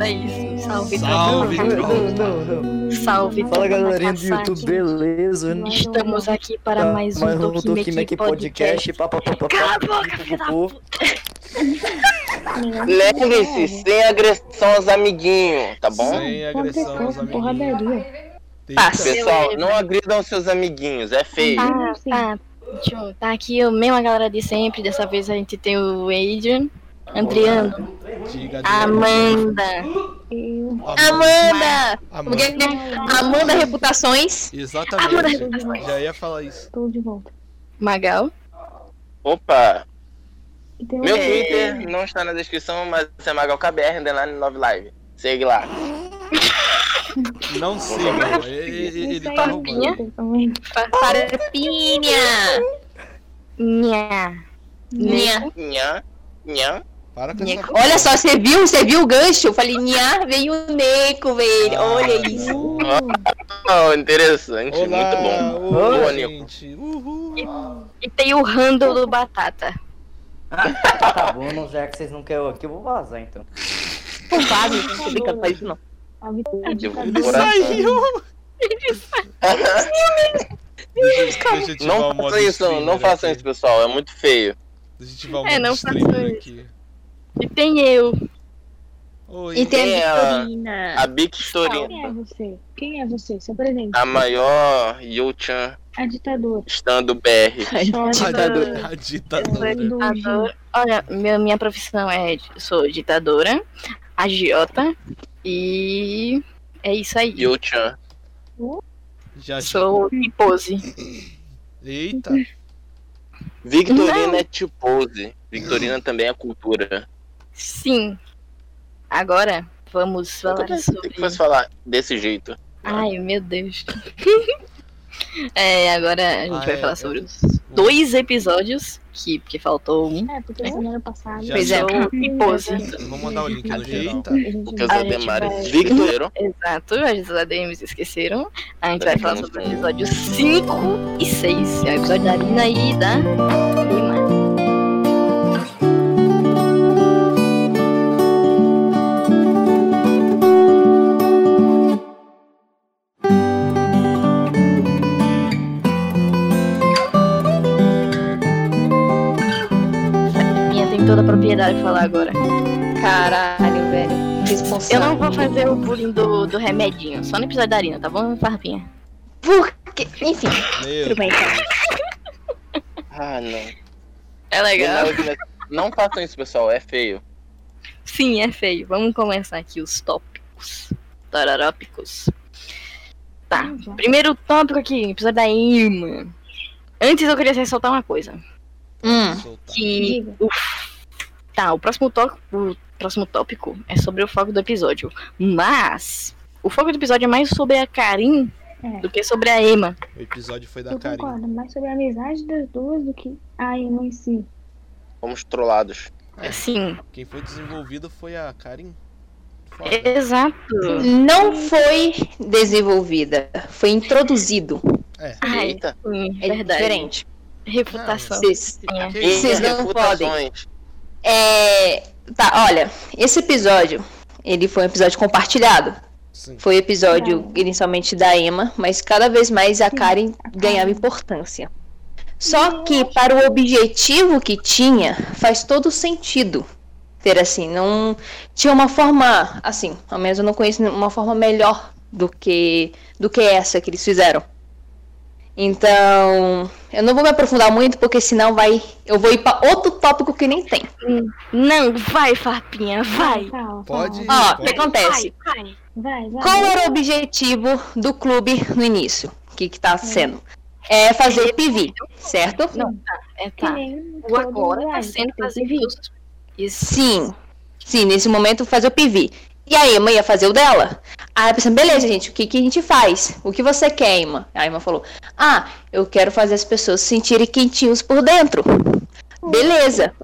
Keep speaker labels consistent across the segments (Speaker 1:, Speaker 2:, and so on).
Speaker 1: é Salve,
Speaker 2: Salve,
Speaker 1: tropa.
Speaker 2: tropa.
Speaker 3: Não, não, não.
Speaker 1: Salve,
Speaker 3: Fala
Speaker 1: tropa
Speaker 3: galerinha do
Speaker 1: Kawasaki.
Speaker 3: YouTube, beleza?
Speaker 1: Estamos aqui
Speaker 4: Tá
Speaker 1: para mais um
Speaker 3: mais um
Speaker 1: Tokimeki
Speaker 3: Tokimeki
Speaker 1: Podcast.
Speaker 3: Podcast. pá, pá, pá, pá,
Speaker 1: Cala a
Speaker 3: pá,
Speaker 1: boca, filho da
Speaker 3: pô.
Speaker 5: Lembre-se, sem agressão aos amiguinhos, tá bom?
Speaker 2: Sem agressão aos amiguinhos.
Speaker 6: Porradaria.
Speaker 2: Eita.
Speaker 1: Passa.
Speaker 5: Pessoal, não agridam seus amiguinhos, é feio.
Speaker 6: Ah.
Speaker 1: Tá, tá. Tchum, Tá aqui a mesma galera de sempre. Dessa vez a gente tem o Adrian, Adriano,
Speaker 2: Diga, diga.
Speaker 1: Amanda.
Speaker 6: Eu.
Speaker 1: Amanda!
Speaker 2: Amanda.
Speaker 1: Amanda Reputações.
Speaker 2: Exatamente. Já ia falar isso.
Speaker 6: Estou de volta.
Speaker 1: Magal.
Speaker 5: Opa,
Speaker 6: E tem um-
Speaker 5: meu Twitter não está na descrição, mas é MagalKBR, underline 9 Live. Segue lá.
Speaker 2: Não siga. Ele, ele- ele tá roubando.
Speaker 6: Twitter é também.
Speaker 7: Farpinha!
Speaker 1: Nha. Nha.
Speaker 5: Nhã, nhã.
Speaker 2: Para com essa
Speaker 7: Olha só, você viu? Você viu o gancho? Eu falei, nha, veio o Neco, velho. Olha isso.
Speaker 5: Oh, interessante, muito
Speaker 2: Olá,
Speaker 5: bom.
Speaker 2: olá,
Speaker 5: Olha.
Speaker 2: gente. Uhul.
Speaker 1: E tem o handle do Batata.
Speaker 8: Tá bom, não, já que vocês não querem eu aqui, eu vou vazar então.
Speaker 7: Não vaza, não tô brincando, faz isso não.
Speaker 6: A vitória de
Speaker 5: Eu vou
Speaker 6: cada um.
Speaker 5: procurar.
Speaker 2: Deixa, eu- deixa eu ativar o
Speaker 5: Não
Speaker 2: modo
Speaker 5: façam isso,
Speaker 2: streamer
Speaker 5: não façam
Speaker 2: aqui.
Speaker 5: isso, pessoal, é muito feio.
Speaker 2: Deixa eu ativar o
Speaker 1: É,
Speaker 2: modo
Speaker 1: não façam
Speaker 2: streamer
Speaker 1: isso.
Speaker 2: aqui.
Speaker 1: E tem eu.
Speaker 2: Oi.
Speaker 7: E tem
Speaker 5: Quem é
Speaker 7: a
Speaker 5: a-
Speaker 7: Vitorina.
Speaker 5: A Big
Speaker 6: Quem é
Speaker 5: Storina,
Speaker 6: você? Quem é você? Se apresente.
Speaker 2: Ah,
Speaker 5: a maior Yuchan
Speaker 6: A ditadora.
Speaker 5: estando BR.
Speaker 1: ditadora.
Speaker 2: A ditadura.
Speaker 1: Adoro- Olha, minha, minha profissão é. Sou ditadora, agiota e. É isso aí.
Speaker 5: Yuchan.
Speaker 2: Já
Speaker 1: Sou hipose.
Speaker 2: Eita.
Speaker 5: Victorina
Speaker 1: Não.
Speaker 5: é tipose. Victorina também é cultura.
Speaker 1: Sim. Agora vamos
Speaker 5: Eu
Speaker 1: falar
Speaker 5: pensei que
Speaker 1: sobre.
Speaker 5: fosse falar desse jeito.
Speaker 1: Ai, meu Deus. é, agora a gente
Speaker 2: Ah,
Speaker 1: vai
Speaker 2: é,
Speaker 1: falar
Speaker 2: eu-
Speaker 1: sobre os dois episódios, que porque faltou um.
Speaker 6: É, porque semana passada.
Speaker 2: Já
Speaker 1: Pois é,
Speaker 2: sou
Speaker 1: o hipose.
Speaker 2: Vou mandar o link no geral.
Speaker 6: A gente
Speaker 5: Porque os
Speaker 1: A gente
Speaker 5: Ademares
Speaker 1: vai-
Speaker 5: Victor
Speaker 1: Exato, as ADMs esqueceram. A gente
Speaker 5: Tá
Speaker 1: vai falar
Speaker 5: bom.
Speaker 1: sobre o episódio 5 e 6. É o episódio da Nina e da Lima. Minha tem toda a propriedade de falar agora.
Speaker 7: Caralho, velho.
Speaker 1: Eu
Speaker 7: Responsável.
Speaker 1: não vou fazer o bullying do, do remedinho, só no episódio da Arina, tá bom, Farpinha?
Speaker 7: Por quê? Enfim,
Speaker 2: Meu
Speaker 7: tudo bem.
Speaker 5: Ah, não.
Speaker 1: É
Speaker 5: Tá
Speaker 1: legal.
Speaker 5: Não, não façam isso, pessoal. É feio.
Speaker 1: Sim, é feio. Vamos começar aqui os tópicos. Tararópicos. Tá. Primeiro tópico aqui, episódio da Ima. Antes eu queria ressaltar uma coisa.
Speaker 7: Hum.
Speaker 2: soltar.
Speaker 1: Que.
Speaker 6: Diga.
Speaker 1: uf. tá, o próximo tópico. O próximo tópico é sobre o foco do episódio. Mas. O foco do episódio é mais sobre a Karin
Speaker 6: É.
Speaker 1: do que sobre a Emma.
Speaker 2: O episódio foi da
Speaker 6: Eu
Speaker 2: Karine.
Speaker 6: concordo, mais sobre a amizade das duas do que a Emma em si.
Speaker 5: Fomos trollados.
Speaker 2: É.
Speaker 1: Sim,
Speaker 2: Quem foi desenvolvido foi a Karin. Foda.
Speaker 1: exato.
Speaker 7: Não foi desenvolvida, foi introduzido.
Speaker 2: É.
Speaker 1: Ai,
Speaker 5: Eita.
Speaker 1: sim,
Speaker 7: É
Speaker 1: verdade.
Speaker 7: diferente. Tá.
Speaker 1: Reputação.
Speaker 7: Vocês-
Speaker 1: É.
Speaker 2: Que
Speaker 5: Ei,
Speaker 7: Vocês não
Speaker 5: reputações.
Speaker 7: É, tá, olha, esse episódio, ele foi um episódio compartilhado.
Speaker 2: Sim.
Speaker 7: Foi o episódio inicialmente da Emma, mas cada vez mais É. a Karen ganhava importância. Só que para o objetivo que tinha, faz todo sentido ter assim, não tinha uma forma assim, ao menos eu não conheço uma forma melhor do que do que essa que eles fizeram. Então, eu não vou me aprofundar muito porque senão vai, eu vou ir para outro tópico que nem tem.
Speaker 1: Não, vai, Farpinha, vai.
Speaker 6: Fala, fala.
Speaker 2: Pode-
Speaker 7: Ó, o
Speaker 2: Pode.
Speaker 7: que acontece?
Speaker 1: Vai, vai.
Speaker 6: Vai, vai.
Speaker 7: Qual era o objetivo do clube no início? O que que tá sendo? É fazer PV, certo?
Speaker 1: É,
Speaker 6: Que
Speaker 1: tá.
Speaker 6: nem
Speaker 1: O agora
Speaker 6: todo
Speaker 1: tá
Speaker 6: mundo
Speaker 1: sendo
Speaker 6: vai,
Speaker 1: fazer isso. Isso.
Speaker 7: Sim. Sim, nesse momento fazer o PV. E a Emma ia fazer o dela. Aí a pessoa, beleza, gente, o que, que a gente faz? O que você quer, Emma? A Emma falou, ah, eu quero fazer as pessoas se sentirem quentinhos por dentro.
Speaker 6: tipo,
Speaker 7: Beleza.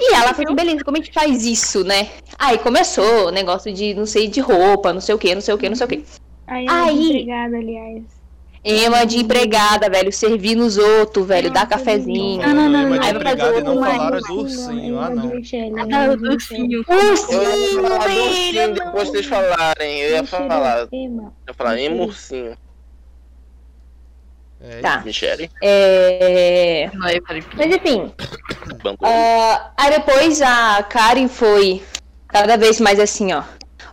Speaker 7: E ela falou, beleza, como a gente faz isso, né? Aí começou o negócio de, não sei, de roupa, não sei o que, não sei o que, não sei o que.
Speaker 6: A Emma
Speaker 7: Aí.
Speaker 6: desempregada, aliás.
Speaker 7: Ema de empregada, velho. Servir nos outros, velho. Dar
Speaker 6: Nossa,
Speaker 7: cafezinho.
Speaker 6: Ah, não, não, não,
Speaker 2: Ema
Speaker 6: não.
Speaker 2: de
Speaker 7: Aí vai fazer
Speaker 2: empregada e não
Speaker 7: outro
Speaker 2: falaram
Speaker 6: Mas,
Speaker 2: do ursinho. Ah, não.
Speaker 6: Michele,
Speaker 1: Ah, tá, o
Speaker 6: Michele.
Speaker 1: docinho.
Speaker 5: Eu ia falar do ursinho
Speaker 7: Ursinho,
Speaker 5: depois de vocês falarem. Eu ia
Speaker 6: Michele, é
Speaker 5: falar. Eu
Speaker 6: Ema,
Speaker 5: ia falar em ursinho.
Speaker 2: É,
Speaker 7: Tá.
Speaker 5: Michele.
Speaker 7: É...
Speaker 1: Não, eu falei,
Speaker 7: Mas enfim.
Speaker 5: Banco.
Speaker 7: ah, aí depois a Karen foi cada vez mais assim, ó.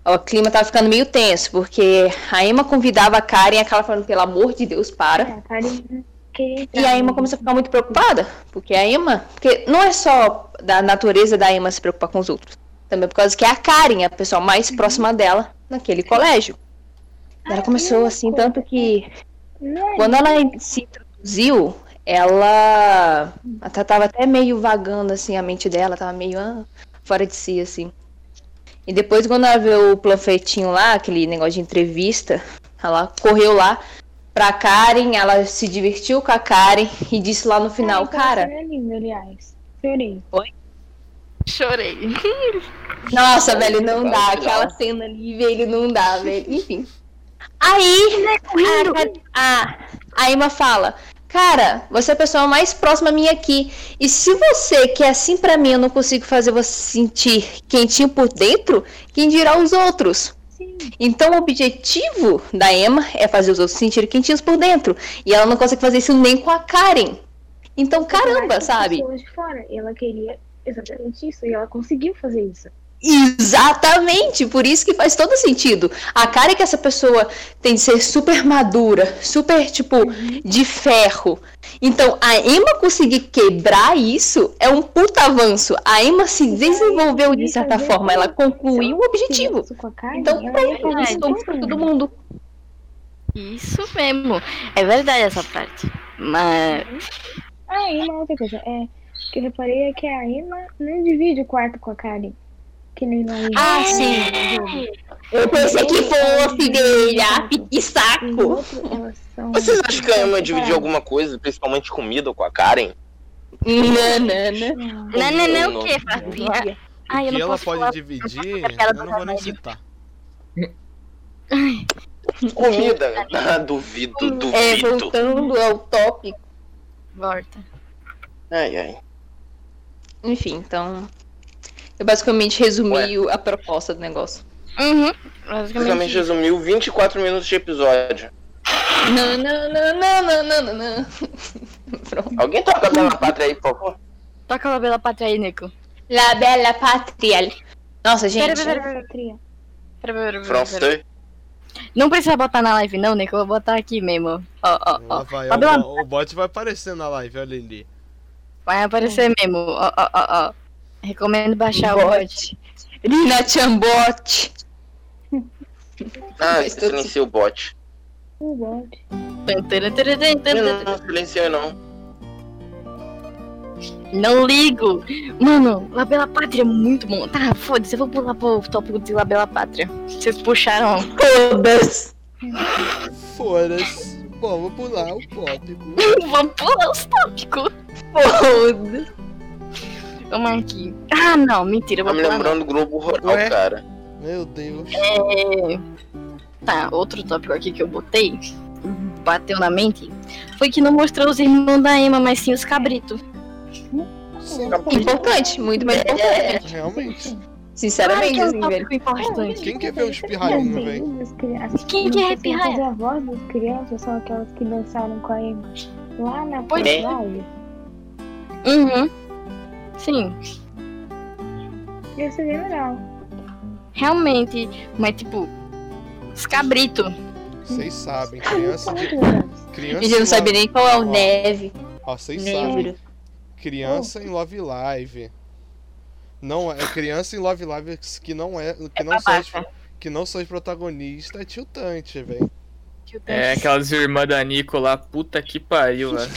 Speaker 7: O clima tava ficando meio tenso, porque a Emma convidava a Karen e a Karen falando, pelo amor de Deus, para.
Speaker 6: é, a Karina queria
Speaker 7: E
Speaker 6: entrar,
Speaker 7: a Emma
Speaker 6: né?
Speaker 7: começou a ficar muito preocupada, porque a Emma, porque não é só da natureza da Emma se preocupar com os outros, também por causa que é a Karen, a pessoa mais próxima dela naquele colégio. Ela começou assim, tanto que
Speaker 6: Não, é
Speaker 7: quando é ela se introduziu, ela até tava até meio vagando assim a mente dela, tava meio ah, fora de si assim. E depois quando ela viu o panfletinho lá, aquele negócio de entrevista, ela correu lá pra Karen, ela se divertiu com a Karen e disse lá no final, cara,
Speaker 6: É lindo, aliás. Chorei.
Speaker 1: chorei.
Speaker 7: nossa, velho, não dá, aquela cena ali, velho, não dá, velho. Enfim. Aí
Speaker 1: Ah, tá
Speaker 7: a, a, a Emma fala: Cara, você é a pessoa mais próxima minha aqui. E se você que é assim pra mim, eu não consigo fazer você sentir quentinho por dentro, quem dirá os outros?
Speaker 6: Sim.
Speaker 7: Então o objetivo da Emma é fazer os outros sentirem quentinhos por dentro. E ela não consegue fazer isso nem com a Karen. Então, caramba,
Speaker 6: As
Speaker 7: sabe?
Speaker 6: tipo, pessoas de fora. Ela queria exatamente isso. E ela conseguiu fazer isso.
Speaker 7: Exatamente, por isso que faz todo sentido. A cara que é essa pessoa tem de ser super madura, super tipo de ferro. Então, a Emma conseguir quebrar isso é um puta avanço. A Emma se desenvolveu de certa forma, ela
Speaker 6: Então,
Speaker 7: concluiu o objetivo.
Speaker 6: Isso com a Karina,
Speaker 7: Então,
Speaker 6: ela ia
Speaker 7: pronto,
Speaker 6: fazer
Speaker 7: isso
Speaker 6: isso com
Speaker 7: pra todo
Speaker 6: todo mundo.
Speaker 7: mundo.
Speaker 1: Isso mesmo. É verdade essa parte. Mas.
Speaker 6: A Emma, outra coisa. É, o que eu reparei é que a Emma não divide o quarto com a Karen. Que nem na
Speaker 1: É.
Speaker 7: Ah, sim. Eu pensei que fosse velha, que
Speaker 6: Os
Speaker 7: saco.
Speaker 6: outros, elas são...
Speaker 5: Vocês acham que a Emma dividiu alguma coisa, principalmente comida, com a Karen?
Speaker 7: Nanana.
Speaker 6: Não.
Speaker 1: Não, não, não,
Speaker 5: não,
Speaker 1: o quê,
Speaker 5: não.
Speaker 1: Fafinha? Ai, eu
Speaker 2: que
Speaker 1: não
Speaker 2: ela
Speaker 1: posso
Speaker 2: pode
Speaker 1: falar.
Speaker 2: dividir,
Speaker 1: a cara
Speaker 2: eu não
Speaker 1: do
Speaker 2: vou nem
Speaker 1: Ronaldo.
Speaker 2: citar.
Speaker 5: Comida? Ah, duvido,
Speaker 7: É,
Speaker 5: duvido.
Speaker 7: voltando ao tópico.
Speaker 1: Volta.
Speaker 5: Ai, ai.
Speaker 7: Enfim, então. Eu basicamente resumi
Speaker 5: Ué.
Speaker 7: o- a proposta do negócio.
Speaker 1: Uhum. Basicamente.
Speaker 5: Basicamente resumiu 24 minutos de episódio.
Speaker 7: Não, não, não, não, não, não, não, não. Pronto.
Speaker 5: Alguém toca a Bela Pátria aí, por favor?
Speaker 1: Toca a bela pátria aí, Nico.
Speaker 7: La Bella Patria. Nossa, gente.
Speaker 1: Pera, pera, pera,
Speaker 6: Essa tria.
Speaker 1: pera, pera, pera, pera, pera.
Speaker 5: Francês.
Speaker 1: Não precisa botar na live, não, Nico. Eu vou botar aqui mesmo. Ó, ó,
Speaker 2: Lá
Speaker 1: ó.
Speaker 2: vai,
Speaker 1: Tá
Speaker 2: ó,
Speaker 1: bela-
Speaker 2: o, o bot vai aparecendo na live, olha ali.
Speaker 1: Vai aparecer mesmo. Ó, ó, ó, ó. Recomendo baixar o
Speaker 7: Bot.
Speaker 1: bot.
Speaker 7: Rina Chambot.
Speaker 5: Ah,
Speaker 7: Faz todo
Speaker 5: silenciei o bot.
Speaker 6: O bode.
Speaker 1: Tan, tan, tan, tan, tan,
Speaker 5: Eu
Speaker 1: tan,
Speaker 5: não,
Speaker 1: tan.
Speaker 5: não silenciei não.
Speaker 1: Não ligo. Mano, Labela Pátria é muito bom. Tá, foda-se. Eu vou pular pro tópico de Labela Pátria. Vocês puxaram
Speaker 7: Todas.
Speaker 2: Foda-se. Bom, vou pular o tópico.
Speaker 1: Vamos pular os tópicos.
Speaker 7: Todas.
Speaker 1: Vamos aqui. Ah, não, mentira. eu
Speaker 5: Tá
Speaker 1: Vou
Speaker 5: me
Speaker 1: pular não.
Speaker 5: lembrando do Globo Rural,
Speaker 2: Ué?
Speaker 5: cara.
Speaker 2: Meu Deus.
Speaker 1: É. Tá, outro tópico aqui que eu botei, bateu na mente, foi que não mostrou os irmãos da Emma, mas sim os cabritos.
Speaker 7: Importante, muito mais importante.
Speaker 2: um Realmente.
Speaker 7: Sinceramente,
Speaker 1: Claro que
Speaker 7: assim,
Speaker 1: é um
Speaker 7: velho.
Speaker 1: tópico importante.
Speaker 2: Quem quer ver os pirralhinhos, velho?
Speaker 1: Quem que é pirralha?
Speaker 6: As avós das crianças são aquelas que dançaram com a Emma. Lá na
Speaker 1: Pois
Speaker 5: é.
Speaker 6: Portugal.
Speaker 1: Uhum. Sim, é.
Speaker 6: Ia ser é bem legal.
Speaker 1: realmente. Mas, tipo, os cabritos.
Speaker 2: Vocês sabem, criança de.
Speaker 7: A
Speaker 2: Criança
Speaker 7: gente não
Speaker 2: em
Speaker 7: sabe
Speaker 2: Love-
Speaker 7: nem qual é o
Speaker 2: Ó,
Speaker 7: neve.
Speaker 2: Ó, Ah, vocês sabem.
Speaker 7: Negro.
Speaker 2: Criança em Love Live. Não é é criança em Love Live que não é que não são os, que não são os protagonistas, é tiltante, velho.
Speaker 9: É, aquelas irmãs da Nico lá, puta que pariu, velho.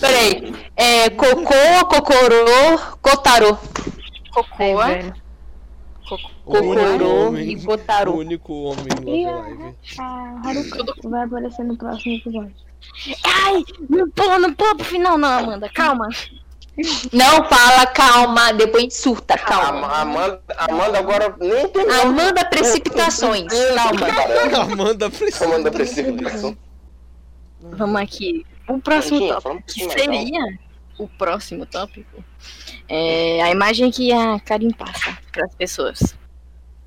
Speaker 7: Peraí. É Cocô, Cocorô, Cotarô.
Speaker 1: Cocoa.
Speaker 7: Ai, velho.
Speaker 2: O único
Speaker 7: Cocorô
Speaker 2: homem,
Speaker 7: né? e
Speaker 2: o
Speaker 7: Cotarô.
Speaker 2: único homem em Love
Speaker 6: E
Speaker 2: Live.
Speaker 6: a, a Haruka vai aparecer no próximo episódio.
Speaker 1: Ai, não pula, não pula pro final, não, Amanda. Calma.
Speaker 7: Não fala, calma, depois a gente surta,
Speaker 5: A
Speaker 7: calma.
Speaker 5: Ma- Amanda, Amanda agora nem terminou.
Speaker 7: Amanda Precipitações. Calma.
Speaker 5: Cara,
Speaker 2: Amanda precisa.
Speaker 5: um Amanda precipitação.
Speaker 1: Vamos aqui. O próximo
Speaker 5: Gente, é
Speaker 1: tópico.
Speaker 5: vamos pro
Speaker 1: Que
Speaker 5: próximo,
Speaker 1: seria o próximo tópico? É a imagem que a Karin passa pras pessoas.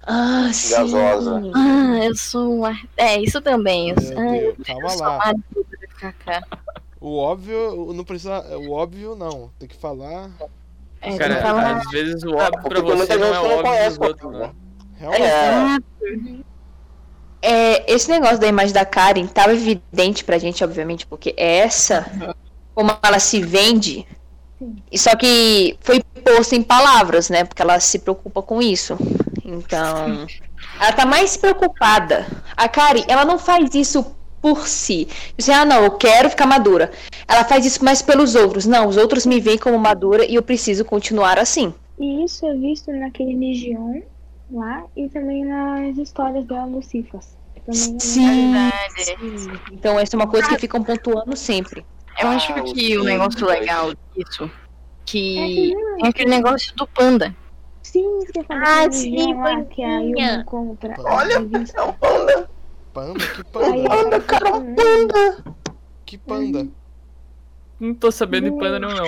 Speaker 7: Ah, sim.
Speaker 5: Gasosa.
Speaker 1: Ah, eu sou uma. É, isso também. Eu,
Speaker 2: Meu
Speaker 1: ah, eu-
Speaker 2: Deus,
Speaker 1: eu
Speaker 2: calma
Speaker 1: sou
Speaker 2: lá.
Speaker 1: uma adulta, kkk.
Speaker 2: O óbvio, o- não precisa. O óbvio não. Tem que falar.
Speaker 1: É, tem que
Speaker 9: Cara,
Speaker 1: falar.
Speaker 9: às vezes o
Speaker 5: Ah,
Speaker 9: óbvio
Speaker 5: porque
Speaker 9: pra
Speaker 5: muita
Speaker 9: você não
Speaker 5: gente
Speaker 9: é
Speaker 5: não
Speaker 9: óbvio
Speaker 5: conhece, né?
Speaker 9: dos outros,
Speaker 5: cara.
Speaker 9: não.
Speaker 2: Realmente.
Speaker 5: É.
Speaker 1: Ah,
Speaker 7: É, esse negócio da imagem da Karen tava evidente pra gente, obviamente, porque essa, como ela se vende, e só que foi posto em palavras, né? Porque ela se preocupa com isso. Então, ela tá mais preocupada. A Karen, ela não faz isso por si. Dizer, ah, não, eu quero ficar madura. Ela faz isso mais pelos outros. Não, os outros me veem como madura e eu preciso continuar assim.
Speaker 6: E isso é visto naquele Legion lá e também nas histórias dela no Cifras. Também é
Speaker 7: Sim.
Speaker 1: verdade.
Speaker 7: Então, essa é uma coisa que ficam pontuando sempre.
Speaker 1: Eu acho
Speaker 5: Ah,
Speaker 1: que o
Speaker 5: sim,
Speaker 1: negócio
Speaker 5: dois.
Speaker 1: legal disso.
Speaker 6: É que
Speaker 1: Que
Speaker 6: não,
Speaker 1: é aquele negócio do panda.
Speaker 6: sim, você falou
Speaker 7: Ah,
Speaker 6: daquele
Speaker 7: sim,
Speaker 6: Legion lá que a
Speaker 7: bandinha.
Speaker 6: Yuma compra.
Speaker 2: Olha,
Speaker 6: a revista.
Speaker 5: É um panda.
Speaker 2: Panda? Que
Speaker 6: Aí "Hum,
Speaker 2: panda?
Speaker 6: ela
Speaker 5: Panda,
Speaker 6: fica
Speaker 5: cara, um
Speaker 6: falando
Speaker 2: Que panda?
Speaker 9: Não tô sabendo de panda não, não.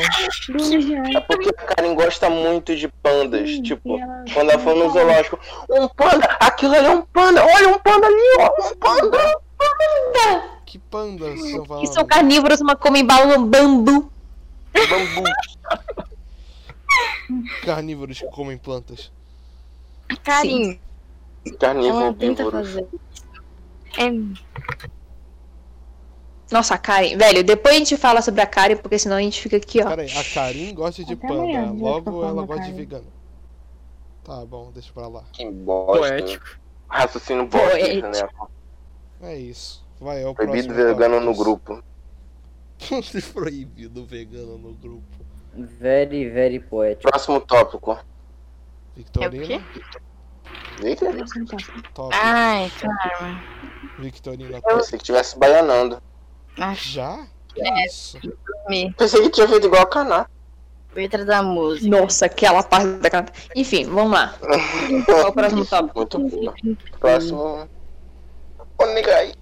Speaker 6: Do Legion.
Speaker 5: É porque a Karen gosta muito de pandas.
Speaker 6: sim,
Speaker 5: tipo,
Speaker 6: e ela-
Speaker 5: quando ela for no zoológico, um panda, aquilo ali é um panda, olha um panda ali, ó, um panda.
Speaker 2: Que panda vocês estão
Speaker 7: Que são
Speaker 2: falando?
Speaker 7: carnívoros, mas comem bala- bambu.
Speaker 5: Bambu.
Speaker 2: Carnívoros que comem plantas.
Speaker 1: A Karin, ela
Speaker 5: Carnívoro,
Speaker 1: tenta
Speaker 5: carnívoro.
Speaker 1: fazer. É,
Speaker 7: Nossa, a Karen. Velho, depois a gente fala sobre a Karen, porque senão a gente fica
Speaker 1: Tá.
Speaker 7: aqui, ó.
Speaker 2: Pera aí, a Karin gosta de
Speaker 6: Até amanhã,
Speaker 2: panda.
Speaker 6: viu, que eu
Speaker 2: Logo ela
Speaker 6: falo,
Speaker 2: gosta de
Speaker 6: Karin.
Speaker 2: vegano. Tá bom, deixa pra lá.
Speaker 5: Que bosta.
Speaker 9: Poético.
Speaker 5: Raciocínio bosta, né?
Speaker 7: Poético.
Speaker 2: É isso. Vai, é o
Speaker 5: Proibido
Speaker 2: próximo.
Speaker 5: vegano no
Speaker 2: tópico.
Speaker 5: grupo.
Speaker 2: Proibido vegano no grupo.
Speaker 8: Very, very poético.
Speaker 5: Próximo tópico.
Speaker 1: é o quê?
Speaker 2: Victorina?
Speaker 5: Eita,
Speaker 2: Top.
Speaker 1: Ai, cara.
Speaker 2: Victorina top.
Speaker 5: pensei que tivesse baianando.
Speaker 1: Acho
Speaker 2: Já? Que
Speaker 1: É.
Speaker 2: Isso.
Speaker 1: que
Speaker 5: Pensei que tinha feito igual a Caná.
Speaker 1: letra da música.
Speaker 7: Nossa, aquela parte da canta. Enfim, vamos lá. Qual o próximo tópico?
Speaker 5: Muito boa.
Speaker 7: Uhum.
Speaker 5: Próximo. Onigai.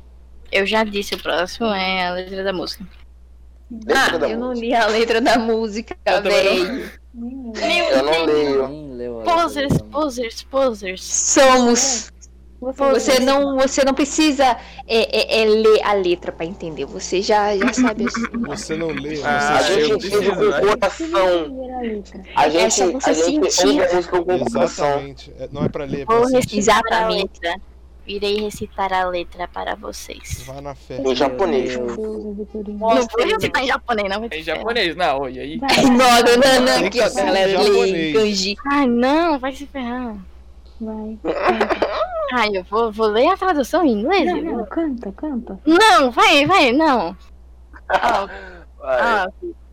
Speaker 1: Eu já disse, o próximo é a letra da música.
Speaker 5: Letra da
Speaker 7: ah, eu não
Speaker 5: música.
Speaker 7: li a letra da música,
Speaker 9: Eu também não.
Speaker 7: velho.
Speaker 5: Eu não leio.
Speaker 8: Nem leu a letra
Speaker 1: Posers,
Speaker 8: dessa música.
Speaker 1: posers, posers.
Speaker 7: Somos. Você não, você não precisa é, é, é, ler a letra pra entender. Você já, já sabe. assim.
Speaker 2: Você não lê, você
Speaker 9: Ah,
Speaker 5: A
Speaker 9: eu
Speaker 5: gente
Speaker 9: preciso,
Speaker 5: vive com o
Speaker 9: né?
Speaker 5: coração. A gente,
Speaker 7: Essa você
Speaker 5: a gente ouve a música com o coração.
Speaker 2: Exatamente. É, não é pra ler, é pra
Speaker 1: Vou
Speaker 2: sentir.
Speaker 1: recitar a
Speaker 7: Exatamente.
Speaker 1: letra. Irei recitar a letra para vocês.
Speaker 2: Vá na fé.
Speaker 5: Em japonês.
Speaker 8: Meu Deus.
Speaker 1: Não vou recitar em japonês, não. vai
Speaker 9: É em
Speaker 1: ter ferro.
Speaker 9: japonês, não. E aí?
Speaker 7: Não, não, não, não. Aqui,
Speaker 2: Tem
Speaker 7: ó,
Speaker 2: que ser
Speaker 7: galera.
Speaker 2: japonês.
Speaker 7: Lê, kanji.
Speaker 1: Ai, Ah, não, vai se ferrar.
Speaker 6: Vai.
Speaker 1: Ai, eu vou, vou ler a tradução em inglês.
Speaker 6: Não,
Speaker 1: eu
Speaker 6: não,
Speaker 1: vou-
Speaker 6: canta, canta.
Speaker 1: Não, vai, vai, não. Ah,
Speaker 5: Vai.
Speaker 1: Ah,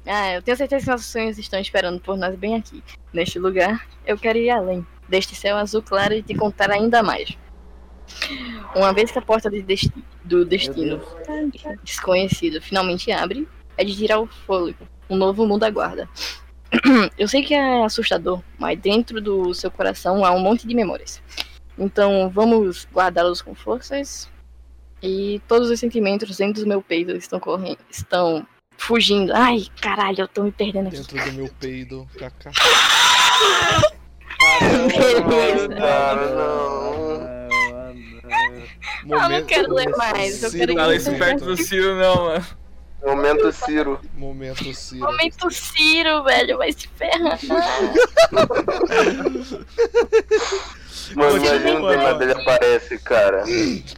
Speaker 1: ah, eu tenho certeza que nossos sonhos estão esperando por nós bem aqui. Neste lugar, eu quero ir além. Deste céu azul claro e te contar ainda mais. Uma vez que a porta de desti- do
Speaker 8: Meu
Speaker 1: destino
Speaker 8: Deus.
Speaker 1: desconhecido finalmente abre, é de tirar o fôlego. Um novo mundo aguarda. Eu sei que é assustador, mas dentro do seu coração há um monte de memórias. Então vamos guardá-los com forças. E todos os sentimentos dentro do meu peito estão correndo. estão fugindo. Ai, caralho, eu tô me perdendo aqui.
Speaker 2: Dentro do meu peido. Cacá.
Speaker 1: Beleza.
Speaker 5: Cara, não.
Speaker 1: não quero ler mais, eu
Speaker 2: Ciro
Speaker 1: quero
Speaker 9: Fala
Speaker 1: ir
Speaker 9: isso
Speaker 1: Sim.
Speaker 9: perto do Ciro, não, mano.
Speaker 5: Momento Ciro.
Speaker 2: Momento Ciro.
Speaker 1: Momento Ciro, velho, vai se ferrar.
Speaker 5: Mano,
Speaker 2: Continua,
Speaker 5: imagina do
Speaker 2: mano.
Speaker 5: nada ele aparece, cara.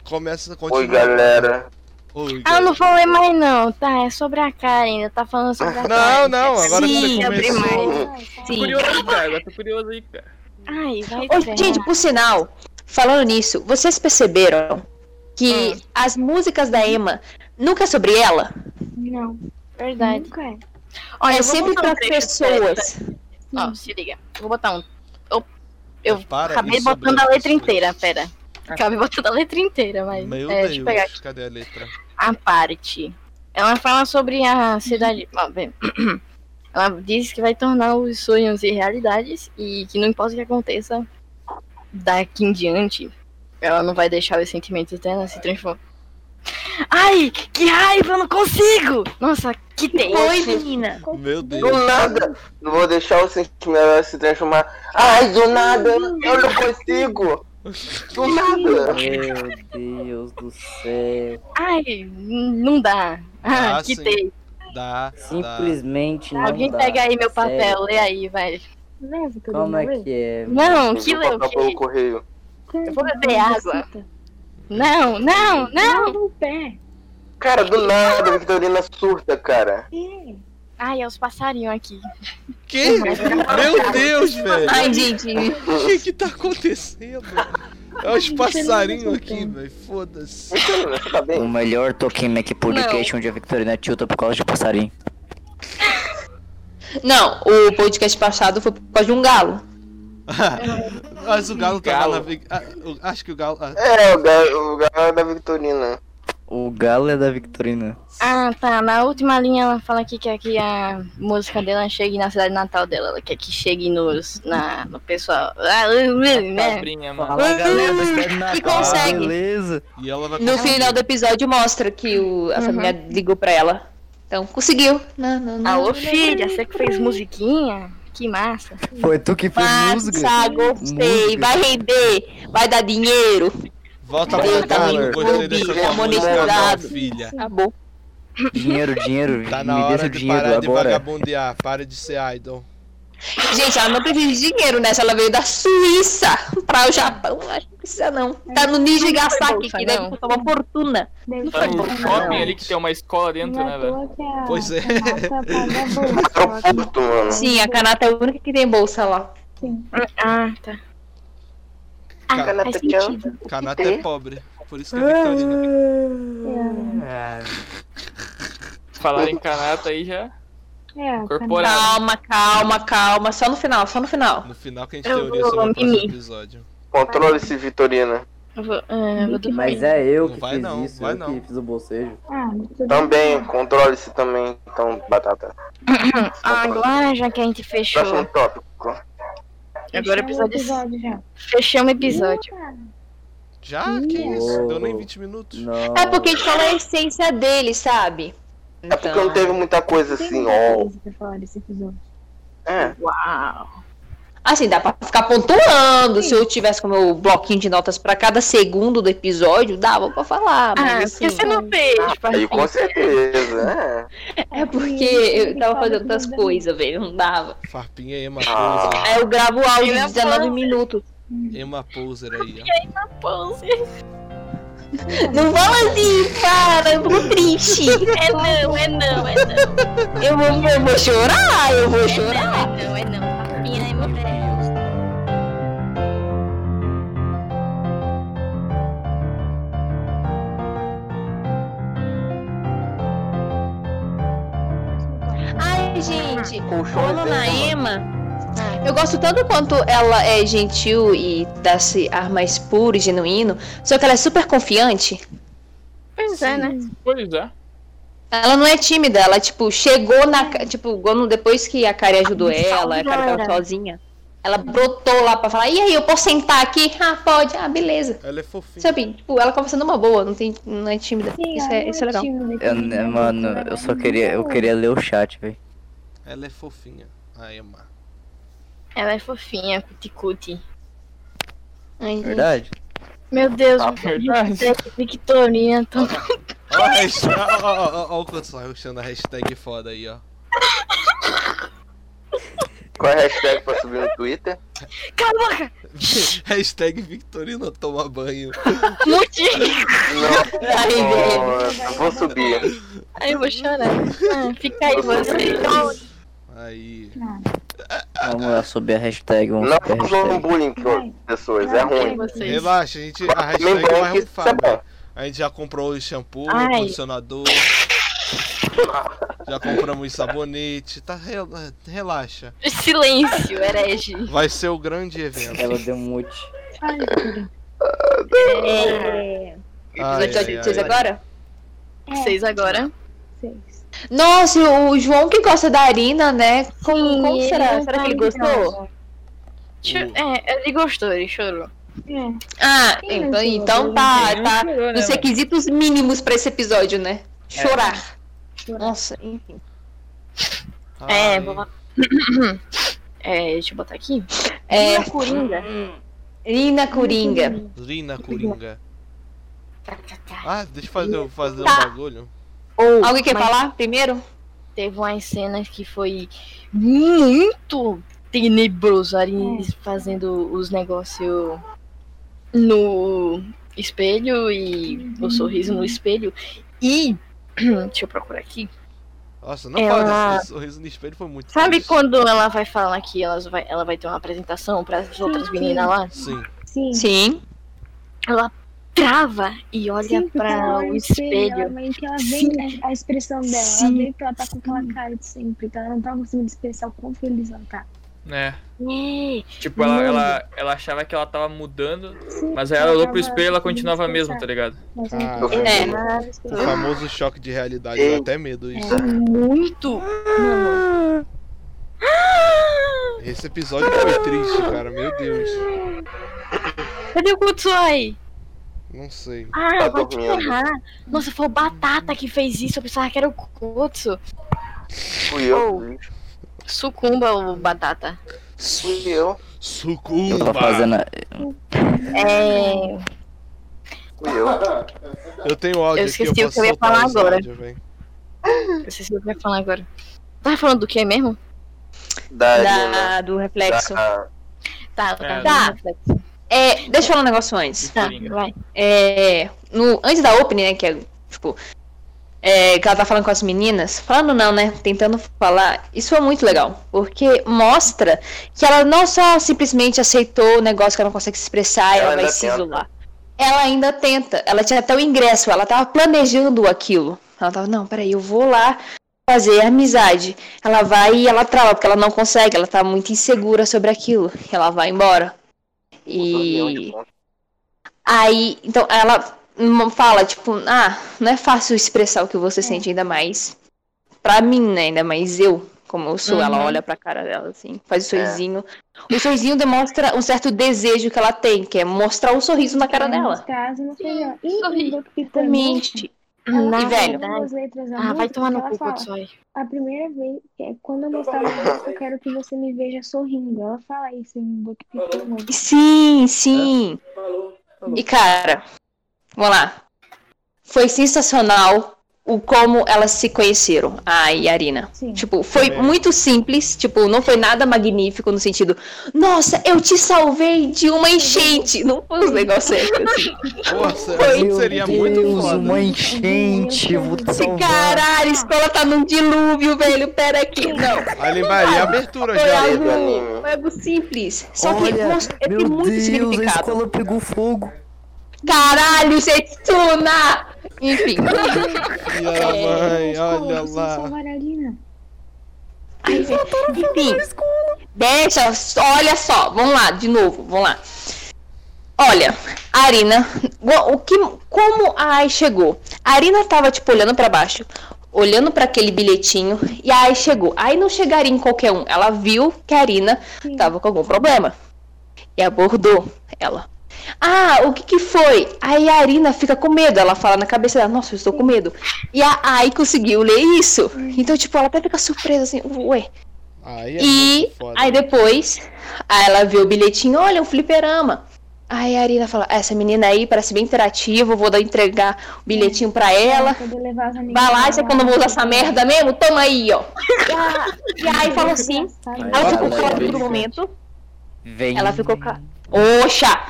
Speaker 2: Começa, continua.
Speaker 5: Oi, galera.
Speaker 2: Oi,
Speaker 1: Ah, eu
Speaker 2: galera.
Speaker 1: não vou ler mais não, tá? É sobre a Karen, ainda tá falando sobre a
Speaker 2: Não,
Speaker 1: Karen.
Speaker 2: não, agora que
Speaker 1: Sim,
Speaker 2: você
Speaker 1: abri
Speaker 2: começou.
Speaker 1: mais.
Speaker 9: Tô
Speaker 7: Sim.
Speaker 9: curioso aí, cara. Agora tô curioso aí, cara.
Speaker 1: Ai, vai
Speaker 7: Ô,
Speaker 1: ferrar.
Speaker 7: gente, por sinal, falando nisso, vocês perceberam que
Speaker 1: Ah.
Speaker 7: as músicas da Emma nunca é sobre ela?
Speaker 6: Não,
Speaker 1: Verdade.
Speaker 6: nunca é.
Speaker 1: Olha,
Speaker 7: é
Speaker 1: eu vou
Speaker 7: sempre
Speaker 1: botar um
Speaker 7: para
Speaker 1: trecho dessa.
Speaker 7: pessoas.
Speaker 1: Ó, se liga. Eu Vou botar um. Eu, eu
Speaker 2: Para
Speaker 1: acabei
Speaker 2: isso,
Speaker 1: botando a
Speaker 2: Bruno,
Speaker 1: letra
Speaker 2: isso.
Speaker 1: inteira, pera. Acabei botando a letra inteira, mas.
Speaker 2: Meu
Speaker 1: é, deixa eu pegar aqui.
Speaker 2: Deus, cadê a letra?
Speaker 1: A parte. Ela fala sobre a cidade. ó, bem, Ela diz que vai tornar os sonhos e realidades e que não importa o que aconteça daqui em diante, ela não vai deixar os sentimentos dela se transformar. Ai, que raiva, eu não consigo! Nossa, que tem.
Speaker 7: Oi, menina.
Speaker 2: Meu
Speaker 5: Do
Speaker 2: Deus.
Speaker 5: nada, eu vou deixar o sentimento se transformar. Ai, do nada, eu não consigo. Do nada.
Speaker 8: Meu Deus do céu.
Speaker 1: Ai, não dá. Ah,
Speaker 2: Ah, sim.
Speaker 1: quitei.
Speaker 2: Dá, dá.
Speaker 8: Simplesmente não
Speaker 1: Alguém
Speaker 8: dá.
Speaker 1: pega aí meu
Speaker 8: sério.
Speaker 1: papel, lê aí, vai.
Speaker 6: Leva todo
Speaker 8: Como é
Speaker 6: mundo,
Speaker 8: que é?
Speaker 1: Não, que
Speaker 5: Vou
Speaker 1: leu
Speaker 5: passar pelo
Speaker 1: que.
Speaker 5: correio.
Speaker 6: leva.
Speaker 1: Eu vou beber água. Não, não, não!
Speaker 6: Lava o pé.
Speaker 5: Cara, do nada, a Victorina surta, cara.
Speaker 6: É.
Speaker 1: Ai, é os passarinhos aqui.
Speaker 2: Que? Meu Deus, velho.
Speaker 7: Ai, gente.
Speaker 2: O que que tá acontecendo? É os passarinhos aqui, velho. Foda-se.
Speaker 5: Victorina, você tá
Speaker 4: O
Speaker 5: bem?
Speaker 4: melhor Tolkien Mac Podcast onde a Victorina tilta por causa de passarinho.
Speaker 7: Não, o podcast passado foi por causa de um galo.
Speaker 2: Ah, Mas o galo tava
Speaker 5: Galo.
Speaker 2: na. vi- Ah, o- acho que o galo. ah,
Speaker 5: É, o galo, o galo é da Victorina.
Speaker 4: O galo é da Victorina.
Speaker 1: Ah, tá. Na última linha ela fala que quer que a música dela chegue na cidade natal dela. Ela quer que chegue nos, na, no pessoal. Ah, né?
Speaker 9: Cabrinha, mano.
Speaker 8: Fala, galera.
Speaker 7: E consegue.
Speaker 4: Ah, Beleza.
Speaker 2: E ela vai.
Speaker 7: No final do episódio mostra que o- a família ligou pra ela. Então, conseguiu. Não, não, não.
Speaker 1: Alô, Ah, filha, você que fez musiquinha? Que massa.
Speaker 4: Foi tu que fez música.
Speaker 7: Massa, ah, gostei.
Speaker 4: Música.
Speaker 7: Vai render. Vai dar dinheiro.
Speaker 2: Volta pra
Speaker 7: Deus,
Speaker 2: cá,
Speaker 7: tá
Speaker 2: não
Speaker 7: muito
Speaker 2: gostei
Speaker 7: bom,
Speaker 1: né,
Speaker 2: dessa
Speaker 5: bicho,
Speaker 2: tua música, não,
Speaker 7: harmonizado.
Speaker 2: filha.
Speaker 1: Tá
Speaker 7: Acabou.
Speaker 4: Dinheiro, dinheiro.
Speaker 2: Tá
Speaker 4: Me
Speaker 2: na
Speaker 4: dê
Speaker 2: hora
Speaker 4: seu
Speaker 2: de
Speaker 4: dinheiro
Speaker 2: parar de
Speaker 4: agora.
Speaker 2: vagabundear. Para de ser idol.
Speaker 7: Gente, ela não precisa de dinheiro, né? Se ela veio da Suíça pra o Japão, acho que não precisa não. Tá no Nijigasaki,
Speaker 1: bolsa,
Speaker 7: que
Speaker 1: não.
Speaker 7: deve custar uma fortuna.
Speaker 6: Deve
Speaker 9: Tá
Speaker 6: ser
Speaker 9: no
Speaker 6: bom. né?
Speaker 9: shopping ali que tem uma escola dentro,
Speaker 6: Não é
Speaker 9: né,
Speaker 6: à
Speaker 9: velho?
Speaker 6: toa que a tá
Speaker 2: Pois é.
Speaker 6: Renata paga a bolsa,
Speaker 5: É
Speaker 6: ela
Speaker 5: o furto, mano.
Speaker 7: Sim, a Kanata é a única que tem bolsa lá.
Speaker 1: Ah, tá. Ah,
Speaker 2: Cara,
Speaker 5: Tá
Speaker 1: faz sentido.
Speaker 2: Kanata é pobre. Por isso que é
Speaker 1: Ah,
Speaker 2: Victorina.
Speaker 6: tem-
Speaker 9: Falar em canata aí já.
Speaker 6: É, é,
Speaker 9: Corporal.
Speaker 7: Calma, calma, calma. Só no final, só no final.
Speaker 2: No final que a gente
Speaker 1: Eu
Speaker 2: teoria
Speaker 1: vou
Speaker 2: sobre o próximo
Speaker 1: mimir.
Speaker 2: episódio.
Speaker 5: Controle-se, Victorina.
Speaker 1: Eu vou, ah, eu vou dormir.
Speaker 8: Mas é eu
Speaker 2: Não
Speaker 8: que
Speaker 2: vai
Speaker 8: fiz
Speaker 2: não,
Speaker 8: isso,
Speaker 2: vai
Speaker 8: eu
Speaker 2: não.
Speaker 8: que fiz o bocejo.
Speaker 6: Ah, tudo
Speaker 5: Também, controle-se também. Então, batata.
Speaker 2: Ah,
Speaker 1: Agora, já que a gente
Speaker 5: Próximo
Speaker 1: fechou.
Speaker 5: tópico.
Speaker 1: Agora o
Speaker 6: Fechamos o
Speaker 1: episódio.
Speaker 6: É um episódio já. Ah,
Speaker 1: Fechamos o episódio.
Speaker 2: Já? Que isso? Deu nem 20 minutos.
Speaker 8: Não.
Speaker 7: É porque a gente falou a essência dele, sabe?
Speaker 5: É porque
Speaker 2: Então.
Speaker 5: não teve muita coisa
Speaker 6: Tem
Speaker 5: assim,
Speaker 6: muita
Speaker 5: ó.
Speaker 6: coisa pra falar desse episódio.
Speaker 5: É.
Speaker 1: Uau.
Speaker 7: Assim, dá pra ficar pontuando. Se eu tivesse com o meu bloquinho de notas pra cada segundo do episódio, dava pra falar. Mas
Speaker 1: Ah,
Speaker 7: assim,
Speaker 1: porque você não fez, tipo assim,
Speaker 5: Aí
Speaker 1: parceiro?
Speaker 5: com certeza, é.
Speaker 7: é porque eu tava fazendo outras coisas, velho. Não dava.
Speaker 2: Farpinha é Emma
Speaker 5: Ah.
Speaker 2: Poser.
Speaker 7: Aí eu gravo o áudio
Speaker 1: Ele é
Speaker 7: de 19
Speaker 1: fã.
Speaker 7: minutos.
Speaker 2: Emma Poser aí, ó.
Speaker 1: Pose.
Speaker 7: Não fala assim, para, eu tô triste.
Speaker 1: É não, é não, é não.
Speaker 7: Eu vou, eu vou chorar, eu vou chorar.
Speaker 1: Não, é não. Papinha é meu pé.
Speaker 7: Ai, gente,
Speaker 5: Colchão
Speaker 7: falando
Speaker 5: é
Speaker 7: na
Speaker 5: dela.
Speaker 7: Emma, eu gosto tanto quanto ela é gentil e dá-se ar mais puro e genuíno, só que ela é super confiante.
Speaker 1: Pois é, né?
Speaker 9: Pois é.
Speaker 7: Ela não é tímida, ela, tipo, chegou na. ca- Tipo, quando- depois que a Kari ajudou ela, a Kari tava sozinha, ela brotou lá pra falar: e aí, eu posso sentar aqui? Ah, pode, ah, beleza.
Speaker 2: Ela é fofinha.
Speaker 7: Sabe, tipo, ela conversando uma boa, não, tem, não é tímida.
Speaker 6: Sim,
Speaker 7: isso,
Speaker 6: olha
Speaker 7: é,
Speaker 6: o
Speaker 7: isso é legal.
Speaker 6: time daqui,
Speaker 4: Eu-
Speaker 6: né?
Speaker 4: mano, eu só queria, eu queria ler o chat, velho.
Speaker 2: Ela é fofinha. A Emma.
Speaker 1: Ela é fofinha, cuti-cuti.
Speaker 7: Ai, gente.
Speaker 4: Verdade?
Speaker 1: Meu Deus,
Speaker 9: Ah, verdade.
Speaker 1: Victorina, tô...
Speaker 2: Ó, a hashtag- ó, ó, ó, ó, o pessoal ruxando a hashtag foda aí, ó.
Speaker 5: Qual é a hashtag pra subir no Twitter?
Speaker 1: Cala a boca!
Speaker 2: hashtag Victorina toma banho.
Speaker 1: Mute!
Speaker 5: Não,
Speaker 7: Ai, velho.
Speaker 5: não, eu vou subir.
Speaker 1: Ai, eu vou chorar. Ah, fica aí você.
Speaker 2: Aí.
Speaker 4: Vamos subir a hashtag, vamos
Speaker 5: Não
Speaker 4: subir a
Speaker 5: façam
Speaker 4: hashtag.
Speaker 5: bullying com pessoas, é
Speaker 1: Fica aí
Speaker 5: ruim.
Speaker 1: vocês.
Speaker 2: Relaxa, a gente. A
Speaker 5: Também
Speaker 2: hashtag vai
Speaker 5: bom que isso é
Speaker 2: rufar,
Speaker 5: bom.
Speaker 2: velho. A gente já comprou o shampoo,
Speaker 1: Ai.
Speaker 2: o condicionador. Já compramos sabonete. Tá, rela- relaxa.
Speaker 1: Silêncio, herege.
Speaker 2: Vai ser o grande evento.
Speaker 8: Ela deu um mute.
Speaker 6: Ai, cara.
Speaker 7: É,
Speaker 2: Ai,
Speaker 7: episódio
Speaker 2: ai,
Speaker 7: de vocês
Speaker 2: ai.
Speaker 7: agora?
Speaker 1: é. Vocês agora.
Speaker 6: Seis.
Speaker 7: Nossa, o João que gosta da Arina, né? Como,
Speaker 1: Sim,
Speaker 6: É,
Speaker 7: como será?
Speaker 1: ele tá
Speaker 7: Será que ele
Speaker 1: vai
Speaker 7: gostou?
Speaker 1: Hum. Cho- É, ele gostou, ele chorou.
Speaker 6: É.
Speaker 7: Ah,
Speaker 6: Quem
Speaker 7: então,
Speaker 6: não chorou?
Speaker 7: então tá,
Speaker 9: Não
Speaker 7: tá
Speaker 9: chorou, né,
Speaker 7: nos
Speaker 9: mano?
Speaker 7: requisitos mínimos pra esse episódio, né? Chorar.
Speaker 6: Chorar.
Speaker 7: Nossa, enfim.
Speaker 1: É,
Speaker 2: Ai,
Speaker 1: vou lá. É, deixa eu botar aqui.
Speaker 7: É,
Speaker 1: Minha
Speaker 6: um
Speaker 1: Coringa.
Speaker 7: Lina Coringa.
Speaker 2: Rina Coringa. Ah, deixa eu fazer, eu fazer um
Speaker 7: Tá.
Speaker 2: bagulho.
Speaker 1: Ou,
Speaker 7: Alguém quer
Speaker 1: mas
Speaker 7: falar primeiro?
Speaker 1: Teve umas cenas que foi muito tenebroso ali eles fazendo os negócios no espelho e o sorriso no espelho. E. Deixa eu procurar aqui.
Speaker 2: Nossa, não
Speaker 1: Ela-
Speaker 2: fala desse sorriso no espelho, foi muito
Speaker 1: É Sabe
Speaker 2: triste.
Speaker 1: quando ela vai falar que elas vai, ela vai ter uma apresentação para as outras meninas lá?
Speaker 2: Sim.
Speaker 6: Sim.
Speaker 7: Sim.
Speaker 1: Ela trava e olha
Speaker 6: Sim, porque ela
Speaker 1: para
Speaker 6: olha
Speaker 1: o
Speaker 6: no Ela
Speaker 1: espelho.
Speaker 6: meio que ela
Speaker 1: Sim.
Speaker 6: vê a, a expressão dela.
Speaker 1: Sim.
Speaker 6: Ela vê que ela tá com aquela cara de sempre. Então ela não tá conseguindo expressar o quão feliz ela tá.
Speaker 9: né?
Speaker 1: É,
Speaker 9: Tipo, ela,
Speaker 1: Mano.
Speaker 9: ela, ela achava que ela tava mudando,
Speaker 6: Sim, tá
Speaker 9: mas aí ela olhou
Speaker 6: tava
Speaker 9: pro espelho e ela
Speaker 6: conseguindo
Speaker 9: continuava a mesma, tá
Speaker 6: expressar,
Speaker 9: ligado?
Speaker 6: mas ela não
Speaker 4: Ah.
Speaker 2: Cara,
Speaker 6: conseguia
Speaker 7: É.
Speaker 2: O famoso choque de realidade, dá até medo isso.
Speaker 1: É muito. Mano,
Speaker 2: Ah. Esse episódio foi triste, cara, meu Deus.
Speaker 1: cadê o Kutsui?
Speaker 2: Não sei.
Speaker 1: Ah,
Speaker 5: Tá
Speaker 1: vai te
Speaker 5: dormindo.
Speaker 1: ferrar. Nossa, foi o Batata que fez isso. Eu pensava que era o Kutsu.
Speaker 5: Fui
Speaker 1: Oh.
Speaker 5: eu.
Speaker 1: Sucumba o Batata.
Speaker 2: Su-
Speaker 5: Fui eu.
Speaker 4: Eu tô
Speaker 2: Sucumba!
Speaker 4: fazendo.
Speaker 1: É.
Speaker 5: Fui eu.
Speaker 2: Eu tenho
Speaker 1: Eu
Speaker 2: áudio aqui, eu
Speaker 1: esqueci o
Speaker 2: posso
Speaker 1: que eu ia
Speaker 2: soltar
Speaker 1: falar
Speaker 2: esse
Speaker 1: agora.
Speaker 2: áudio, véi.
Speaker 1: Eu sei se eu ia falar agora. Tava falando do que mesmo?
Speaker 5: Da Arena.
Speaker 7: Da, do reflexo.
Speaker 5: Da-
Speaker 1: Tá, eu
Speaker 9: É.
Speaker 1: tava falando do reflexo.
Speaker 7: É, deixa eu falar um negócio antes.
Speaker 1: Tá,
Speaker 9: Coringa.
Speaker 1: vai.
Speaker 7: É, no, antes da opening, né, que é, tipo, é, que ela tá falando com as meninas, falando não, né, tentando falar, isso é muito legal, porque mostra que ela não só simplesmente aceitou o negócio que ela não consegue se expressar,
Speaker 5: Ela
Speaker 7: ela, vai
Speaker 5: ainda
Speaker 7: se
Speaker 5: tenta.
Speaker 7: isolar. Ela ainda tenta, ela tinha até o ingresso, ela tava planejando aquilo. Ela tava, não, peraí, eu vou lá fazer amizade. Ela vai e ela trava, porque ela não consegue, ela tá muito insegura sobre aquilo. Ela vai embora. E... Aí, então, ela hum, fala, tipo, ah, não é fácil expressar o que você sente ainda mais. Pra mim, né? Ainda mais eu, como eu sou. Ela olha pra cara dela, assim, faz o
Speaker 5: É.
Speaker 7: sorrisinho. O sorrisinho demonstra um certo desejo que ela tem, que é mostrar um sorriso na cara
Speaker 6: Ela não
Speaker 7: dela.
Speaker 6: está, ela não fez
Speaker 1: Sim,
Speaker 6: nada.
Speaker 1: sorri.
Speaker 6: E o Dr.
Speaker 7: Exatamente.
Speaker 6: Ela
Speaker 1: Na
Speaker 7: E,
Speaker 6: fala
Speaker 7: velho?
Speaker 1: verdade-
Speaker 6: duas letras na
Speaker 1: Ah, vai
Speaker 6: música,
Speaker 1: tomar no
Speaker 6: ela
Speaker 1: cu,
Speaker 6: fala,
Speaker 1: Kutsui.
Speaker 6: A primeira vez, é quando eu mostrar o rosto, eu quero que você me veja sorrindo. Ela fala isso em Book Pequeno.
Speaker 7: Uhum. Tipo, Sim, sim. E, cara, vamos lá. Foi sensacional o como elas se conheceram, a Yarina.
Speaker 6: Sim.
Speaker 7: Tipo, foi
Speaker 4: É.
Speaker 2: Também.
Speaker 7: muito simples, tipo, não foi nada magnífico no sentido, nossa, eu te salvei de uma enchente. Não foi um negócio épico, assim.
Speaker 2: Nossa, assim
Speaker 1: um
Speaker 2: seria muito
Speaker 4: Deus,
Speaker 2: foda.
Speaker 4: uma enchente. Vou te
Speaker 7: Esse
Speaker 4: salvar.
Speaker 7: caralho, a escola tá num dilúvio, velho, pera aqui. Não,
Speaker 2: Ali, Maria, abertura
Speaker 7: foi
Speaker 2: já.
Speaker 5: do
Speaker 7: algo,
Speaker 5: anime.
Speaker 7: foi algo simples. Só que
Speaker 4: Olha,
Speaker 7: nossa, ele tem
Speaker 4: Meu
Speaker 7: muito
Speaker 4: Deus, a
Speaker 7: significado.
Speaker 4: escola pegou fogo.
Speaker 7: Caralho, Setsuna! Enfim.
Speaker 1: É,
Speaker 2: Filha da mãe, olha
Speaker 6: assim,
Speaker 2: lá.
Speaker 6: Salvar a Lina.
Speaker 7: Ai, velho. Enfim. Deixa, olha só, vamos lá, de novo, vamos lá. Olha, a Arina, o que, como a Ai chegou? A Arina tava, tipo, olhando pra baixo, olhando pra aquele bilhetinho, e a Ai chegou. Aí não chegaria em qualquer um, ela viu que a Arina
Speaker 6: Sim.
Speaker 7: tava com algum problema. E abordou ela. Ah, o que que foi? Aí a Arina fica com medo, ela fala na cabeça dela, nossa, eu estou com medo. E a Ai conseguiu ler isso.
Speaker 1: Uhum.
Speaker 7: Então, tipo, ela até fica surpresa, assim, ué,
Speaker 2: Aí é
Speaker 7: e
Speaker 2: muito foda.
Speaker 7: aí depois, aí ela vê o bilhetinho, olha, um fliperama. Aí a Arina fala, essa menina aí parece bem interativa, eu vou dar, entregar o bilhetinho pra ela.
Speaker 6: Poder levar as amigas
Speaker 7: Vai lá,
Speaker 6: dela
Speaker 7: isso é quando eu vou usar essa merda mesmo? Toma aí, ó. E a- E aí falou assim,
Speaker 6: Ah, é Engraçado.
Speaker 7: ela ficou
Speaker 4: Ela
Speaker 7: calada
Speaker 4: é
Speaker 7: por um momento,
Speaker 4: Vem.
Speaker 7: ela ficou calada. Oxa!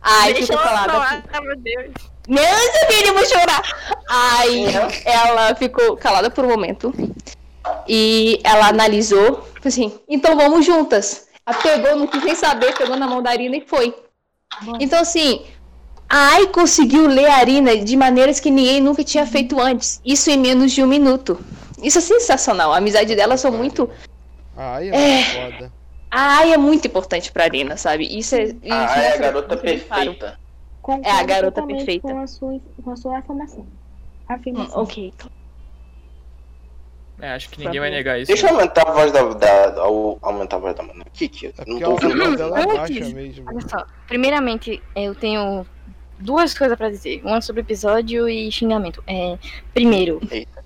Speaker 7: Aí
Speaker 1: Deixa
Speaker 7: ficou
Speaker 1: ela
Speaker 7: calada.
Speaker 1: falar, meu Deus.
Speaker 7: Meus filho, eu vou chorar. Aí
Speaker 5: É.
Speaker 7: ela ficou calada por um momento. E ela analisou, falou assim, então vamos juntas. Ela pegou, não quis nem saber, pegou na mão da Arina e foi. Então, assim, a Ai conseguiu ler a Arina de maneiras que ninguém nunca tinha feito antes. Isso em menos de um minuto. Isso é sensacional. A amizade delas são muito.
Speaker 2: Aí é muito foda.
Speaker 7: A Ai é muito importante pra Arina, sabe? Isso é. isso
Speaker 5: Ah, é a
Speaker 7: mostra-
Speaker 5: garota
Speaker 7: isso é bem claro.
Speaker 5: perfeita.
Speaker 6: Concordo
Speaker 7: É a garota
Speaker 6: totalmente
Speaker 7: perfeita.
Speaker 6: Com a sua, com a sua afirmação.
Speaker 7: Hum,
Speaker 6: Afirmação.
Speaker 7: Ok.
Speaker 9: É, acho que ninguém vai negar isso.
Speaker 5: Deixa eu aumentar a voz da. da, da- au- aumentar a voz da mana. Que que?
Speaker 2: É
Speaker 5: Não
Speaker 1: um
Speaker 2: porque a
Speaker 5: tô ouvindo.
Speaker 2: voz dela é
Speaker 1: Antes,
Speaker 2: baixa mesmo.
Speaker 1: Olha só, primeiramente eu tenho duas coisas pra dizer. Uma sobre o episódio e xingamento. É, primeiro,
Speaker 5: Eita.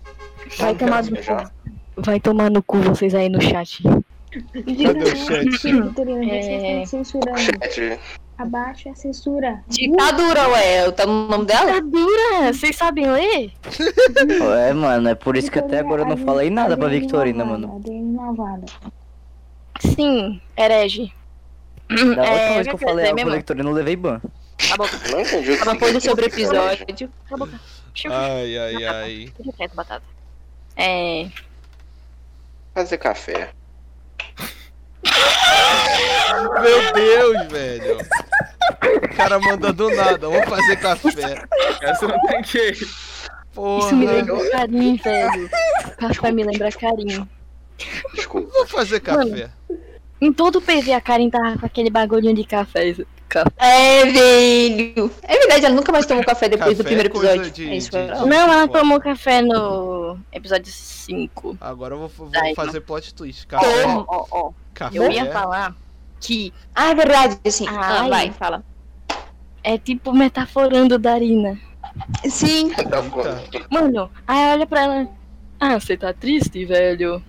Speaker 1: vai tomar, no
Speaker 5: Já.
Speaker 1: cu, vai tomar no cu vocês aí no chat.
Speaker 6: Diga
Speaker 2: Cadê o
Speaker 6: não,
Speaker 2: chat?
Speaker 6: Vitorino, vocês
Speaker 1: É.
Speaker 6: estão censurando.
Speaker 5: Chat.
Speaker 6: Abaixa a censura.
Speaker 7: Ditadura, ué. Tá no nome dela?
Speaker 1: Ditadura, vocês sabem ler?
Speaker 4: É, mano, é por isso que até agora eu não falei nada pra Victorina, mano.
Speaker 1: Sim, herege.
Speaker 4: Da última
Speaker 1: É,
Speaker 4: vez que
Speaker 1: verdade,
Speaker 4: eu falei
Speaker 1: é
Speaker 4: algo pra
Speaker 1: mesmo.
Speaker 4: Victorina, eu levei ban.
Speaker 5: Não entendi o que
Speaker 7: Ela foi do
Speaker 5: significa
Speaker 7: sobre
Speaker 5: esse colégio.
Speaker 7: episódio.
Speaker 1: Cala a boca. Deixa eu-
Speaker 2: Ai, ai, ai.
Speaker 1: Deixa quieto, batata. É.
Speaker 5: Fazer café.
Speaker 2: Meu Deus, velho. O cara manda do nada. Vamos fazer café.
Speaker 9: Essa eu né, não tem que.
Speaker 2: Porra.
Speaker 1: Isso me lembra carinho, velho. Café me lembra carinho.
Speaker 5: Desculpa.
Speaker 2: Vamos fazer café.
Speaker 1: Em todo o PV a Karen tava com aquele bagulhinho de café. Café.
Speaker 7: É, velho. É verdade, ela nunca mais tomou café depois
Speaker 2: Café
Speaker 7: do primeiro
Speaker 2: é coisa
Speaker 7: episódio.
Speaker 2: de-
Speaker 7: é isso,
Speaker 2: de-
Speaker 7: ela-
Speaker 2: de-
Speaker 1: Não, ela tomou café no episódio 5.
Speaker 2: Agora eu vou, vou
Speaker 1: Ai.
Speaker 2: fazer plot twist. Café.
Speaker 1: Ó, ó, ó.
Speaker 2: Café.
Speaker 1: Eu
Speaker 5: É?
Speaker 1: ia falar que
Speaker 7: Ah, é verdade, assim. Ah,
Speaker 1: Ai.
Speaker 7: vai, fala.
Speaker 1: é tipo metaforando Darina.
Speaker 7: Sim,
Speaker 5: Tá bom.
Speaker 1: Mano, aí olha pra ela. Ah, você tá triste, velho?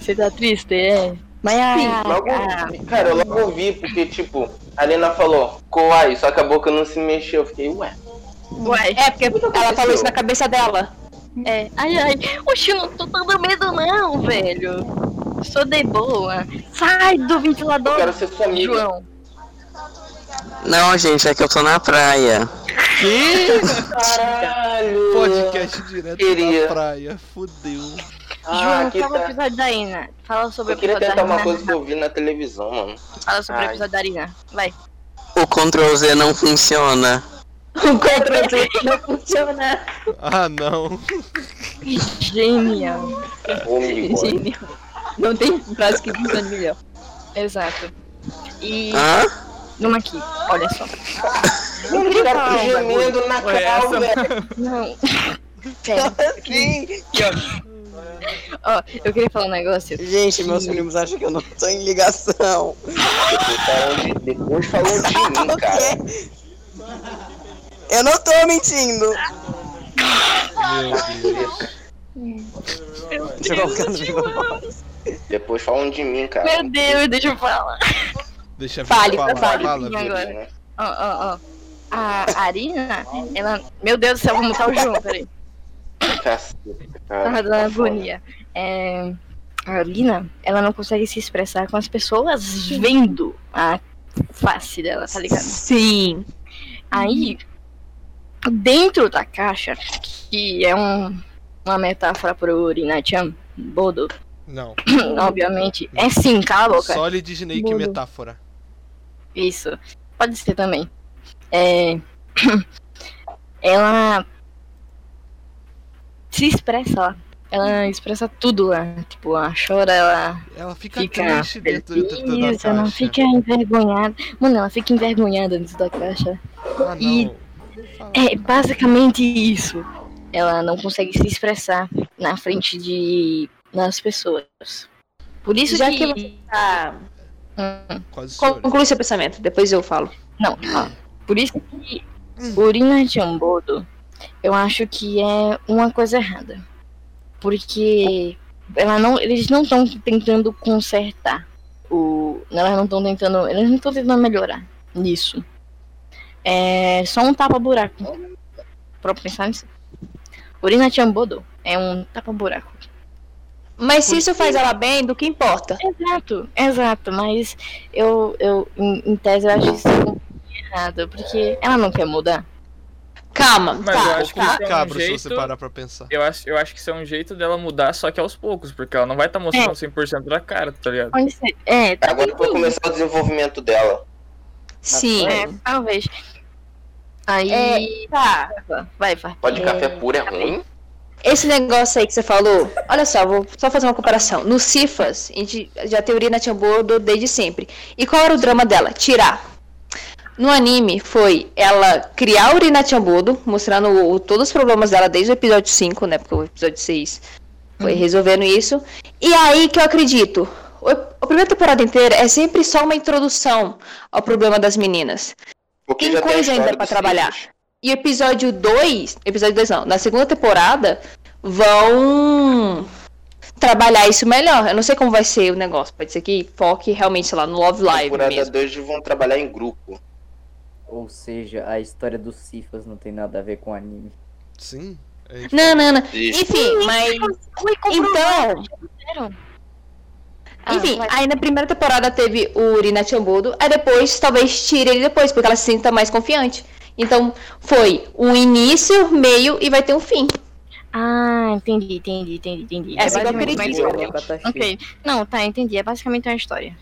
Speaker 1: Você tá triste, é? Mas
Speaker 5: Logo,
Speaker 1: ah,
Speaker 5: cara, eu logo ouvi, porque, tipo, a Lena falou, coai, só que a boca não se mexeu. Eu fiquei, ué.
Speaker 1: ué,
Speaker 7: é porque ela falou isso na cabeça dela.
Speaker 1: é. Ai, ai. Oxi, eu não tô dando medo não, velho. Sou de boa. Sai do
Speaker 5: Eu quero
Speaker 1: ventilador,
Speaker 5: ser sua amiga.
Speaker 1: João.
Speaker 5: Não, gente, é que eu tô na praia. Caralho!
Speaker 2: Podcast direto
Speaker 5: Queria.
Speaker 2: da praia. Fudeu.
Speaker 5: Ah,
Speaker 1: João,
Speaker 5: aqui
Speaker 1: qual é o
Speaker 5: tá.
Speaker 1: episódio da Arina? Fala sobre
Speaker 5: Eu
Speaker 1: o
Speaker 5: queria
Speaker 1: episódio da
Speaker 5: tentar uma
Speaker 1: Arina.
Speaker 5: coisa que eu vi na televisão, mano.
Speaker 1: Fala sobre o
Speaker 5: Ai.
Speaker 1: episódio da Arina. Vai.
Speaker 5: O Ctrl Z não funciona.
Speaker 7: O controle não funciona.
Speaker 2: Ah, não.
Speaker 1: Genial.
Speaker 7: Gênio. Não tem frase que funcione melhor.
Speaker 1: Exato. E
Speaker 5: Hã?
Speaker 1: numa aqui, olha só.
Speaker 5: O cara tá gemendo na
Speaker 9: Ué,
Speaker 5: cal,
Speaker 9: essa-
Speaker 5: velho.
Speaker 1: Não. Sério.
Speaker 10: Sim.
Speaker 1: Ó, eu queria falar um negócio.
Speaker 10: Gente, meus primos acham que eu não tô em ligação.
Speaker 5: Depois falou de mim, cara.
Speaker 10: Eu não tô mentindo.
Speaker 2: Meu Deus.
Speaker 5: Depois falam de mim, cara.
Speaker 1: Meu Deus, deixa eu falar.
Speaker 2: Deixa eu
Speaker 7: Fale,
Speaker 2: falar.
Speaker 7: fale.
Speaker 2: Fala,
Speaker 1: Sim,
Speaker 2: Vitor.
Speaker 1: agora. Ó, ó, ó. A Arina, ela. Meu Deus do céu, vou mutar o João, peraí.
Speaker 5: é Caceta, cara.
Speaker 1: Tava dando
Speaker 5: Tá foda.
Speaker 1: agonia. É, A Arina, ela não consegue se expressar com as pessoas vendo a face dela, tá ligado?
Speaker 7: Sim.
Speaker 1: Aí, dentro da caixa, que é um, uma metáfora pro Urinatian, Bodo,
Speaker 2: Não.
Speaker 1: obviamente. É sim, cala a boca.
Speaker 2: Solid Snake
Speaker 6: Mudo.
Speaker 2: metáfora.
Speaker 1: Isso. Pode ser também. É... Ela se expressa lá. Ela expressa tudo lá. Tipo, ela chora, ela
Speaker 2: Ela fica,
Speaker 1: fica
Speaker 2: triste dentro, dentro da
Speaker 1: feliz,
Speaker 2: caixa.
Speaker 1: ela fica envergonhada. Mano, ela fica envergonhada dentro da caixa.
Speaker 2: Ah, não.
Speaker 1: e- É basicamente isso. Ela não consegue se expressar na frente de das pessoas. Por isso
Speaker 7: Já
Speaker 1: que,
Speaker 7: que você tá.
Speaker 1: Hum,
Speaker 2: tá Quase chorei.
Speaker 7: Conclui seu pensamento, depois eu falo.
Speaker 1: não, ó, por isso que urina de ambodo, eu acho que é uma coisa errada, porque ela não, eles não estão tentando consertar o, elas não estão tentando, eles não estão tentando melhorar nisso. É só um tapa buraco. Pra pensar nisso. Urina Chambodo é um tapa-buraco.
Speaker 7: Mas se isso faz ela bem, do que importa?
Speaker 1: Exato, exato, mas eu, eu em, em tese, eu acho isso errado, porque ela não quer mudar.
Speaker 7: Calma,
Speaker 9: Mas eu
Speaker 7: tá.
Speaker 9: acho que
Speaker 7: tá.
Speaker 9: isso é um
Speaker 2: Cabra,
Speaker 9: jeito.
Speaker 2: se você parar pra pensar.
Speaker 9: Eu acho, eu acho que isso é um jeito dela mudar, só que aos poucos, porque ela não vai estar mostrando
Speaker 1: É.
Speaker 9: 100% da cara, tá ligado?
Speaker 1: Pode ser. É, tá
Speaker 5: Agora
Speaker 1: bem,
Speaker 5: vai começar o desenvolvimento dela.
Speaker 7: Sim.
Speaker 1: É, talvez. Aí.
Speaker 7: É, tá.
Speaker 1: Vai, vai.
Speaker 5: Pode
Speaker 1: É,
Speaker 5: café puro é ruim?
Speaker 7: Esse negócio aí que você falou, olha só, vou só fazer uma comparação. No Cifas, a gente já tem urina Chambordo desde sempre. E qual era o drama dela? Tirar. No anime foi ela criar a urina Chambordo, mostrando o- todos os problemas dela desde o episódio 5, né? Porque o episódio 6 Foi resolvendo isso. E aí que eu acredito. O- A primeira temporada inteira é sempre só uma introdução ao problema das meninas.
Speaker 5: Porque
Speaker 7: Tem
Speaker 5: já tem a
Speaker 7: coisa
Speaker 5: história
Speaker 7: ainda pra
Speaker 5: dos
Speaker 7: trabalhar.
Speaker 5: filhos.
Speaker 7: E episódio 2, episódio 2 não, na segunda temporada vão trabalhar isso melhor. Eu não sei como vai ser o negócio, pode ser que foque realmente, sei lá, no Love Live
Speaker 5: Temporada
Speaker 7: mesmo.
Speaker 5: 2 vão trabalhar em grupo.
Speaker 8: Ou seja, a história dos Cifas não tem nada a ver com anime.
Speaker 2: Sim. é isso.
Speaker 7: Não, não, não.
Speaker 5: Isso.
Speaker 7: Enfim, mas então,
Speaker 1: um Ah,
Speaker 7: enfim,
Speaker 1: vai.
Speaker 7: aí na primeira temporada teve o Urina Chambudo, aí depois talvez tire ele depois, porque ela se sinta mais confiante. Então, foi o início, meio e vai ter um fim.
Speaker 1: Ah, entendi, entendi, entendi, entendi.
Speaker 7: É, mas eu
Speaker 1: basicamente
Speaker 7: acredito.
Speaker 1: uma
Speaker 8: Boa,
Speaker 1: história.
Speaker 8: Katashi.
Speaker 1: Ok. Não, tá, entendi. É basicamente uma história.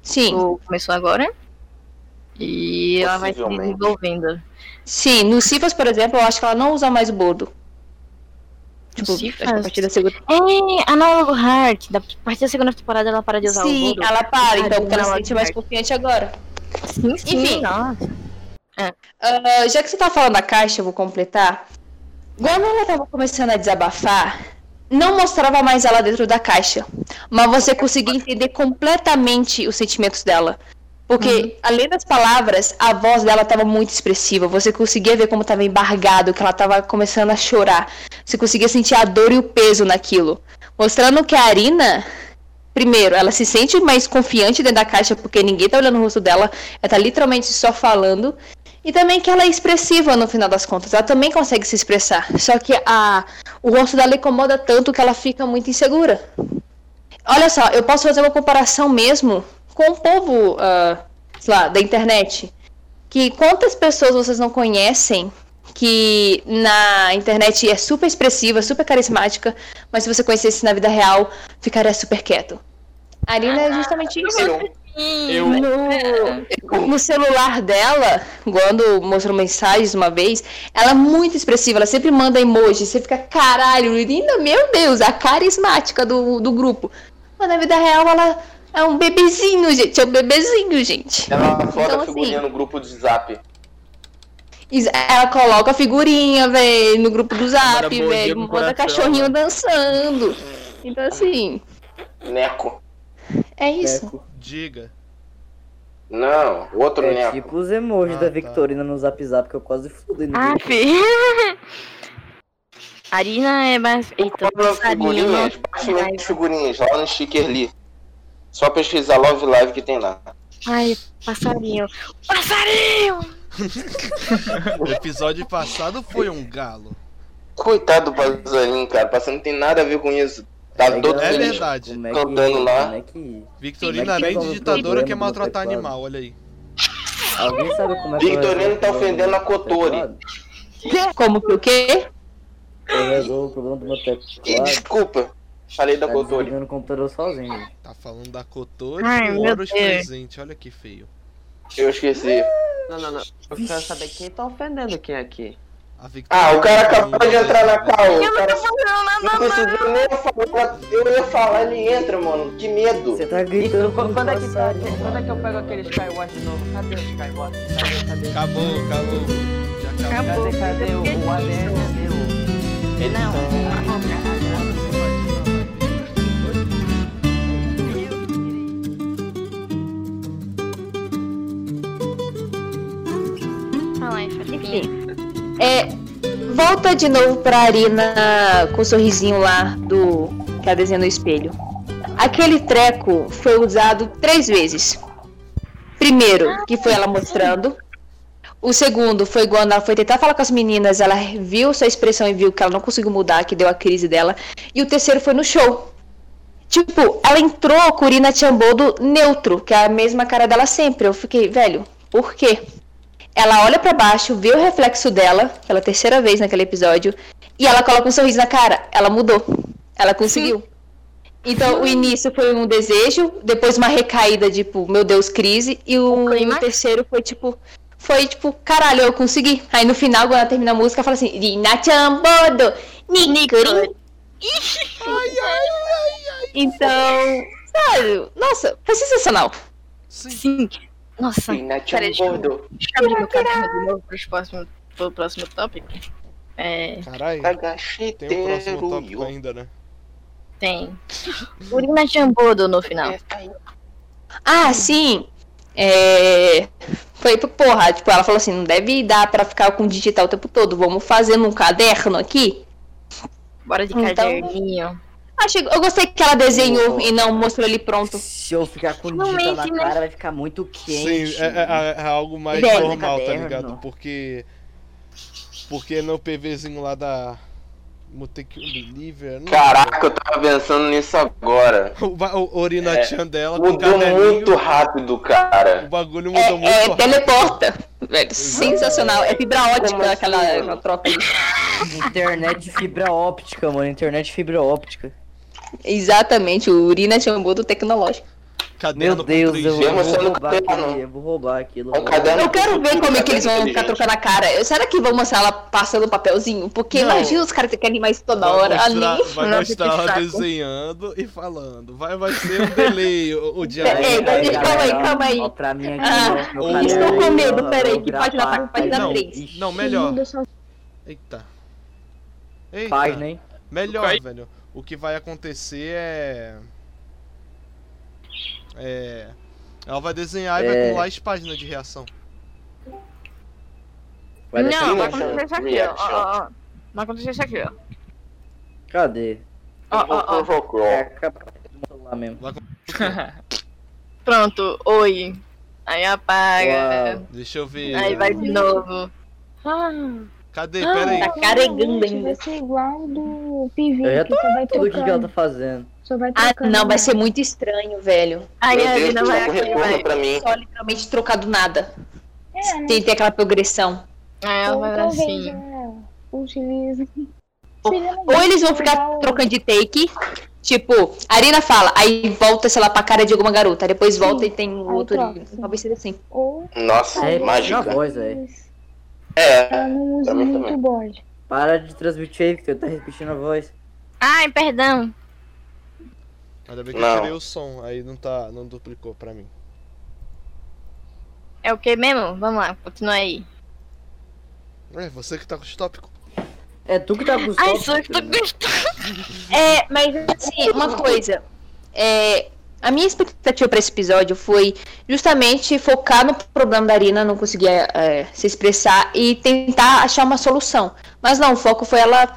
Speaker 7: Sim.
Speaker 1: O- Começou agora. E ela vai se
Speaker 5: Possivelmente.
Speaker 1: desenvolvendo.
Speaker 7: Sim, no Cifras, por exemplo, eu acho que ela não usa mais o bordo. Tipo, acho que
Speaker 1: Cifras?
Speaker 7: a partir da segunda.
Speaker 1: É, análogo Heart. Da a partir da segunda temporada ela para de usar o
Speaker 7: Sim,
Speaker 1: louro.
Speaker 7: ela para, então, porque ela se
Speaker 1: Análogo
Speaker 7: sente mais
Speaker 1: Heart.
Speaker 7: confiante agora.
Speaker 1: Sim, sim.
Speaker 7: Enfim.
Speaker 1: Nossa.
Speaker 7: Ah, já que você tá falando da caixa, eu vou completar. Quando ela tava começando a desabafar, não mostrava mais ela dentro da caixa. Mas você conseguia entender completamente os sentimentos dela. Porque, além das palavras, a voz dela tava muito expressiva. Você conseguia ver como tava embargado, que ela tava começando a chorar. Você conseguia sentir a dor e o peso naquilo. Mostrando que a Arina, primeiro, ela se sente mais confiante dentro da caixa, porque ninguém tá olhando o rosto dela. Ela tá literalmente só falando. E também que ela é expressiva no final das contas. Ela também consegue se expressar. Só que a, o rosto dela incomoda tanto que ela fica muito insegura. Olha só, eu posso fazer uma comparação mesmo com o povo, ah, sei lá, da internet. Que quantas pessoas vocês não conhecem que na internet é super expressiva, super carismática, mas se você conhecesse na vida real, ficaria super quieto. A Arina é justamente isso
Speaker 5: Eu,
Speaker 9: Eu, É.
Speaker 7: no, no celular dela, quando mostrou mensagens uma vez, ela é muito expressiva, ela sempre manda emoji, você fica, caralho, linda, meu Deus, a carismática do, do grupo. Mas na vida real ela é um bebezinho, gente, é um bebezinho, gente.
Speaker 5: ela foda
Speaker 7: Então,
Speaker 5: a figurinha no grupo de zap.
Speaker 7: Is- Ela coloca a figurinha, velho, no grupo do
Speaker 9: Manda
Speaker 7: zap,
Speaker 9: bom dia
Speaker 7: velho,
Speaker 9: pro
Speaker 7: manda
Speaker 9: coração,
Speaker 7: cachorrinho
Speaker 9: né?
Speaker 7: dançando. Então assim,
Speaker 5: Neco.
Speaker 7: é isso.
Speaker 2: Diga.
Speaker 5: Não, outro
Speaker 8: É
Speaker 5: Neco.
Speaker 8: tipo os emojis
Speaker 2: Ah,
Speaker 8: da
Speaker 2: tá.
Speaker 8: Victorina no zap zap que eu quase fudei no
Speaker 1: Ah,
Speaker 8: vídeo.
Speaker 1: fi. Arina é mais. Eita,
Speaker 5: Compra
Speaker 1: passarinho, não.
Speaker 5: figurinhas, baixa minhas figurinhas lá no sticker ali. Só pesquisar Love Live que tem lá.
Speaker 1: Ai, passarinho. Passarinho!
Speaker 2: O episódio passado foi um galo.
Speaker 5: Coitado do Pazarinho, cara. Passarinho não tem nada a ver com isso. Tá
Speaker 8: Legal.
Speaker 5: todo
Speaker 2: É
Speaker 5: feliz.
Speaker 2: verdade.
Speaker 8: Como é
Speaker 5: Tô
Speaker 8: que-
Speaker 5: dando lá.
Speaker 8: Como é que...
Speaker 2: Victorina
Speaker 8: Sim, mas
Speaker 2: Mendes,
Speaker 8: tem
Speaker 2: ditadora, quer
Speaker 8: problema no
Speaker 2: maltratar
Speaker 8: teclado.
Speaker 2: animal, olha aí.
Speaker 8: Alguém sabe como é que... eu
Speaker 5: Victorino
Speaker 8: resolvo
Speaker 5: tá
Speaker 8: o problema
Speaker 5: ofendendo
Speaker 8: do
Speaker 5: a
Speaker 8: meu
Speaker 5: Kotori.
Speaker 8: teclado?
Speaker 7: Como que o quê?
Speaker 8: Eu resolvo o problema do meu
Speaker 5: E
Speaker 8: teclado.
Speaker 5: desculpa, falei da
Speaker 8: Tá
Speaker 5: Gotori.
Speaker 8: desligando o computador sozinho. gente.
Speaker 2: Tá falando da Cotori
Speaker 1: Ai,
Speaker 2: e
Speaker 1: meu
Speaker 2: Ouros
Speaker 1: Deus.
Speaker 2: presente, olha que feio.
Speaker 5: Eu esqueci.
Speaker 10: Não, não, não. Eu quero saber quem tá ofendendo quem aqui.
Speaker 2: A Victorina
Speaker 5: Ah, o cara
Speaker 2: Mendes,
Speaker 5: acabou de entrar na cal. O cara não
Speaker 1: Não,
Speaker 5: precisou nem eu falar. Eu ia falar, ele entra, mano. Que medo.
Speaker 8: Você tá
Speaker 10: Isso,
Speaker 8: gritando com
Speaker 10: quando,
Speaker 8: um
Speaker 10: quando é que tá,
Speaker 8: passarinho.
Speaker 10: quando é que eu pego aquele Skywatch novo? Cadê o Skywatch? Cadê, cadê?
Speaker 2: Acabou, acabou. Já acabou.
Speaker 10: Cadê, cadê o, o ADM? Cadê o...
Speaker 1: Fala aí, Felipe.
Speaker 7: Enfim. É, volta de novo pra Arina com o sorrisinho lá do que ela desenha no espelho. Aquele treco foi usado três vezes. Primeiro, que foi ela mostrando. O segundo foi quando ela foi tentar falar com as meninas, ela viu sua expressão e viu que ela não conseguiu mudar, que deu a crise dela. E o terceiro foi no show. Tipo, ela entrou com Urina Tchambodo um neutro, que é a mesma cara dela sempre. Eu fiquei, velho, por quê? Ela olha pra baixo, vê o reflexo dela, pela terceira vez naquele episódio, e ela coloca um sorriso na cara. Ela mudou. Ela conseguiu. Então, o início foi um desejo, depois uma recaída, tipo, meu Deus, crise, e o,
Speaker 1: O clímax?
Speaker 7: o terceiro foi tipo. Foi tipo, caralho, eu consegui. Aí no final, quando ela termina a música, fala assim: Rina Chambodo, Nicorin. Então, sério, nossa, foi sensacional.
Speaker 2: Sim.
Speaker 1: Sim. Nossa,
Speaker 5: Inatinho
Speaker 1: Peraí, deixa eu-
Speaker 5: gordo.
Speaker 1: deixa eu abrir meu caderno de novo pro próximo, pro próximo tópico. É.
Speaker 5: Tá
Speaker 2: Caralho, tem um próximo
Speaker 5: Agachiteiro.
Speaker 2: tópico ainda, né?
Speaker 1: Tem. Urina Jambodo no final.
Speaker 7: Ah, sim. É... Foi pro porra, tipo, ela falou assim, não deve dar pra ficar com digital o tempo todo, vamos fazer num caderno aqui?
Speaker 1: Bora de
Speaker 7: Então-
Speaker 1: caderninho.
Speaker 7: Achei... Eu gostei que ela desenhou e não mostrou ele pronto.
Speaker 4: Se eu ficar com digital na
Speaker 1: Realmente, né?
Speaker 4: cara, vai ficar muito quente.
Speaker 2: Sim, é, é- é algo mais
Speaker 4: Bem,
Speaker 2: normal, tá
Speaker 4: caderno.
Speaker 2: ligado? Porque. Porque no PVzinho lá da. Muteki Believer. não-
Speaker 5: Caraca, eu tava pensando nisso agora.
Speaker 2: O, ba- o Orinachan dela com o
Speaker 5: Mudou
Speaker 2: caderninho.
Speaker 5: muito rápido, cara.
Speaker 2: O bagulho mudou muito
Speaker 7: É, é
Speaker 2: rápido.
Speaker 7: teleporta, velho. Sensacional. É fibra
Speaker 5: Como
Speaker 7: ótica aquela
Speaker 5: assim,
Speaker 7: aquela troca ali.
Speaker 4: Internet de fibra óptica, mano. Internet de fibra óptica.
Speaker 7: Exatamente, o Urina Chambudo tecnológico.
Speaker 4: Meu
Speaker 2: Caderno com
Speaker 4: Deus,
Speaker 2: três
Speaker 4: eu,
Speaker 2: G.
Speaker 4: eu
Speaker 5: Gema, você
Speaker 4: vou
Speaker 5: não
Speaker 4: roubar
Speaker 5: tem,
Speaker 4: aquilo.
Speaker 5: não.
Speaker 4: Eu vou roubar aquilo.
Speaker 5: É um caderno
Speaker 7: Eu quero ver como é que eles vão ficar
Speaker 5: Inteligente.
Speaker 7: trocando a cara. Eu- será que vão mostrar ela passando o papelzinho? Porque
Speaker 2: Não.
Speaker 7: imagina os caras que querem mais toda hora.
Speaker 2: Vai
Speaker 7: Ah, nem-
Speaker 2: mostrar, vai
Speaker 1: Nossa,
Speaker 2: mostrar
Speaker 1: que
Speaker 2: ela
Speaker 1: saco.
Speaker 2: desenhando e falando. Vai, vai ser um delay o, o dia.
Speaker 7: É, é,
Speaker 2: dele.
Speaker 7: Ei, calma aí, calma aí.
Speaker 4: Ó, pra mim aqui,
Speaker 7: Ah,
Speaker 4: ó, meu
Speaker 2: eu
Speaker 4: caderno
Speaker 2: estou com
Speaker 4: aí,
Speaker 7: medo,
Speaker 4: ó,
Speaker 7: peraí,
Speaker 4: meu
Speaker 7: que pode dar pra- pode
Speaker 4: grafato.
Speaker 7: dar
Speaker 2: não,
Speaker 7: três.
Speaker 4: Ixi,
Speaker 2: não, melhor.
Speaker 6: Muda só-
Speaker 2: Eita. Eita.
Speaker 4: Página, hein?
Speaker 2: Melhor,
Speaker 9: Cai.
Speaker 2: velho. O que vai acontecer é. É. Ela vai desenhar e vai
Speaker 4: É.
Speaker 2: acumular as páginas de reação.
Speaker 4: Vai deixar-
Speaker 1: não, vai
Speaker 5: reaction,
Speaker 1: acontecer isso aqui, ó.
Speaker 5: reaction.
Speaker 1: ó, ó. Vai acontecer isso aqui, ó.
Speaker 4: Cadê?
Speaker 1: Ó, ó, ó.
Speaker 5: Provocou.
Speaker 4: É a capa do celular mesmo.
Speaker 1: Pronto, oi. Aí apaga.
Speaker 4: Uau.
Speaker 2: Deixa eu ver.
Speaker 1: Aí vai de novo.
Speaker 2: Cadê? Pera aí.
Speaker 6: Ah!
Speaker 7: Tá Ah, carregando
Speaker 6: Gente,
Speaker 7: ainda.
Speaker 6: Vai ser igual do PV,
Speaker 4: Eu já
Speaker 6: que só vai
Speaker 4: Tudo o que que ela tá
Speaker 6: trocando.
Speaker 4: fazendo.
Speaker 6: Só vai
Speaker 7: Ah,
Speaker 6: trocando.
Speaker 7: não, vai ser muito estranho, velho.
Speaker 1: Aí
Speaker 5: Meu
Speaker 1: a
Speaker 5: Deus,
Speaker 1: Lina
Speaker 5: tu
Speaker 1: vai
Speaker 5: tá com
Speaker 1: aqui,
Speaker 5: retorno
Speaker 1: vai.
Speaker 5: pra mim.
Speaker 7: Só literalmente trocar do nada.
Speaker 6: É, né?
Speaker 7: Tem que ter aquela progressão.
Speaker 1: Aí
Speaker 7: É
Speaker 1: ela vai
Speaker 6: Outra vez,
Speaker 1: assim.
Speaker 6: né? Utiliza.
Speaker 7: Ou eles vão ficar trocando de take. Tipo, a Arina fala, aí volta, sei lá, pra cara de alguma garota. aí Depois volta e tem o
Speaker 6: Aí
Speaker 7: outro.
Speaker 6: troca, sim.
Speaker 7: Talvez seja assim.
Speaker 6: Ou um
Speaker 5: Nossa,
Speaker 4: É,
Speaker 5: mágica.
Speaker 4: na voz, velho.
Speaker 5: É,
Speaker 6: ela não usa
Speaker 5: Pra mim
Speaker 6: muito
Speaker 5: também.
Speaker 6: bode.
Speaker 4: Para de transmitir aí, que tu tá repetindo a voz.
Speaker 1: Ai, perdão.
Speaker 2: Ainda bem que eu
Speaker 5: Não.
Speaker 2: tirei o som, aí não tá. não duplicou pra mim.
Speaker 1: É o que mesmo? Vamos lá, continua aí.
Speaker 2: É, você que tá com o tópico.
Speaker 4: É tu que tá com o
Speaker 1: Ai,
Speaker 4: sol,
Speaker 1: sou eu que tô
Speaker 4: né?
Speaker 1: gostando.
Speaker 7: É, mas assim, uma coisa. É, a minha expectativa pra esse episódio foi justamente focar no problema da Arina, não conseguir é, se expressar e tentar achar uma solução. Mas não, o foco foi ela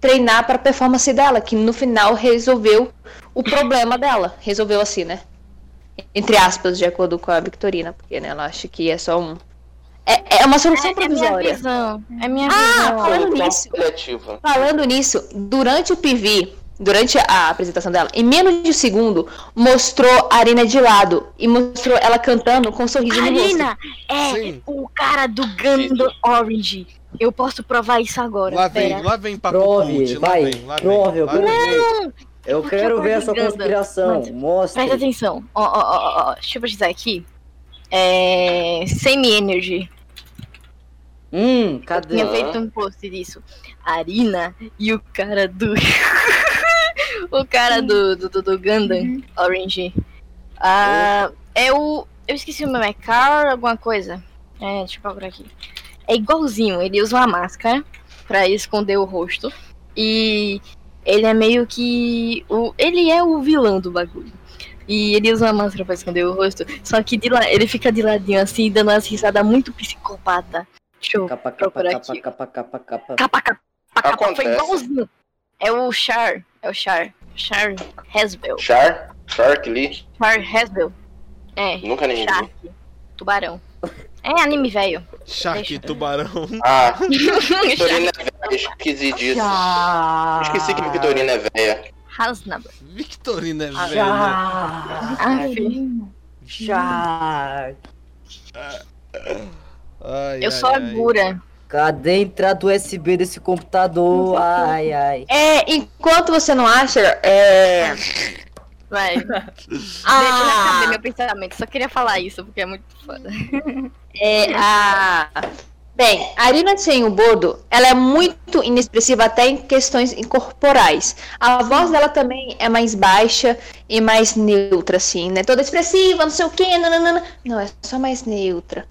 Speaker 7: treinar pra performance dela, que no final resolveu o problema dela. Resolveu assim, né? Entre aspas, de acordo com a Victorina, porque né, ela acha que é só um. É, é uma solução
Speaker 1: É minha
Speaker 7: provisória. Ah,
Speaker 1: visão. É minha visão.
Speaker 7: Falando
Speaker 5: solução
Speaker 7: nisso,
Speaker 5: criativa.
Speaker 7: Falando nisso, durante o PV, durante a apresentação dela, em menos de um segundo, mostrou a Arina de lado e mostrou ela cantando com um sorriso no rosto.
Speaker 1: Karina é
Speaker 2: Sim.
Speaker 1: o cara do Gundam Orange. Eu posso provar isso agora.
Speaker 2: Lá vem,
Speaker 1: pera.
Speaker 2: lá vem papo
Speaker 4: Prove,
Speaker 2: cult, lá
Speaker 4: vai.
Speaker 2: vem, lá vem.
Speaker 4: Prove, eu
Speaker 2: lá
Speaker 4: quero
Speaker 2: vem.
Speaker 4: ver. Eu
Speaker 1: porque eu
Speaker 4: quero
Speaker 1: tô
Speaker 4: ver essa
Speaker 1: ligando.
Speaker 4: conspiração.
Speaker 1: Mano,
Speaker 4: Mostra.
Speaker 1: Presta atenção. Ó, ó, ó, ó, ó. Deixa eu pesquisar aqui. É... Semi-Energy.
Speaker 4: Hum, cadê?
Speaker 1: Tinha
Speaker 5: Ah.
Speaker 1: feito um post disso. Arina e o cara do. o cara do, do, do, do Gundam Orange. Ah, é o. Eu esqueci o nome, é Carl alguma coisa. É, deixa eu procurar aqui. É igualzinho, ele usa uma máscara pra esconder o rosto. E ele é meio que. O, ele é o vilão do bagulho. E ele usa uma máscara pra esconder o rosto. Só que de la- ele fica de ladinho assim, dando umas risadas muito psicopata. Deixa eu
Speaker 4: Capa, capa,
Speaker 1: procurar
Speaker 4: capa,
Speaker 1: aqui.
Speaker 4: capa, capa, capa.
Speaker 1: Capa, capa, capa, foi
Speaker 5: Acontece.
Speaker 1: igualzinho. É o Char, é o Char. Char Hasbel.
Speaker 5: Char? Shark Lee?
Speaker 1: Char Hasbel. É,
Speaker 5: Nunca nem vi.
Speaker 1: Shark. Tubarão. É anime velho.
Speaker 2: Shark, tubarão.
Speaker 5: Ah,
Speaker 1: Shark
Speaker 5: Vitorina é velha, esqueci disso.
Speaker 4: Já.
Speaker 5: Esqueci que Vitorina é velha.
Speaker 1: Hasnab.
Speaker 2: Victorina é
Speaker 1: Ah,
Speaker 2: velha.
Speaker 5: né?
Speaker 4: Já.
Speaker 1: Aff,
Speaker 4: Já.
Speaker 2: Ai,
Speaker 1: Eu
Speaker 2: ai,
Speaker 1: sou a
Speaker 2: ai.
Speaker 1: Gura.
Speaker 4: Cadê a entrada USB desse computador? Ai, ai.
Speaker 7: É, enquanto você não acha, é.
Speaker 1: Vai. Ah. Deixa eu tá
Speaker 7: A,
Speaker 1: saber meu pensamento. Só queria falar isso porque é muito foda.
Speaker 7: é, a... Bem, a Arina Bodo, ela é muito inexpressiva até em questões corporais. A voz dela também é mais baixa e mais neutra, assim, né? Toda expressiva, não sei o quê, nananana. Não, é só mais neutra.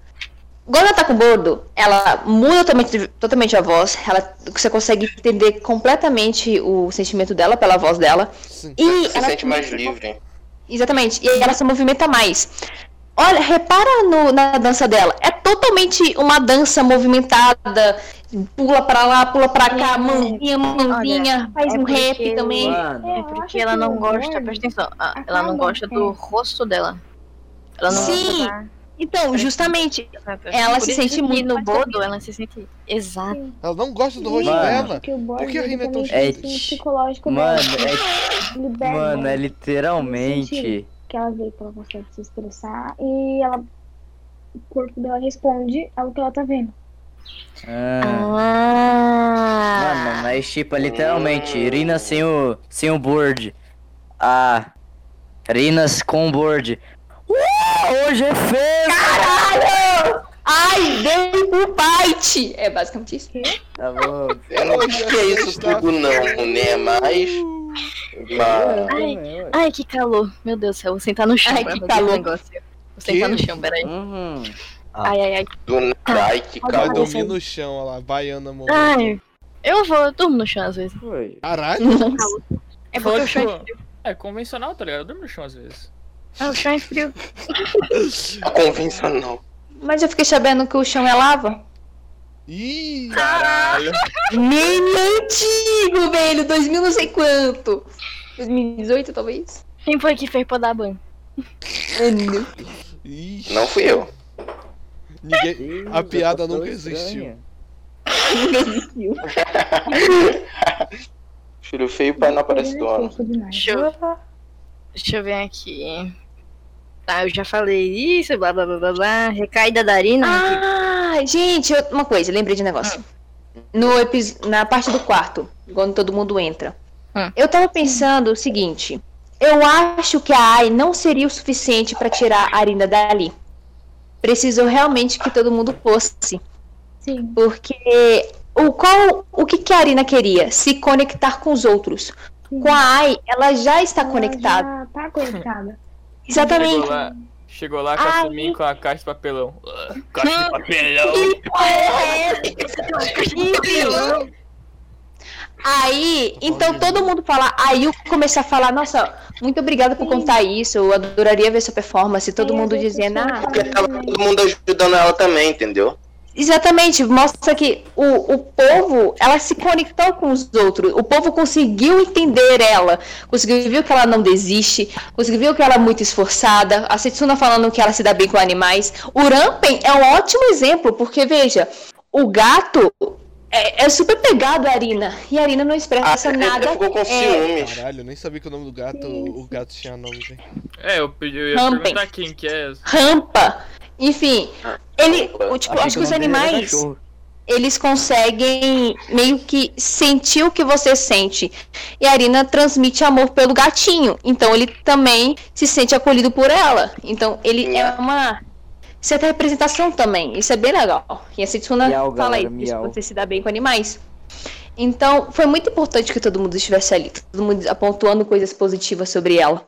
Speaker 7: Quando ela tá com bordo, ela muda totalmente, totalmente a voz. Ela, você consegue entender completamente o sentimento dela pela voz dela. E
Speaker 5: Se
Speaker 7: ela
Speaker 5: sente mais livre.
Speaker 7: Exatamente. E aí ela se movimenta mais. Olha, repara no- na dança dela. É totalmente uma dança movimentada. Pula pra lá, pula pra cá, mãozinha, mãozinha. Faz
Speaker 1: é
Speaker 7: um rap
Speaker 1: porque-
Speaker 7: também.
Speaker 1: É porque ela não gosta, presta atenção, a- ela não gosta do rosto dela. Ela não
Speaker 7: Sim.
Speaker 1: gosta da-
Speaker 7: Então, justamente, ela
Speaker 1: Por
Speaker 7: se
Speaker 1: isso
Speaker 7: sente
Speaker 1: que
Speaker 7: muito
Speaker 1: no
Speaker 7: mais
Speaker 1: bodo, ela se sente exato.
Speaker 2: Ela não gosta do rosto
Speaker 4: Mano.
Speaker 2: dela.
Speaker 6: Porque o
Speaker 2: Por que a Rina é tão
Speaker 6: é
Speaker 4: chata?
Speaker 6: psicológico
Speaker 4: Mano, é
Speaker 6: dela. Liberta
Speaker 4: Mano, é
Speaker 6: ela,
Speaker 4: literalmente.
Speaker 6: né? que ela vê que ela consegue se expressar e ela o corpo dela responde ao que ela tá vendo.
Speaker 4: Ah.
Speaker 7: Ah!
Speaker 4: Mano, mas tipo, literalmente, Irina sem o, sem o board. A Rinas com o board. Uh, hoje é feio!
Speaker 7: Caralho! Ai, dei pro bite! É basicamente isso.
Speaker 8: Tá bom.
Speaker 5: Eu não acho que é isso tudo não, né? Mas. Mas.
Speaker 1: Ai, ai, que calor. Meu Deus do céu, vou sentar no chão.
Speaker 7: Ai,
Speaker 1: pra
Speaker 7: que
Speaker 1: fazer
Speaker 7: calor.
Speaker 1: esse Negócio. Vou sentar no chão, peraí.
Speaker 4: Uhum.
Speaker 5: Ah,
Speaker 1: Ai, ai, ai.
Speaker 5: Do nada. Ai, que
Speaker 2: Vai
Speaker 5: calor.
Speaker 2: dormir no chão, olha lá. Baiana morreu.
Speaker 1: Ai. Eu vou, eu durmo no chão às vezes.
Speaker 8: Foi.
Speaker 2: Caralho.
Speaker 1: É porque
Speaker 9: Fala,
Speaker 1: o chão é
Speaker 9: tipo, É convencional, tá ligado? Eu durmo no chão às vezes.
Speaker 1: frio. O chão é frio.
Speaker 5: Convencional.
Speaker 7: Mas eu fiquei sabendo que o chão é lava.
Speaker 2: Ih,
Speaker 9: Caralho.
Speaker 7: Meme antigo, velho! 2000 não sei quanto. 2018, talvez?
Speaker 1: Quem foi que fez pra dar banho?
Speaker 7: Ano.
Speaker 2: ih.
Speaker 5: Não fui eu.
Speaker 2: Ninguém...
Speaker 8: Deus,
Speaker 2: A
Speaker 8: eu tô
Speaker 2: piada
Speaker 8: tão
Speaker 2: nunca
Speaker 8: estranha.
Speaker 2: existiu.
Speaker 5: Filho feio, pai não
Speaker 6: é
Speaker 5: aparece do ano.
Speaker 1: Deixa eu, deixa eu ver aqui. Tá, eu já falei isso, blá blá blá blá blá. Recaída da Arina.
Speaker 7: Ah, gente, eu- uma coisa, lembrei de um negócio. No epis- na parte do quarto, quando todo mundo entra.
Speaker 1: Hum.
Speaker 7: Eu tava pensando o seguinte. Eu acho que a AI não seria o suficiente pra tirar a Arina dali. Preciso realmente que todo mundo fosse.
Speaker 6: Sim.
Speaker 7: Porque o qual o que, que a Arina queria? Se conectar com os outros. Com a AI, ela já está
Speaker 6: Ela
Speaker 7: conectada.
Speaker 6: já tá conectada.
Speaker 9: Chegou
Speaker 7: Exatamente.
Speaker 9: lá, chegou lá
Speaker 7: Ai.
Speaker 9: com a mim com a caixa de papelão. Ah, Caixa de papelão.
Speaker 7: Que porra é essa? Incrível. Aí, então todo mundo fala, aí eu começar a falar, nossa, muito obrigada por contar isso, eu adoraria ver sua performance, todo
Speaker 6: Sim,
Speaker 7: mundo
Speaker 6: às vezes
Speaker 7: dizendo,
Speaker 6: a pessoa
Speaker 7: ah,
Speaker 5: Porque tava todo mundo ajudando ela também, entendeu?
Speaker 7: exatamente, mostra que o, o povo, ela se conectou com os outros, o povo conseguiu entender ela, conseguiu ver que ela não desiste, conseguiu ver que ela é muito esforçada, a Setsuna falando que ela se dá bem com animais, o Rampen é um ótimo exemplo, porque veja, o gato é, é super pegado a Arina, e a Arina não expressa
Speaker 5: Ah, ele
Speaker 7: nada.
Speaker 5: ficou com
Speaker 7: é,
Speaker 5: ciúmes.
Speaker 2: Caralho, eu nem sabia que o nome do gato, o gato tinha nome, velho.
Speaker 9: É, eu, pedi- eu ia
Speaker 7: Rampen.
Speaker 9: perguntar quem que é.
Speaker 7: rampa, enfim,
Speaker 5: Ah,
Speaker 7: ele, o- tipo,
Speaker 4: Achei
Speaker 7: acho que os
Speaker 4: o nome dele era
Speaker 7: animais...
Speaker 4: cachorro.
Speaker 7: eles conseguem meio que sentir o que você sente. E a Arina transmite amor pelo gatinho. Então ele também se sente acolhido por ela. Então ele é uma certa representação também. Isso é bem legal. E a Setsuna
Speaker 8: Miau,
Speaker 7: fala
Speaker 8: galera,
Speaker 7: isso,
Speaker 8: miau.
Speaker 7: você se dá bem com animais. Então foi muito importante que todo mundo estivesse ali, todo mundo apontando coisas positivas sobre ela.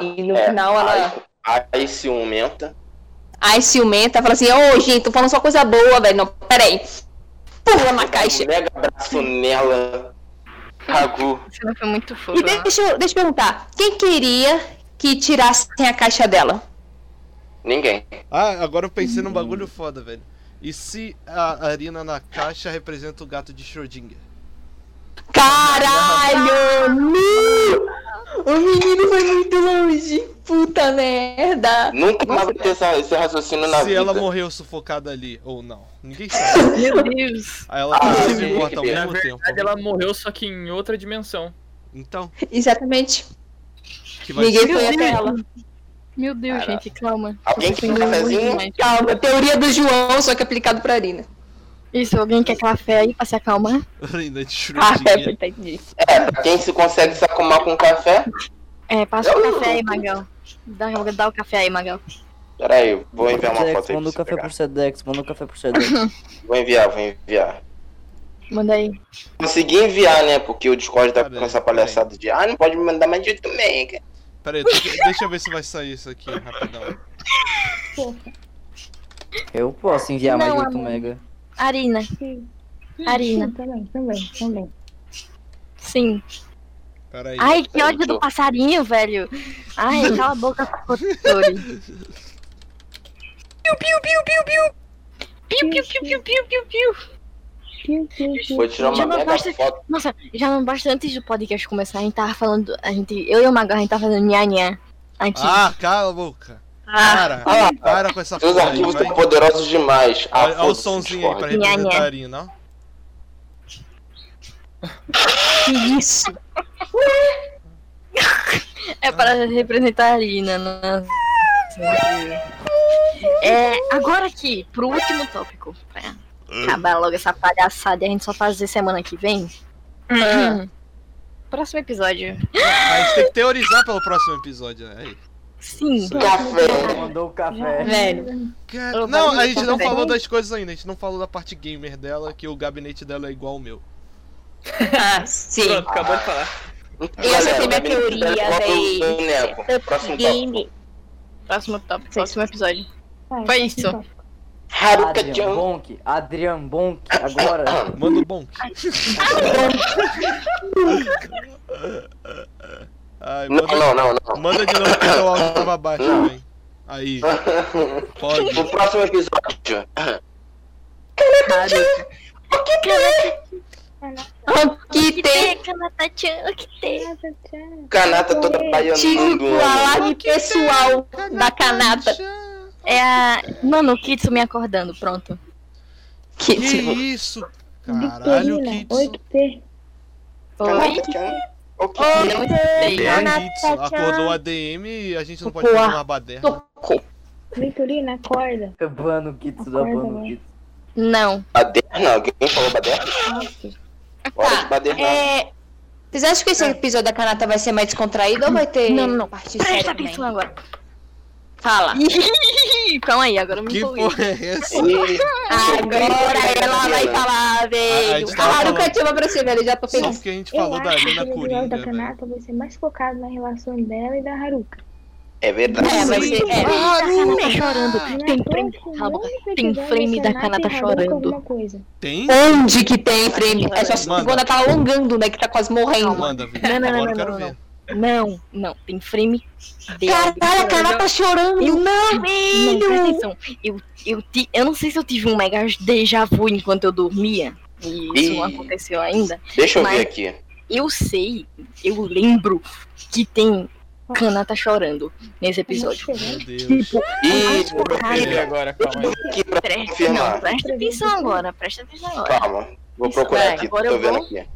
Speaker 7: E no
Speaker 5: É,
Speaker 7: final ela.
Speaker 5: Aí, aí ciumenta.
Speaker 7: Ai, ciumenta, fala assim: Ô, gente, tô falando só coisa boa, velho. Não, peraí. Pula na caixa.
Speaker 5: Mega abraço nela. Ragu.
Speaker 1: Você não foi muito fofo.
Speaker 7: E deixa, eu- deixa eu perguntar, quem queria que tirassem a caixa dela?
Speaker 5: Ninguém.
Speaker 2: Ah, agora eu pensei num bagulho foda, velho. E se a Arina na caixa representa o gato de Schrödinger?
Speaker 7: Caralho! nu! O menino foi muito longe. Puta merda.
Speaker 5: Nunca mais vai ter essa- esse raciocínio na
Speaker 2: se
Speaker 5: vida.
Speaker 2: ela morreu sufocada ali ou não. Ninguém sabe.
Speaker 1: Meu Deus.
Speaker 2: Aí ela tá
Speaker 5: Ah,
Speaker 2: viva e
Speaker 5: sim.
Speaker 2: morta ao
Speaker 5: Na
Speaker 2: mesmo tempo.
Speaker 9: Na verdade, ela morreu só que em outra dimensão.
Speaker 2: Então,
Speaker 7: Exatamente.
Speaker 2: que vai
Speaker 7: Ninguém
Speaker 2: ser?
Speaker 7: foi até ela.
Speaker 1: Meu Deus, gente, calma.
Speaker 5: Alguém
Speaker 1: Eu tô
Speaker 5: quer um
Speaker 1: sentindo
Speaker 5: cafezinho?
Speaker 1: muito mais.
Speaker 7: Calma, teoria do João, só que aplicado pra Arina.
Speaker 1: Isso, alguém quer café aí pra se acalmar?
Speaker 2: Arina de
Speaker 7: Ah,
Speaker 2: Schrödinger.
Speaker 7: entendi.
Speaker 5: É, pra quem se consegue se acalmar com café.
Speaker 1: É, passa
Speaker 5: Eu
Speaker 1: o
Speaker 5: não.
Speaker 1: café aí, Magal. Dá, dá o café aí, Magal.
Speaker 5: Pera aí, vou enviar uma
Speaker 4: Sedex,
Speaker 5: foto aí pra
Speaker 4: manda o
Speaker 5: você
Speaker 4: café
Speaker 5: pegar.
Speaker 4: pro Sedex, manda o café pro Sedex.
Speaker 5: Vou enviar, vou enviar.
Speaker 1: Manda aí.
Speaker 5: Consegui enviar, né? Porque o Discord tá
Speaker 2: Pera
Speaker 5: com
Speaker 2: aí,
Speaker 5: essa
Speaker 2: pera aí.
Speaker 5: palhaçada de ah, não pode me mandar mais de 8 mega.
Speaker 2: Pera aí, deixa, deixa eu ver se vai sair isso aqui rapidão.
Speaker 8: Eu posso enviar
Speaker 1: Não,
Speaker 8: mais 8
Speaker 1: amor.
Speaker 8: mega.
Speaker 1: Arina. Arina.
Speaker 6: Também, também, também.
Speaker 1: Sim.
Speaker 2: Peraí.
Speaker 1: Ai, que ódio do passarinho, velho. Ai, cala a boca, Kotori. Piu, piu, piu, piu, piu. Piu, piu, piu, piu, piu, piu, piu.
Speaker 5: Vou tirar uma
Speaker 1: Já não
Speaker 5: mega
Speaker 1: basta-
Speaker 5: foto.
Speaker 1: Nossa, já não basta antes do podcast começar, a gente tava falando. A gente, eu e o Magal, a gente tava fazendo nha nha. Aqui.
Speaker 2: Ah, cala a boca.
Speaker 1: Ah.
Speaker 2: Para,
Speaker 5: Ah.
Speaker 2: para com essa
Speaker 5: Seus
Speaker 2: porra aí,
Speaker 5: arquivos
Speaker 2: vai.
Speaker 5: são poderosos demais. Ah,
Speaker 2: Olha, olha o
Speaker 5: foda-se,
Speaker 2: somzinho aí pra
Speaker 5: Discord.
Speaker 1: Nha,
Speaker 2: representar
Speaker 1: nha.
Speaker 2: a Arina. ó.
Speaker 7: Que isso?
Speaker 1: É para
Speaker 2: Ah.
Speaker 1: representar a Arina. nossa. É, agora aqui, pro último tópico. Pra
Speaker 2: Ah.
Speaker 1: acabar logo essa palhaçada e a gente só fazer semana que vem. Uhum. Hum. Próximo episódio.
Speaker 2: A gente tem que teorizar pelo próximo episódio. né? Aí.
Speaker 1: Sim.
Speaker 5: Café.
Speaker 8: Mandou o café.
Speaker 7: Velho,
Speaker 2: Cara,
Speaker 1: Eu
Speaker 2: Não,
Speaker 1: vou-
Speaker 2: a gente não
Speaker 1: também.
Speaker 2: falou das coisas ainda. A gente não falou da parte gamer dela, que o gabinete dela é igual ao meu.
Speaker 7: ah, sim.
Speaker 9: Pronto, acabou de falar.
Speaker 7: Essa
Speaker 5: Galera,
Speaker 7: tem minha teoria,
Speaker 5: galera,
Speaker 7: véi.
Speaker 5: vamos pro Neco. Próximo tópico.
Speaker 7: Game.
Speaker 1: Próximo tópico, próximo episódio.
Speaker 6: Vai,
Speaker 1: Foi isso.
Speaker 6: então.
Speaker 8: Adrian
Speaker 5: Haruka-chan.
Speaker 8: Bonk. Adrian Bonk. Agora.
Speaker 2: Manda o bonk. Ai,
Speaker 5: Não,
Speaker 2: manda,
Speaker 5: não, não, não.
Speaker 2: manda de novo que o áudio tava baixo também. Aí, pode.
Speaker 5: No próximo episódio.
Speaker 7: Haruka. O que é? tem?
Speaker 1: Kanata-chan, o que tem?
Speaker 6: Nada, tchau.
Speaker 5: Canata toda baianando.
Speaker 7: Tipo, alarme pessoal da Kanata.
Speaker 1: É a. Mano, o Kitsu me acordando, pronto.
Speaker 7: Que
Speaker 2: Que
Speaker 7: tipo,
Speaker 2: isso? Caralho,
Speaker 6: Victorina,
Speaker 2: Kitsu.
Speaker 6: Oi, que tem.
Speaker 1: Oi?
Speaker 5: Canata-chan. Ok.
Speaker 1: Não sei.
Speaker 2: É,
Speaker 6: Canata,
Speaker 2: Kitsu. Acordou a DM e a gente não pode
Speaker 7: Pô,
Speaker 2: fazer uma baderna.
Speaker 6: Vitorina, acorda.
Speaker 8: Bano Kitsu da Bano Kitsu.
Speaker 1: Não.
Speaker 5: Baderna? Alguém falou baderna? Hora de baderna.
Speaker 7: Tá, é. Vocês acham que esse episódio da Kanata vai ser mais descontraído ou vai
Speaker 1: É.
Speaker 7: ter
Speaker 1: Não, não, não.
Speaker 7: parte
Speaker 1: Presta
Speaker 7: séria também?
Speaker 1: atenção agora.
Speaker 7: Fala.
Speaker 1: né? Calma aí, agora eu me
Speaker 2: Que
Speaker 6: um
Speaker 1: empolguei.
Speaker 2: porra é essa?
Speaker 5: Ih,
Speaker 7: Agora ela vai
Speaker 1: Tá
Speaker 7: falar, Ah,
Speaker 2: A- a
Speaker 7: velho.
Speaker 2: gente
Speaker 7: A
Speaker 2: tava
Speaker 7: Haruka
Speaker 2: falando-
Speaker 7: chama pra você, velho. Já tô
Speaker 2: Só
Speaker 7: feliz.
Speaker 2: porque a gente
Speaker 6: Eu
Speaker 2: falou da
Speaker 6: acho que
Speaker 2: Arina
Speaker 6: o episódio
Speaker 2: Coringa,
Speaker 6: da
Speaker 2: velho.
Speaker 6: Kanata vai ser mais focado na relação dela e da Haruka. tá
Speaker 5: É verdade.
Speaker 7: É, vai ser. É.
Speaker 1: Kanata chorando. Tem
Speaker 6: Na
Speaker 1: frame.
Speaker 6: próxima,
Speaker 1: Cala a boca.
Speaker 6: único
Speaker 1: Tem
Speaker 6: episódio
Speaker 1: frame
Speaker 6: vai
Speaker 1: da
Speaker 6: ser Nata e
Speaker 1: Kanata
Speaker 6: Haruka
Speaker 1: chorando.
Speaker 6: alguma coisa.
Speaker 2: Tem?
Speaker 7: Onde que tem frame? É só
Speaker 2: Manda.
Speaker 7: quando ela tá alongando, né? Que tá quase morrendo.
Speaker 2: Manda, Vitor.
Speaker 1: Não, não, não,
Speaker 2: Agora eu
Speaker 1: não,
Speaker 2: quero
Speaker 1: não,
Speaker 2: ver.
Speaker 1: Não, não. Tem frame dela.
Speaker 7: Caralho, a Carla tá chorando. Não,
Speaker 1: Não, presta
Speaker 7: velho.
Speaker 1: atenção. Eu, eu, ti- eu não sei se eu tive um mega déjà vu enquanto eu dormia. E isso não
Speaker 5: Ih.
Speaker 1: aconteceu ainda.
Speaker 5: Deixa eu
Speaker 1: Mas-
Speaker 5: ver aqui.
Speaker 1: Eu sei, eu lembro que tem Kanata chorando nesse episódio.
Speaker 2: Meu Deus.
Speaker 1: Tipo,
Speaker 5: Ih, meu
Speaker 9: Peguei
Speaker 5: filho,
Speaker 9: agora, calma aí.
Speaker 5: aqui pra
Speaker 1: presta, não,
Speaker 5: confirmar.
Speaker 1: presta atenção agora, presta atenção agora.
Speaker 5: Calma. Vou
Speaker 1: Isso,
Speaker 5: procurar
Speaker 1: vai,
Speaker 5: aqui.
Speaker 1: agora
Speaker 5: Tô
Speaker 1: eu
Speaker 5: vendo
Speaker 1: vou.
Speaker 5: aqui.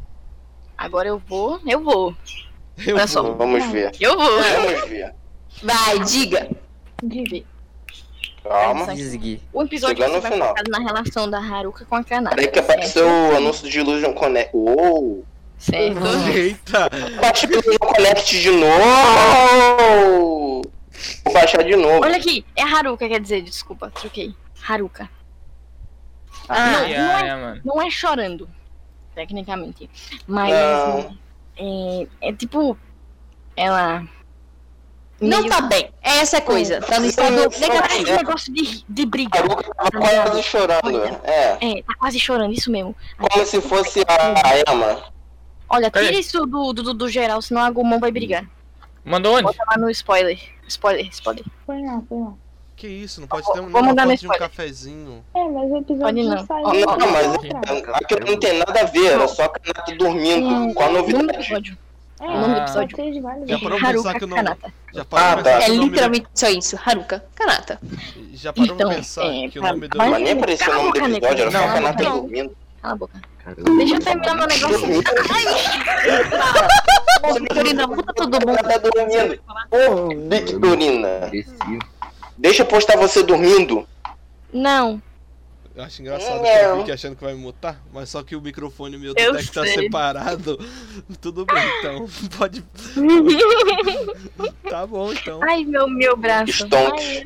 Speaker 1: Agora eu vou, eu vou,
Speaker 2: Eu
Speaker 1: Olha só.
Speaker 2: vou.
Speaker 5: Vamos ver.
Speaker 1: eu vou.
Speaker 5: Vamos ver.
Speaker 7: Vai, diga.
Speaker 6: Divi.
Speaker 5: Calma.
Speaker 8: Desgui.
Speaker 1: O episódio
Speaker 5: Chegando
Speaker 1: que
Speaker 5: no
Speaker 1: vai
Speaker 5: final.
Speaker 1: focado na relação da Haruka com a Kanata.
Speaker 5: Peraí que apareceu o anúncio de Illusion Connect. Uou!
Speaker 1: Certo.
Speaker 5: Uhum.
Speaker 2: Eita!
Speaker 5: Baixa o Illusion Connect de novo! Vou baixar de novo.
Speaker 1: Olha aqui, é Haruka, quer dizer, desculpa, troquei. Haruka.
Speaker 9: Ah,
Speaker 1: não, não é-
Speaker 9: é, mano.
Speaker 1: Não é chorando, tecnicamente.
Speaker 5: Ah,
Speaker 1: Mas
Speaker 5: Não.
Speaker 1: é, é tipo. Ela.
Speaker 7: Não
Speaker 1: meio-
Speaker 7: tá bem. É essa coisa. Tá no estado
Speaker 5: Não,
Speaker 1: Parece um
Speaker 7: negativo.
Speaker 1: negócio de, de briga.
Speaker 5: Haruka tava quase chorando. É.
Speaker 1: É, tá quase chorando, isso mesmo.
Speaker 5: Como se fosse a Emma.
Speaker 1: Olha, tira
Speaker 9: Peraí.
Speaker 1: isso do, do, do geral, senão a Gomon vai brigar.
Speaker 9: Mandou onde?
Speaker 1: Bota lá no spoiler. Spoiler, spoiler.
Speaker 6: Põe lá, põe lá.
Speaker 2: Que isso, não pode ter um,
Speaker 1: Vou
Speaker 2: não
Speaker 1: mandar
Speaker 2: pode
Speaker 1: no
Speaker 2: de um
Speaker 1: spoiler.
Speaker 2: cafezinho.
Speaker 6: É, mas o episódio
Speaker 1: Pode
Speaker 6: já
Speaker 1: não.
Speaker 6: saiu.
Speaker 5: Não,
Speaker 6: então
Speaker 5: mas
Speaker 6: tá atrás.
Speaker 5: Aquilo não tem nada a ver, era só a Kanata dormindo com a
Speaker 1: Nome do
Speaker 5: novidade.
Speaker 1: episódio.
Speaker 6: É,
Speaker 9: o nome do
Speaker 1: episódio.
Speaker 6: vocês valem.
Speaker 2: Já parou pra pensar
Speaker 1: Haruka
Speaker 2: que o nome.
Speaker 1: Kanata.
Speaker 2: Já parou pra
Speaker 5: Ah, tá.
Speaker 2: pensar
Speaker 7: É
Speaker 2: que o nome do-
Speaker 7: literalmente só isso. Haruka, Kanata.
Speaker 2: Já parou
Speaker 1: Então,
Speaker 2: pra pensar
Speaker 1: é,
Speaker 2: que o
Speaker 1: pra-
Speaker 2: nome do.
Speaker 1: vai-
Speaker 5: Mas nem apareceu o nome do episódio, era só a Kanata dormindo.
Speaker 1: Cala a boca. Deixa eu terminar meu negócio.
Speaker 7: Ô, Vitorina, muda todo mundo.
Speaker 5: Kanata tá dormindo. Ô, Victorina, deixa eu postar você dormindo.
Speaker 1: Não,
Speaker 2: Eu acho engraçado que eu
Speaker 5: Não.
Speaker 2: fique achando que vai me mutar, mas só que o microfone meu
Speaker 1: Eu
Speaker 2: detecta tá
Speaker 1: sei.
Speaker 2: separado. Tudo bem, então. Pode. Tá bom, então.
Speaker 1: ai meu, meu braço.
Speaker 5: Stonks.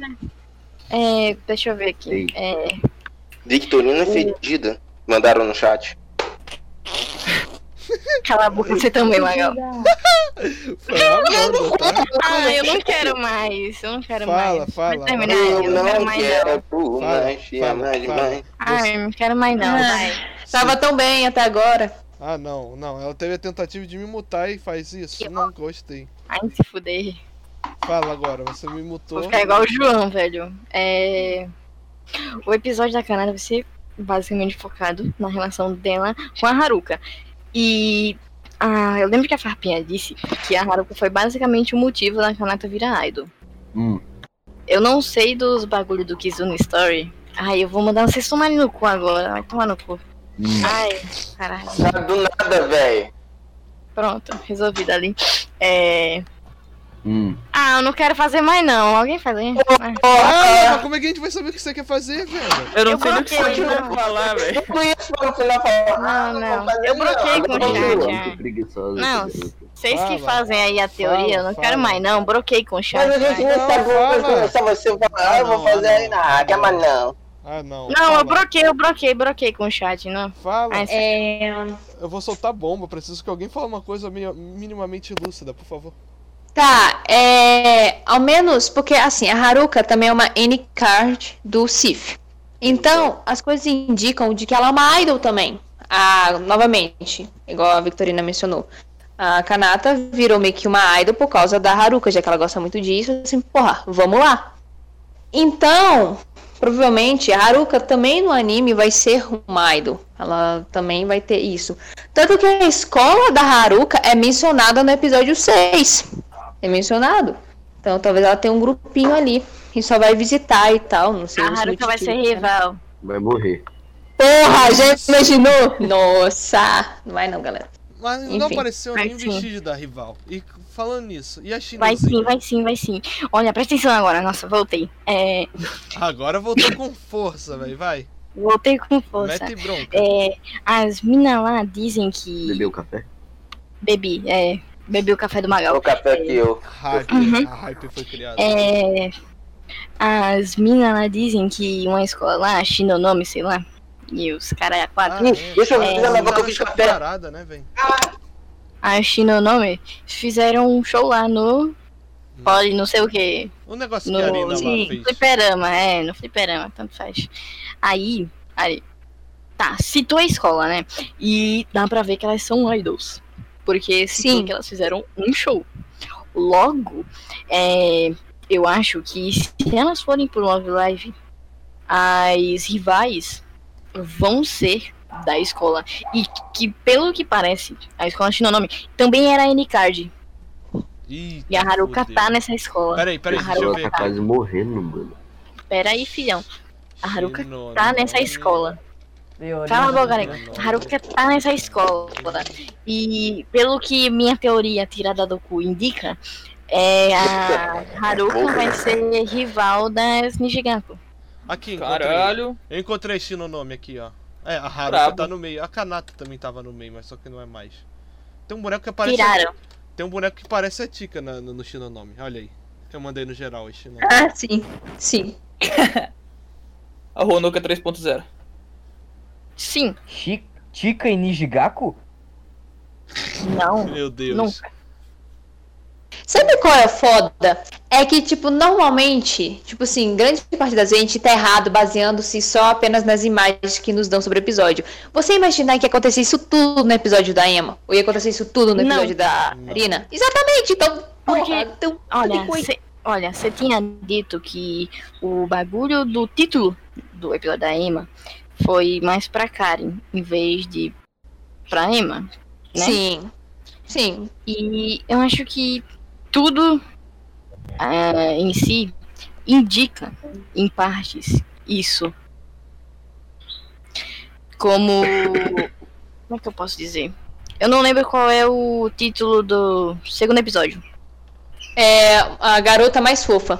Speaker 1: É, deixa eu ver aqui. É,
Speaker 5: é Victorina fedida. Mandaram no chat.
Speaker 1: Cala a boca, você também, Magal.
Speaker 2: Foi a Amanda, tá?
Speaker 1: Ah, eu não quero mais, eu não quero
Speaker 2: Fala,
Speaker 1: mais.
Speaker 2: fala.
Speaker 1: Vai terminar, eu,
Speaker 5: Eu
Speaker 1: não quero
Speaker 5: não
Speaker 1: mais
Speaker 5: quero
Speaker 1: não.
Speaker 5: por
Speaker 2: Fala,
Speaker 5: mais, tia,
Speaker 2: fala,
Speaker 5: mais,
Speaker 2: fala.
Speaker 5: mais.
Speaker 1: Ai, não quero mais não.
Speaker 7: Ai, Tava tão bem até agora.
Speaker 2: Ah, não, não. Ela teve a tentativa de me mutar e faz isso. Não gostei.
Speaker 1: Ai, se fuder.
Speaker 2: Fala agora, você me
Speaker 1: Vou
Speaker 2: mutou.
Speaker 1: ficar igual o João, velho. É... O episódio da Kanada vai ser basicamente focado na relação dela com a Haruka. E ah, eu lembro que a Farpinha disse que a Haruka foi basicamente o motivo da Kanata virar idol.
Speaker 3: Hum.
Speaker 1: Eu não sei dos bagulho do Kizuna Story. Ai, eu vou mandar vocês tomarem no cu agora. Vai tomar no cu.
Speaker 3: Hum.
Speaker 1: Ai, caralho.
Speaker 5: Tá do nada, velho.
Speaker 1: Pronto, resolvido ali. É...
Speaker 3: Hum.
Speaker 1: Ah, eu não quero fazer mais não. Alguém faz aí? Ah.
Speaker 2: Ah, mas como é que a gente vai saber o que você quer fazer, velho?
Speaker 9: Eu não
Speaker 1: Eu
Speaker 9: sei nem o que
Speaker 1: bloqueei,
Speaker 9: continuar
Speaker 1: não.
Speaker 9: a falar, velho.
Speaker 5: Eu conheço pra no final falar. "Ah,
Speaker 1: Ah, Não, não. Eu bloqueei com
Speaker 3: Olha
Speaker 1: o
Speaker 3: eu,
Speaker 1: chat.
Speaker 3: que preguiçosa.
Speaker 1: Não,
Speaker 3: essa garota.
Speaker 1: Vocês que
Speaker 2: Fala.
Speaker 1: fazem aí a teoria, eu não
Speaker 2: Fala,
Speaker 1: quero
Speaker 2: fala.
Speaker 1: mais não. Broquei com o chat. né?
Speaker 5: Mas a gente
Speaker 1: vai.
Speaker 5: não
Speaker 2: Não,
Speaker 5: sabe uma coisa,
Speaker 2: fala.
Speaker 5: não. só você falar, ah, eu
Speaker 2: Não,
Speaker 5: vou fazer
Speaker 2: não,
Speaker 5: aí na área,
Speaker 2: não.
Speaker 5: mas não.
Speaker 2: Ah, não.
Speaker 1: Não, eu
Speaker 2: fala.
Speaker 1: broquei, eu broquei, broquei com o chat, não.
Speaker 2: Fala,
Speaker 1: Ai,
Speaker 6: É,
Speaker 2: eu vou soltar bomba. Preciso que alguém fale uma coisa meio- minimamente lúcida, por favor.
Speaker 7: Tá, é. Ao menos, porque assim, a Haruka também é uma N-card do Sif. Então, as coisas indicam de que ela é uma idol também. Ah, novamente, igual a Victorina mencionou. A Kanata virou meio que uma idol por causa da Haruka, já que ela gosta muito disso. Assim, porra, vamos lá. Então, provavelmente, a Haruka também no anime vai ser uma idol. Ela também vai ter isso. Tanto que a escola da Haruka é mencionada no episódio 6 é mencionado. Então talvez ela tenha um grupinho ali e só vai visitar e tal. Não sei
Speaker 1: A
Speaker 7: não sei
Speaker 1: Haruka
Speaker 7: de
Speaker 1: vai
Speaker 7: que.
Speaker 1: ser rival.
Speaker 3: Vai morrer.
Speaker 7: Porra, já imaginou? Nossa! Não vai não, galera.
Speaker 2: Mas não
Speaker 7: Enfim,
Speaker 2: apareceu
Speaker 1: vai
Speaker 2: nenhum
Speaker 1: sim.
Speaker 2: vestido da rival. E falando nisso, e a chinesinha?
Speaker 1: Vai sim, vai sim, vai sim. Olha, presta atenção agora. Nossa, voltei. É,
Speaker 2: Agora voltou com força, velho. Vai.
Speaker 1: voltei com força.
Speaker 2: Mete bronca.
Speaker 1: É, as minas lá dizem que.
Speaker 3: Bebeu café?
Speaker 1: Bebi, é. Bebi o café do
Speaker 5: É
Speaker 1: Magal.
Speaker 5: o café que eu.
Speaker 2: Hype. A hype foi criada.
Speaker 1: Uhum. É, as minas lá dizem que uma escola lá, Shinonome, sei lá. E os caras a quatro.
Speaker 5: Deixa eu
Speaker 2: é,
Speaker 5: ver
Speaker 1: um
Speaker 5: na boca, eu fiz
Speaker 2: essa
Speaker 5: café.
Speaker 2: parada, né, velho?
Speaker 1: a Shinonome fizeram um show lá no. Poli, não sei o que.
Speaker 2: O negócio que a Arina
Speaker 1: No
Speaker 2: lá
Speaker 1: sim,
Speaker 2: fez.
Speaker 1: fliperama, é, no fliperama, tanto faz. Aí, aí. Tá, citou a escola, né? E dá pra ver que elas são idols. Porque sim,
Speaker 7: Sim.
Speaker 1: que elas fizeram um show. Logo, é, eu acho que se elas forem pro Love Live, as rivais vão ser da escola. E que, pelo que parece, a escola Shinonome também era a N-Card.
Speaker 2: Ih,
Speaker 1: E a Haruka
Speaker 2: fudeu.
Speaker 1: tá nessa escola.
Speaker 2: Peraí, peraí,
Speaker 1: A
Speaker 2: deixa eu
Speaker 1: Haruka
Speaker 2: ver.
Speaker 3: Ela tá quase morrendo, mano.
Speaker 1: Pera aí, filhão. A Haruka
Speaker 2: Shinonami.
Speaker 1: tá nessa escola.
Speaker 7: Tá
Speaker 1: Cala a boca, né? A Haruka tá nessa escola. E pelo que minha teoria tirada do cu indica, é a Haruka vai ser rival das Nijigaku.
Speaker 2: Aqui, encontrei.
Speaker 9: Caralho.
Speaker 2: Eu encontrei Shinonome aqui, ó. É, a Haruka
Speaker 9: Brabo.
Speaker 2: tá no meio. A Kanata também tava no meio, mas só que não é mais. Tem um boneco que aparece.
Speaker 1: Tiraram.
Speaker 2: Tem um boneco que parece a Tika na- no, no Shinonome. Olha aí. Eu mandei no geral esse Shinonome.
Speaker 7: Ah, sim. Sim.
Speaker 9: A é Ronoka 3.0.
Speaker 1: Sim.
Speaker 4: Chica e Nijigaku?
Speaker 1: Não.
Speaker 2: Meu Deus.
Speaker 1: Nunca.
Speaker 7: Sabe qual é foda? É que, tipo, normalmente, tipo assim, grande parte da gente tá errado baseando-se só apenas nas imagens que nos dão sobre o episódio. Você imaginar que ia acontecer isso tudo no episódio da Emma? Ou ia acontecer isso tudo no
Speaker 1: Não.
Speaker 7: episódio da
Speaker 2: Não.
Speaker 7: Rina? Exatamente, então.
Speaker 1: Porque-
Speaker 7: porra, então,
Speaker 1: Olha, cê, olha, você tinha dito que o bagulho do título do episódio da Emma foi mais pra Karen, em vez de pra Emma. né?
Speaker 7: Sim. Sim.
Speaker 1: E eu acho que tudo ah, em si indica, em partes, isso. Como. Como é que eu posso dizer? Eu não lembro qual é o título do segundo episódio.
Speaker 7: É a garota mais fofa.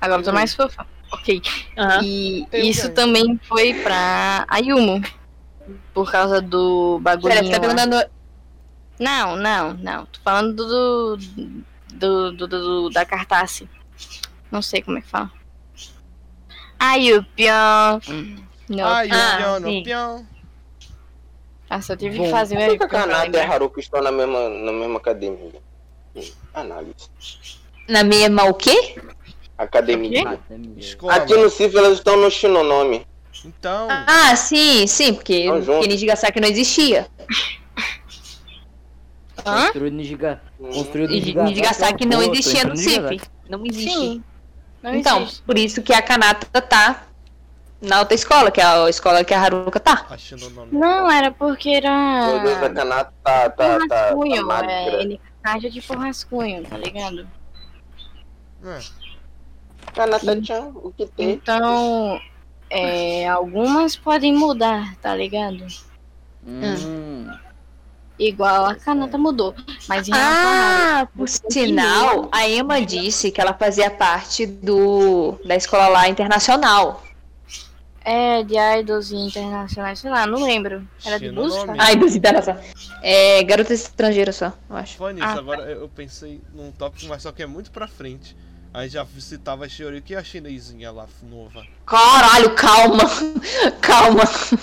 Speaker 1: Agora eu tô mais fofa. Ok.
Speaker 7: Aham.
Speaker 1: E
Speaker 7: um
Speaker 2: Eu
Speaker 1: isso
Speaker 2: ganho.
Speaker 1: também foi pra Ayumu. Por causa do bagulho.
Speaker 7: Pera, tu tá perguntando.
Speaker 1: Não, não, não. Tô falando do. do, do, do- do- da cartaz. Não sei como é que fala. Ai, o pião. Não.
Speaker 2: Ai,
Speaker 7: Ah,
Speaker 2: o piano,
Speaker 7: sim.
Speaker 2: pião.
Speaker 1: Nossa, eu tive
Speaker 5: Bom, tá
Speaker 1: que fazer né?
Speaker 5: Por
Speaker 1: minha
Speaker 5: que a Kanata e a
Speaker 1: propaganda.
Speaker 5: Haruka estão na mesma, na mesma academia? Análise.
Speaker 7: Na minha irmã, o quê?
Speaker 5: Academia.
Speaker 8: é
Speaker 2: Escola.
Speaker 5: Aqui no CIF elas estão no Shinonome.
Speaker 2: Então,
Speaker 7: Ah, sim, sim, porque
Speaker 5: Tão junto.
Speaker 7: o Ninigasaki não existia. Hã?
Speaker 8: Construído Nijiga... Construído
Speaker 7: E
Speaker 4: é um
Speaker 7: Ninigasaki não
Speaker 4: então
Speaker 7: existia no CIP. Não existe.
Speaker 1: Sim. Não
Speaker 7: então,
Speaker 1: existe.
Speaker 7: por isso que a Kanata tá na outra escola, que é a escola que a Haruka tá.
Speaker 2: achando o nome.
Speaker 1: Não, era porque
Speaker 5: Meu Deus, a
Speaker 1: era.
Speaker 5: Kanata tá, tá, tá, tá
Speaker 1: Rascunho, Ah. é.
Speaker 5: magra.
Speaker 1: Ele caixa de porrascunho, tá ligado?
Speaker 2: É,
Speaker 5: Kanata-chan, o que tem?
Speaker 1: Então, é, algumas podem mudar, tá ligado?
Speaker 8: Hum.
Speaker 1: Igual a Kanata mudou. Mas em relação
Speaker 7: Ah, por
Speaker 1: Porque
Speaker 7: sinal, a Emma disse que ela fazia parte do da escola lá internacional.
Speaker 1: a- é de idols internacionais, sei lá, não lembro. Era de
Speaker 2: Shinonami.
Speaker 1: música?
Speaker 7: Ai, dos internacional. É, garota estrangeira só, eu acho.
Speaker 2: Fanny,
Speaker 1: Ah, tá.
Speaker 2: agora eu pensei num tópico, mas só que é muito pra frente. Aí já citava a Shioriki e a chinesinha lá, nova.
Speaker 7: Caralho, calma. calma.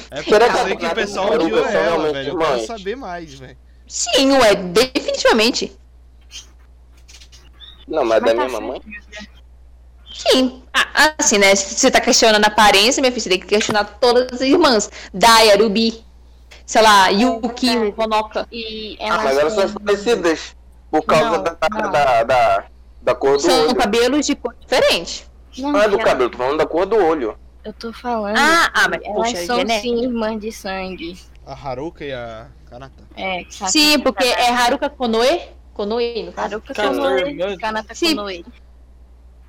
Speaker 2: É porque
Speaker 5: Será
Speaker 2: eu
Speaker 5: que
Speaker 2: sei que o
Speaker 5: a
Speaker 2: pessoal
Speaker 5: Haruka
Speaker 2: odiou
Speaker 5: são
Speaker 2: ela,
Speaker 5: realmente
Speaker 2: velho. Eu quero
Speaker 5: irmãs?
Speaker 2: saber mais, velho.
Speaker 7: Sim, ué, definitivamente.
Speaker 5: Não, mas é da
Speaker 1: Mas tá
Speaker 5: minha mamãe?
Speaker 7: Sim. Ah, assim, né? Se você tá questionando a aparência, minha filha, você tem que questionar todas as irmãs. Daya, Rubi, sei
Speaker 1: É
Speaker 7: lá, Yuki, Honoka.
Speaker 1: E
Speaker 5: Ah, mas elas são
Speaker 1: elas
Speaker 5: parecidas. Por causa
Speaker 1: Não,
Speaker 5: da,
Speaker 1: não.
Speaker 5: da, da, da cor do
Speaker 7: São
Speaker 5: olho.
Speaker 7: cabelos de cor diferente.
Speaker 1: Não,
Speaker 5: Não é do
Speaker 1: ela-
Speaker 5: cabelo, tô falando da cor do olho.
Speaker 1: Eu tô falando.
Speaker 7: Ah, ah, mas
Speaker 1: que elas
Speaker 7: poxa,
Speaker 1: são
Speaker 7: genética.
Speaker 1: sim irmãs de sangue.
Speaker 2: A Haruka e a Kanata.
Speaker 1: É, Sakura
Speaker 7: Sim, porque é Haruka Konoe. Konoe, no caso.
Speaker 1: Haruka
Speaker 9: Cara,
Speaker 1: Konoe,
Speaker 9: irmãs.
Speaker 1: Kanata
Speaker 7: Sim.
Speaker 1: Konoe.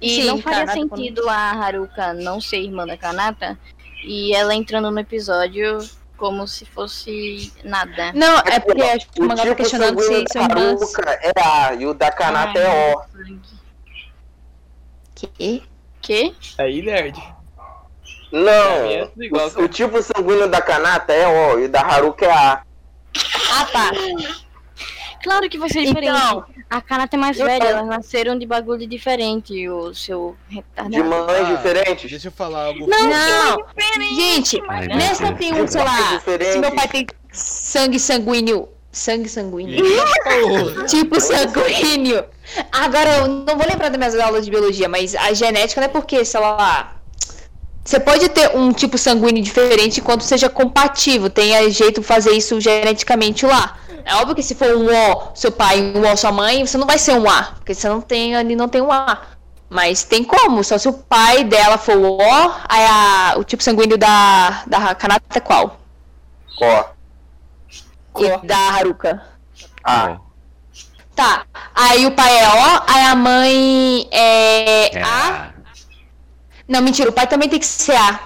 Speaker 1: E
Speaker 7: Sim,
Speaker 1: não faria
Speaker 7: Kanata
Speaker 1: sentido a Haruka não ser irmã da Kanata e ela entrando no episódio como se fosse nada.
Speaker 7: Não, é porque acho que o
Speaker 5: O
Speaker 7: mangá tá
Speaker 5: tipo
Speaker 7: questionando
Speaker 5: sanguíneo
Speaker 7: se
Speaker 5: da
Speaker 7: são irmãs.
Speaker 5: Haruka é A e o da Kanata é O.
Speaker 7: Que?
Speaker 1: Que?
Speaker 9: Aí, nerd.
Speaker 5: Não,
Speaker 9: É, é tudo igual,
Speaker 5: o, o tipo sanguíneo da Kanata é O e o da Haruka é A.
Speaker 7: Ah, tá.
Speaker 1: Claro que vai ser diferente.
Speaker 7: Então,
Speaker 1: a Kanata é mais
Speaker 5: eu-
Speaker 1: velha, elas nasceram de bagulho diferente, o seu é
Speaker 5: De
Speaker 1: retardado.
Speaker 5: mães diferentes.
Speaker 2: Deixa eu falar algo.
Speaker 7: não. Gente,
Speaker 3: Ai, meu
Speaker 7: nessa
Speaker 3: Deus.
Speaker 7: tem um, sei lá,
Speaker 5: Diferente.
Speaker 7: se meu pai tem sangue sanguíneo. Sangue sanguíneo.
Speaker 2: Porra.
Speaker 7: Tipo sanguíneo. Agora, eu não vou lembrar das minhas aulas de biologia, mas a genética não é porque, sei lá. Você pode ter um tipo sanguíneo diferente enquanto seja compatível, tenha jeito de fazer isso geneticamente lá. É óbvio que se for um O seu pai e um O sua mãe, você não vai ser um A, porque você não tem ali, não tem um A. Mas tem como, só se o pai dela for o O, aí a- o tipo sanguíneo da, da Kanata é qual?
Speaker 5: Ó,
Speaker 7: E da Haruka.
Speaker 5: A.
Speaker 7: Tá. Aí o pai é O, aí a mãe é, A. Não, mentira, o pai também tem que ser A.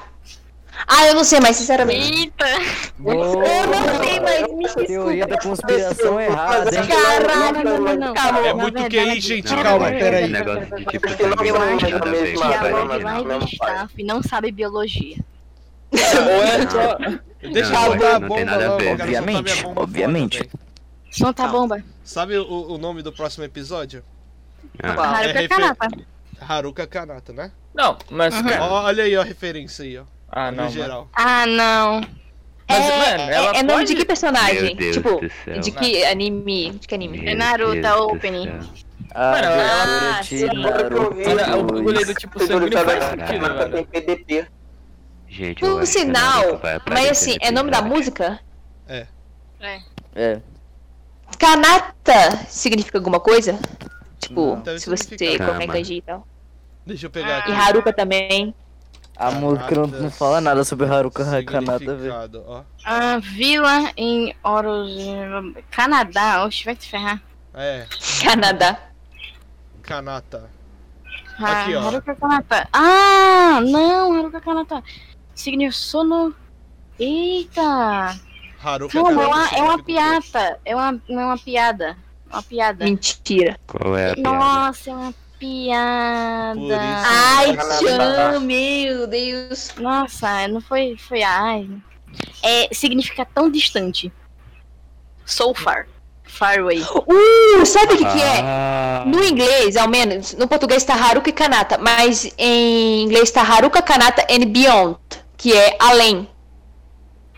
Speaker 7: Ah, eu não sei, mas sinceramente.
Speaker 1: Eita!
Speaker 7: Eu não sei, mas me
Speaker 8: Teoria
Speaker 7: desculpa.
Speaker 8: da conspiração errada, hein?
Speaker 7: Caralho,
Speaker 1: não, não, não.
Speaker 7: calma.
Speaker 2: É
Speaker 1: Na
Speaker 2: muito
Speaker 1: verdade-
Speaker 2: QI, gente.
Speaker 3: Não,
Speaker 2: Calma,
Speaker 3: não,
Speaker 2: peraí.
Speaker 3: esse negócio de tipo
Speaker 5: Porque não
Speaker 3: sangue
Speaker 5: são
Speaker 3: não
Speaker 5: mais
Speaker 3: tem nada a ver
Speaker 5: é
Speaker 3: com
Speaker 5: da
Speaker 1: E a mãe
Speaker 5: mesma
Speaker 3: sangue,
Speaker 5: família,
Speaker 1: vai
Speaker 3: não.
Speaker 5: né?
Speaker 1: do staff não sabe biologia.
Speaker 9: Ou é só.
Speaker 2: Deixa
Speaker 3: Não,
Speaker 2: eu dar a
Speaker 3: não tem
Speaker 2: bomba
Speaker 3: nada a
Speaker 2: logo.
Speaker 3: ver.
Speaker 2: eu quero soltar minha
Speaker 4: Obviamente,
Speaker 2: bomba
Speaker 4: obviamente.
Speaker 2: foda, velho.
Speaker 1: Solta a bomba.
Speaker 2: Sabe o, o nome do próximo episódio?
Speaker 1: A
Speaker 3: Ah,
Speaker 1: Haruka
Speaker 2: É
Speaker 1: é Kanata.
Speaker 2: Haruka Kanata, né?
Speaker 9: Não, mas,
Speaker 1: Uhum.
Speaker 3: É.
Speaker 9: cara.
Speaker 2: Ó, Olha aí ó, a referência aí, ó.
Speaker 9: Ah, não.
Speaker 2: no
Speaker 9: Mas,
Speaker 2: geral.
Speaker 1: Ah, não.
Speaker 9: mas,
Speaker 7: É,
Speaker 9: mano,
Speaker 7: é-
Speaker 9: ela
Speaker 7: é
Speaker 9: pode.
Speaker 7: nome de que personagem?
Speaker 3: Meu Deus
Speaker 7: tipo,
Speaker 3: do céu.
Speaker 7: de que é anime? De que anime?
Speaker 3: Meu
Speaker 1: Naruto,
Speaker 3: Deus do
Speaker 1: opening.
Speaker 3: céu.
Speaker 8: Ah,
Speaker 9: Mano, ela-
Speaker 8: Naruto,
Speaker 7: sim.
Speaker 8: Naruto,
Speaker 9: Mano, o bagulho do
Speaker 8: dois.
Speaker 9: tipo
Speaker 5: Tem que
Speaker 9: sanguíneo
Speaker 5: lutar
Speaker 9: faz
Speaker 5: da
Speaker 9: sentido,
Speaker 5: Kanata,
Speaker 9: velho.
Speaker 5: um tem PDP.
Speaker 3: Gente, eu
Speaker 7: Por
Speaker 3: acho que o
Speaker 7: sinal,
Speaker 3: Naruto vai aparecer
Speaker 7: mas assim,
Speaker 3: nesse
Speaker 7: é nome da
Speaker 3: episódio.
Speaker 7: música?
Speaker 8: É.
Speaker 7: Kanata significa alguma coisa? Tipo,
Speaker 2: Não, deve
Speaker 7: se você
Speaker 2: significar.
Speaker 7: como é que
Speaker 3: Kama.
Speaker 7: é e tal.
Speaker 2: Deixa eu
Speaker 3: Ah,
Speaker 2: pegar aqui.
Speaker 7: E Haruka também.
Speaker 8: A música não, não fala nada sobre Haruka é Kanata, velho.
Speaker 2: Significado, ó.
Speaker 1: A vila em Oros... Canadá. Oxe, vai te ferrar.
Speaker 2: É,
Speaker 7: Canadá.
Speaker 2: Kanata.
Speaker 1: Ha-
Speaker 2: Aqui, ó.
Speaker 1: Ah, Haruka Kanata. Ah, não, Haruka Kanata. Significa sono... Eita!
Speaker 2: Haruka
Speaker 1: Calma, é
Speaker 2: Kanata
Speaker 1: uma, é uma
Speaker 2: significa o quê?
Speaker 1: piada. É uma, não, é uma piada. Uma piada.
Speaker 7: Mentira.
Speaker 3: Qual é a piada?
Speaker 1: Nossa, é uma piada.
Speaker 2: Por isso-
Speaker 3: né?
Speaker 7: Ai,
Speaker 5: Canadá.
Speaker 7: Chan, meu Deus.
Speaker 1: Nossa, não foi. Foi ai. É, significa tão distante. So far. Far away.
Speaker 7: Uh, sabe o que, que é?
Speaker 3: Ah,
Speaker 7: No inglês, ao menos, no português tá Haruka e Kanata, mas em inglês tá Haruka, Kanata and Beyond, que é além.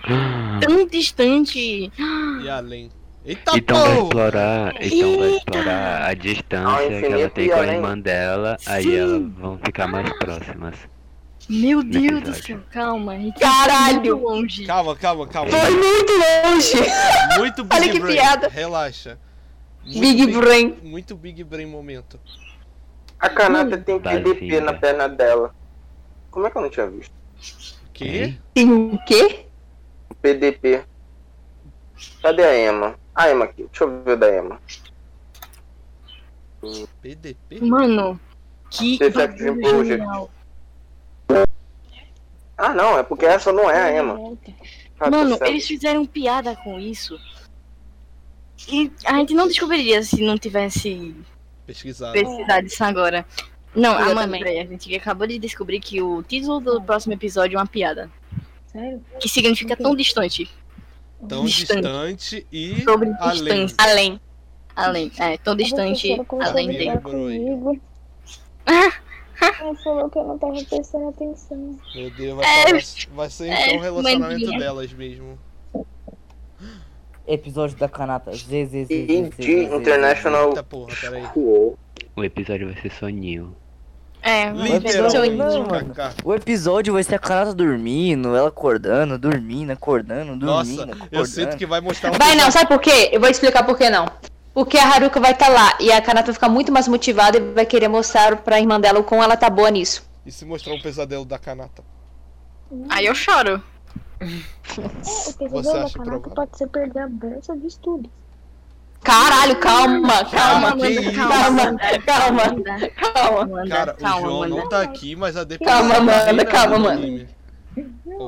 Speaker 5: Ah.
Speaker 1: tão distante.
Speaker 2: E além. Eita
Speaker 3: então vai
Speaker 2: porra!
Speaker 3: explorar, então vai
Speaker 1: Eita!
Speaker 3: explorar a
Speaker 5: Ah,
Speaker 3: distância
Speaker 5: infinito
Speaker 3: que ela tem
Speaker 5: e
Speaker 3: com a
Speaker 5: além.
Speaker 3: irmã dela, aí elas vão ficar mais próximas.
Speaker 5: É
Speaker 1: Meu Deus do
Speaker 3: Episódio.
Speaker 1: céu, calma. Rick, tá
Speaker 7: Caralho!
Speaker 1: muito Longe.
Speaker 2: Calma, calma, calma.
Speaker 7: Foi muito longe.
Speaker 2: Muito Big
Speaker 7: Olha que
Speaker 2: Brain.
Speaker 7: piada.
Speaker 2: Relaxa. Muito
Speaker 7: Big Brain.
Speaker 2: Muito Big Brain momento.
Speaker 5: A Kanata tem
Speaker 3: Vai,
Speaker 5: PDP
Speaker 3: filha.
Speaker 5: na perna dela. Como é que eu não tinha visto?
Speaker 2: Que?
Speaker 7: Tem o quê?
Speaker 5: PDP. Cadê a Emma? A Emma aqui. Deixa eu ver o da Emma.
Speaker 2: PDP?
Speaker 7: Hum.
Speaker 1: Mano, que
Speaker 5: Defect
Speaker 1: bagulho
Speaker 5: Implosion.
Speaker 1: genial.
Speaker 5: Ah, não. É porque essa não é a Emma. Ah, tá
Speaker 1: Mano,
Speaker 5: certo.
Speaker 1: eles fizeram piada com isso. E a gente não descobriria se não tivesse
Speaker 2: Pesquisado.
Speaker 1: pesquisado isso agora. Não, a
Speaker 7: Exatamente.
Speaker 1: Mamãe, a gente acabou de descobrir que o título do próximo episódio é uma piada.
Speaker 6: Sério?
Speaker 1: Que significa tão distante.
Speaker 2: Tão distante e
Speaker 1: Sobre
Speaker 2: além.
Speaker 1: distância.
Speaker 7: Além.
Speaker 1: Além. É, tão distante
Speaker 6: A professora começou a
Speaker 1: além
Speaker 6: brigar
Speaker 1: dele.
Speaker 2: dele.
Speaker 6: comigo. Ela falou que eu não tava prestando atenção.
Speaker 2: Meu Deus, vai,
Speaker 1: É,
Speaker 2: ser- vai ser então o relacionamento
Speaker 1: mandinha.
Speaker 2: delas mesmo.
Speaker 8: Episódio da Kanata. ZZZ.
Speaker 5: ED International
Speaker 2: Eita porra, peraí.
Speaker 5: School.
Speaker 3: O episódio vai ser soninho.
Speaker 1: É,
Speaker 2: Literalmente.
Speaker 8: Não,
Speaker 2: pra
Speaker 8: mano.
Speaker 2: cá.
Speaker 4: O episódio vai ser a Kanata dormindo, ela acordando, dormindo, acordando, dormindo,
Speaker 2: Nossa,
Speaker 4: acordando.
Speaker 2: eu sinto que vai mostrar um
Speaker 7: Vai não, sabe por quê? Eu vou explicar por que não. Porque a Haruka vai estar lá e a Kanata vai ficar muito mais motivada e vai querer mostrar pra irmã dela o quão ela tá boa nisso.
Speaker 2: E se mostrar um pesadelo da Kanata?
Speaker 1: aí eu choro.
Speaker 6: É, o
Speaker 2: Você
Speaker 6: pesadelo da
Speaker 2: acha
Speaker 6: Kanata
Speaker 2: provável?
Speaker 6: pode ser perder a bolsa de estudo.
Speaker 7: Caralho, calma, calma,
Speaker 2: que isso?
Speaker 7: calma, calma,
Speaker 1: Amanda,
Speaker 7: calma.
Speaker 1: Amanda,
Speaker 2: Cara,
Speaker 1: calma,
Speaker 2: o João
Speaker 1: Amanda.
Speaker 2: não tá aqui, mas a DP.
Speaker 7: Calma, Amanda, calma, Amanda.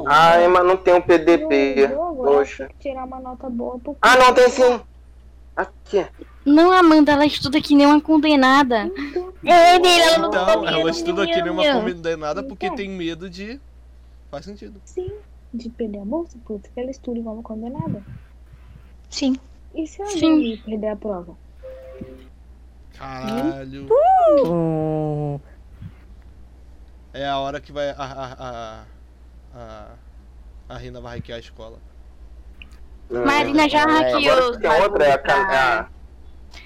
Speaker 5: A Emma não tem um
Speaker 6: No
Speaker 5: PDP.
Speaker 6: jogo, ela
Speaker 5: Poxa.
Speaker 6: tem que tirar uma nota boa pro
Speaker 5: Ah, não, tem sim. Aqui.
Speaker 1: Não, Amanda, ela estuda que nem uma condenada.
Speaker 7: É, menina, ela não
Speaker 2: Então,
Speaker 7: come,
Speaker 2: ela
Speaker 7: não
Speaker 2: estuda
Speaker 7: come,
Speaker 2: aqui
Speaker 7: não
Speaker 2: numa
Speaker 7: come.
Speaker 2: condenada porque
Speaker 6: Então.
Speaker 2: tem medo de. Faz sentido.
Speaker 6: Sim, de perder a bolsa, por isso que ela estuda igual uma condenada.
Speaker 7: Sim.
Speaker 6: né? E se
Speaker 1: Sim.
Speaker 6: alguém perder a prova?
Speaker 2: Caralho. Uh!
Speaker 4: Hum,
Speaker 2: É a hora que vai. A. A. A, a, a Rina vai hackear a escola.
Speaker 1: Marina já hackeou. os
Speaker 5: Hum. É, Agora tem outra, é a
Speaker 1: bagulho pra-
Speaker 5: Kanata.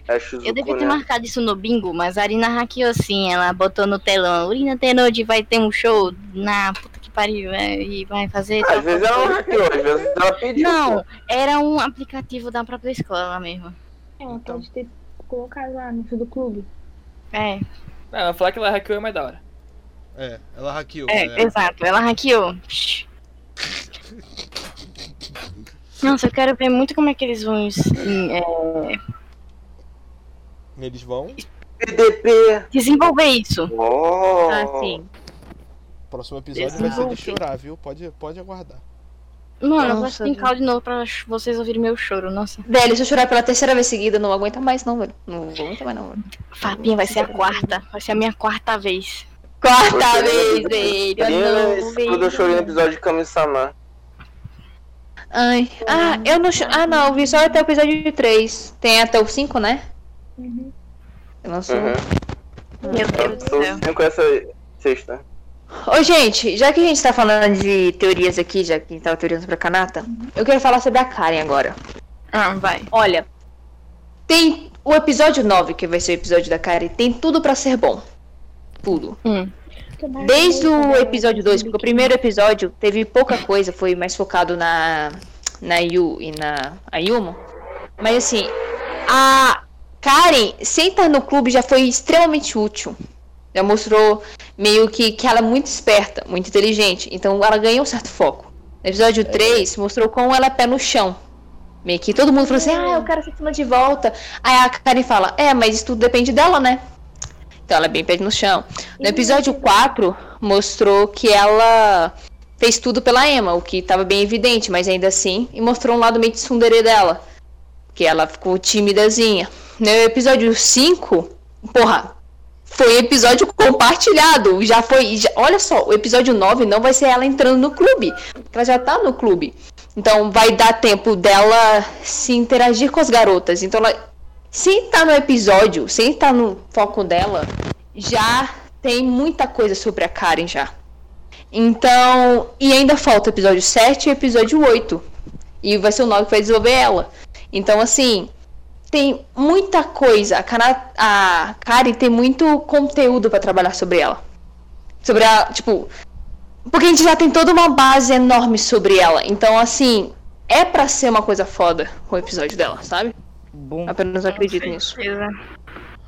Speaker 5: É a Shizuko,
Speaker 1: Eu devia ter
Speaker 5: né?
Speaker 1: marcado isso no bingo, mas a Arina hackeou sim. Ela botou no telão: Urina Tenode vai ter um show na puta que pariu é, e vai fazer.
Speaker 5: Ah,
Speaker 1: tal
Speaker 5: Às vezes ela não hackeou, às vezes ela pediu.
Speaker 1: Não, era um aplicativo da própria escola mesmo.
Speaker 6: Ela
Speaker 2: Então.
Speaker 6: pode ter colocado lá no do clube.
Speaker 1: É,
Speaker 9: Não, ela falar que ela hackeou é mais da hora.
Speaker 2: É, ela hackeou.
Speaker 1: é,
Speaker 2: galera.
Speaker 1: exato. Ela hackeou. Shhh. Nossa, eu quero ver muito como é que eles vão assim, é,
Speaker 2: Eles vão.
Speaker 5: PDP.
Speaker 1: desenvolver isso.
Speaker 5: Oh.
Speaker 1: Ah,
Speaker 7: Assim.
Speaker 2: Próximo episódio vai ser de chorar, viu? Pode, pode aguardar.
Speaker 1: Mano, eu vou
Speaker 7: Nossa,
Speaker 1: explicar de novo pra vocês ouvirem meu choro. Nossa,
Speaker 7: Velho, se eu chorar pela terceira vez seguida, eu não aguento mais não, velho. Não aguento mais não, velho.
Speaker 1: Fabinha vai ser a quarta. Vai ser a minha quarta vez.
Speaker 7: Quarta
Speaker 5: Você-
Speaker 7: vez, velho. eu não
Speaker 5: Meninas, Quando eu
Speaker 7: vejo.
Speaker 5: chorei no episódio de Kami-sama.
Speaker 7: Ai. Ah, eu não cho- Ah, não, eu vi só até o episódio 3. Tem até o 5, né?
Speaker 6: Uhum.
Speaker 7: Eu não sou.
Speaker 5: Uhum.
Speaker 1: Meu Deus do
Speaker 5: Eu
Speaker 1: céu.
Speaker 5: tô com essa sexta.
Speaker 7: Ô, gente, já que a gente tá falando de teorias aqui, já que a gente tava teorizando pra Kanata, eu quero falar sobre a Karen agora.
Speaker 1: Ah, vai.
Speaker 7: Olha, tem o episódio 9, que vai ser o episódio da Karen, tem tudo pra ser bom. Tudo. Desde o episódio 2, porque o primeiro episódio teve pouca coisa, foi mais focado na, na Yu e na Ayumu. Mas assim, a Karen, sem estar no clube, já foi extremamente útil. Já mostrou meio que, que ela é muito esperta, muito inteligente. Então ela ganhou um certo foco. No episódio 3, mostrou como ela é pé no chão. Meio que todo mundo falou assim, ah, eu quero ser cima de volta. Aí a Karen fala, é, mas isso tudo depende dela, né? Então ela é bem pé no chão. No episódio 4, mostrou que ela fez tudo pela Emma, o que estava bem evidente, mas ainda assim, e mostrou um lado meio de tsundere dela, que ela ficou timidazinha. No episódio 5, porra, foi episódio compartilhado, já foi, já- olha só, o episódio 9 não vai ser ela entrando no clube, porque ela já tá no clube. Então vai dar tempo dela se interagir com as garotas. Então ela sem estar no episódio, sem estar no foco dela, já tem muita coisa sobre a Karen já. Então, e ainda falta o episódio 7 e o episódio 8. E vai ser o Nobby que vai desenvolver ela. Então, assim, tem muita coisa. A, Kana, a Kari tem muito conteúdo pra trabalhar sobre ela. Sobre a, tipo. Porque a gente já tem toda uma base enorme sobre ela. Então, assim, é pra ser uma coisa foda o episódio dela, sabe?
Speaker 4: Bom.
Speaker 7: Apenas acredito nisso.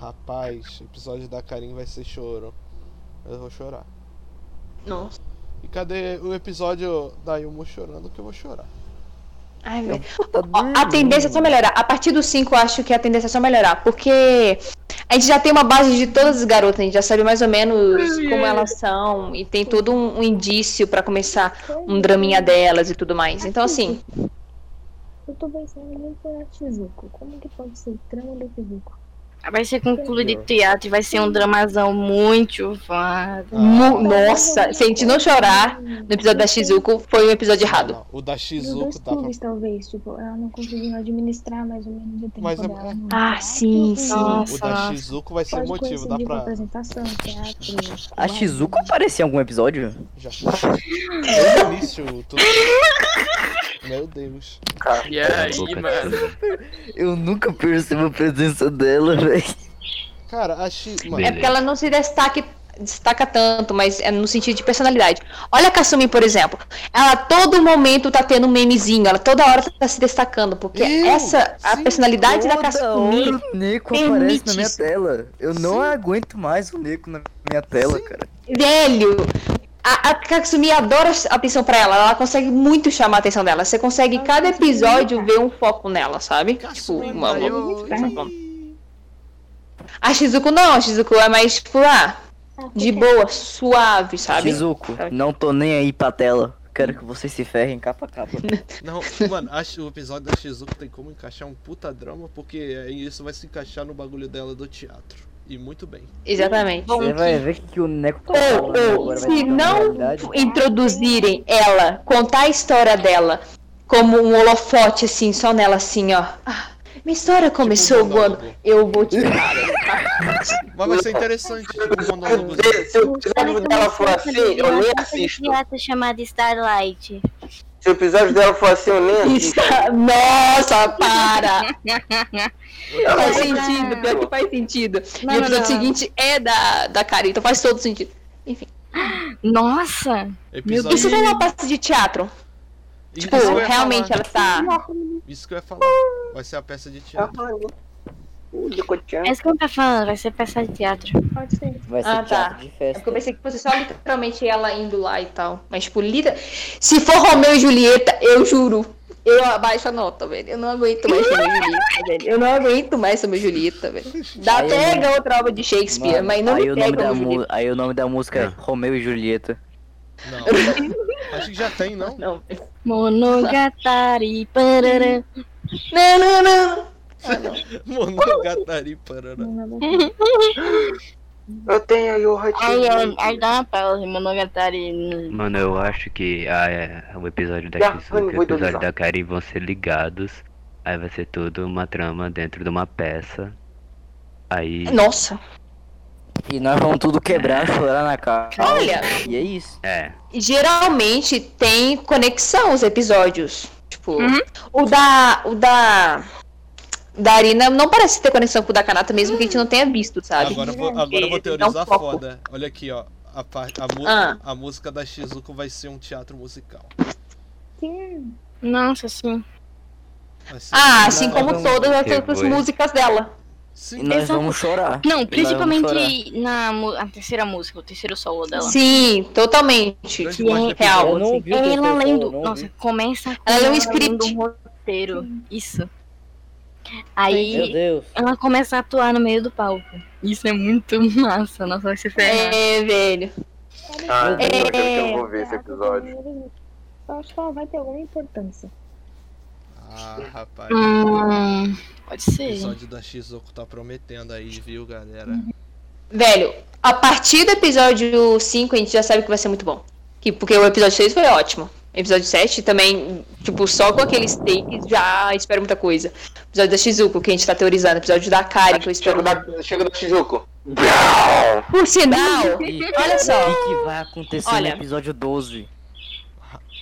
Speaker 2: Rapaz, o episódio da Karim vai ser choro. Eu vou chorar.
Speaker 7: Nossa.
Speaker 2: E cadê o episódio da Yumo chorando que eu vou chorar?
Speaker 7: Ai, velho.
Speaker 8: tá
Speaker 7: Ó,
Speaker 4: Hum.
Speaker 7: A tendência é só melhorar. A partir do 5, eu acho que a tendência é só melhorar. Porque a gente já tem uma base de todas as garotas, a gente já sabe mais ou menos como elas são. E tem todo um, um indício pra começar um draminha delas e tudo mais. Então, assim,
Speaker 6: Eu tô pensando muito na Tizuko. Como que pode ser o trama da Tizuko?
Speaker 1: Vai ser com clube de teatro e vai ser um dramazão muito foda.
Speaker 7: Mu-
Speaker 2: Ah,
Speaker 7: Nossa, se a gente não chorar no episódio da Shizuko, foi um episódio errado.
Speaker 2: O da
Speaker 6: Dos
Speaker 2: Shizuko
Speaker 6: dois
Speaker 2: dá pra.
Speaker 6: clubes, talvez. Tipo, ela não conseguiu administrar mais ou menos o tempo
Speaker 2: Mas é-
Speaker 6: dela.
Speaker 7: Ah, sim, sim.
Speaker 2: O da
Speaker 1: Nossa.
Speaker 2: Shizuko vai ser é o
Speaker 6: Pode
Speaker 2: motivo,
Speaker 6: conhecer
Speaker 2: dá
Speaker 6: de
Speaker 2: pra.
Speaker 6: apresentação, teatro...
Speaker 4: A Shizuko apareceu em algum episódio?
Speaker 2: Já. Desde o início, tu. Meu Deus.
Speaker 9: E é aí,
Speaker 3: Boca de
Speaker 9: mano?
Speaker 3: tudo.
Speaker 4: Eu nunca percebo a presença dela, velho.
Speaker 2: Cara, a Shi. Mano,
Speaker 7: É porque ela não se destaque, destaca tanto, mas é no sentido de personalidade. Olha a Kasumi, por exemplo. Ela a todo momento tá tendo um memezinho, ela toda hora tá se destacando, porque
Speaker 2: Eu?
Speaker 7: essa, a
Speaker 2: Sim,
Speaker 7: personalidade da
Speaker 4: Toda hora
Speaker 7: Kasumi.
Speaker 4: o Neko
Speaker 7: permite
Speaker 4: aparece na minha
Speaker 7: isso.
Speaker 4: tela. Eu não aguento mais o Neko na minha tela, cara.
Speaker 7: Velho! A, a Kasumi adora a atenção pra ela, ela consegue muito chamar a atenção dela. Você consegue, cada episódio, ver um foco nela, sabe? Tipo, uma, uma,
Speaker 2: é
Speaker 7: A Shizuko não, a Shizuko é mais, tipo, ah, de boa, suave, sabe?
Speaker 4: Shizuko, não tô nem aí pra tela. Quero que vocês se ferrem capa a capa.
Speaker 2: Não, mano, acho o episódio da Shizuko tem como encaixar um puta drama, porque aí isso vai se encaixar no bagulho dela do teatro. E muito bem. Tipo,
Speaker 7: Exatamente.
Speaker 4: Você vai ver que o Neko tá falando
Speaker 7: Ou, ou,
Speaker 4: agora vai
Speaker 7: se
Speaker 4: ficar uma
Speaker 7: não
Speaker 4: realidade.
Speaker 7: introduzirem ela, contar a história dela como um holofote, assim, só nela, assim, ó. Ah, minha história começou
Speaker 2: um
Speaker 7: quando
Speaker 2: monólogo.
Speaker 7: eu vou te...
Speaker 2: Mas vai ser interessante, tipo, o monólogo dela.
Speaker 5: Se o episódio dela for assim, eu nem assisto.
Speaker 1: chamada Starlight.
Speaker 5: Se o episódio dela for assim, eu nem assisto.
Speaker 7: Isso- Nossa, para! faz sentido, pior que faz sentido.
Speaker 1: Não,
Speaker 7: e o
Speaker 1: não,
Speaker 7: episódio
Speaker 1: não.
Speaker 7: seguinte é da, da Karen, então faz todo sentido.
Speaker 1: Nossa!
Speaker 7: E
Speaker 2: Episódio.
Speaker 7: se tem é uma parte de teatro?
Speaker 2: Isso
Speaker 7: Tipo,
Speaker 4: é
Speaker 2: que eu ia
Speaker 7: realmente
Speaker 2: falar,
Speaker 7: ela tá...
Speaker 2: Isso que eu ia falar. Vai ser a peça de teatro.
Speaker 5: O Lico-chan.
Speaker 1: É isso que eu tô falando, vai ser peça de teatro.
Speaker 6: Pode ser. tipo,
Speaker 4: Vai ser
Speaker 7: Ah, tá.
Speaker 4: teatro de
Speaker 7: É porque eu
Speaker 4: festa.
Speaker 7: pensei que fosse só literalmente ela indo lá e tal. Mas, tipo, lida. Se for Romeu e Julieta, eu juro. Eu abaixo a nota, velho. Eu não aguento mais Romeu e Julieta, velho. Eu não aguento mais Romeu e Julieta, velho. Dá
Speaker 4: Aí eu
Speaker 7: pega outra obra de Shakespeare,
Speaker 4: Mano,
Speaker 7: mas não
Speaker 4: aí,
Speaker 7: me
Speaker 4: o nome
Speaker 7: pega
Speaker 4: da
Speaker 7: Romeu e
Speaker 4: mu-
Speaker 7: Julieta.
Speaker 4: aí o nome da música é
Speaker 3: Não.
Speaker 4: Romeu e Julieta.
Speaker 2: Não. Acho que já tem, não?
Speaker 7: Não.
Speaker 1: Monogatari. Parará.
Speaker 7: não, não, não.
Speaker 2: Monogatari Parará.
Speaker 7: Uhum.
Speaker 5: Eu tenho aí o
Speaker 1: Ai, ai, ai,
Speaker 5: Ratinho.
Speaker 1: dá uma pausa, Monogatari. no-
Speaker 3: Mano, eu acho que ah, é, o episódio da
Speaker 5: Já,
Speaker 3: Shizuka e
Speaker 5: vamos,
Speaker 3: o
Speaker 5: vou
Speaker 3: episódio
Speaker 5: improvisar.
Speaker 3: da Kari vão ser ligados. Aí vai ser tudo uma trama dentro de uma peça. Aí.
Speaker 7: Nossa.
Speaker 4: E nós vamos tudo quebrar, chorar na cara.
Speaker 7: Olha.
Speaker 4: E é isso.
Speaker 3: É.
Speaker 7: Geralmente tem conexão os episódios. Tipo, o da. O da. Da Arina não parece ter conexão com o da Kanata, mesmo que a gente não tenha visto, sabe?
Speaker 2: Agora eu vou, agora eu vou
Speaker 7: Ele dá um
Speaker 2: teorizar
Speaker 7: foco.
Speaker 2: foda. Olha aqui, ó. A, parte, a, mu-
Speaker 7: Ah.
Speaker 2: a música da Shizuko vai ser um teatro musical.
Speaker 6: Sim.
Speaker 1: Nossa, sim.
Speaker 2: Vai ser
Speaker 7: Ah,
Speaker 2: um
Speaker 7: assim
Speaker 2: musical.
Speaker 7: como Né? todas as
Speaker 3: Que
Speaker 7: outras
Speaker 3: foi.
Speaker 7: músicas dela.
Speaker 4: E
Speaker 2: Sim,
Speaker 4: nós
Speaker 1: Exato.
Speaker 4: vamos chorar.
Speaker 1: Não,
Speaker 4: chorar.
Speaker 1: principalmente na mu- a terceira música, o terceiro solo dela.
Speaker 7: Sim, totalmente.
Speaker 2: Grande
Speaker 1: E
Speaker 2: parte do
Speaker 1: é
Speaker 2: episódio.
Speaker 4: Eu não vi o terceiro
Speaker 1: Ela
Speaker 4: solo,
Speaker 1: lendo.
Speaker 4: não
Speaker 1: Nossa,
Speaker 4: vi.
Speaker 1: começa com
Speaker 7: Ela leu um
Speaker 1: lendo
Speaker 7: script.
Speaker 1: um roteiro. Isso.
Speaker 4: Meu
Speaker 1: Aí
Speaker 4: Deus.
Speaker 1: ela começa a atuar no meio do palco. Isso é muito massa. Nossa, vai ser ferrado.
Speaker 7: É, velho.
Speaker 5: Ah,
Speaker 4: Meu
Speaker 5: eu
Speaker 4: Deus.
Speaker 5: quero que eu vou ver esse episódio.
Speaker 6: Eu acho que ela vai ter alguma importância.
Speaker 2: Ah, rapaz.
Speaker 1: Hum, pode
Speaker 2: O
Speaker 1: ser.
Speaker 2: episódio da Shizuko tá prometendo aí, viu, galera?
Speaker 7: Hum. Velho, a partir do episódio 5 a gente já sabe que vai ser muito bom. Que, porque o episódio 6 foi ótimo. Episódio 7 também, tipo, só com aqueles takes já espero muita coisa. Episódio da Shizuko, que a gente tá teorizando. Episódio da Kari, que eu espero.
Speaker 5: Chega da, chega da Tijuco.
Speaker 7: Por sinal,
Speaker 4: E
Speaker 7: olha só.
Speaker 4: O que, que vai acontecer
Speaker 7: Olha.
Speaker 4: no episódio 12?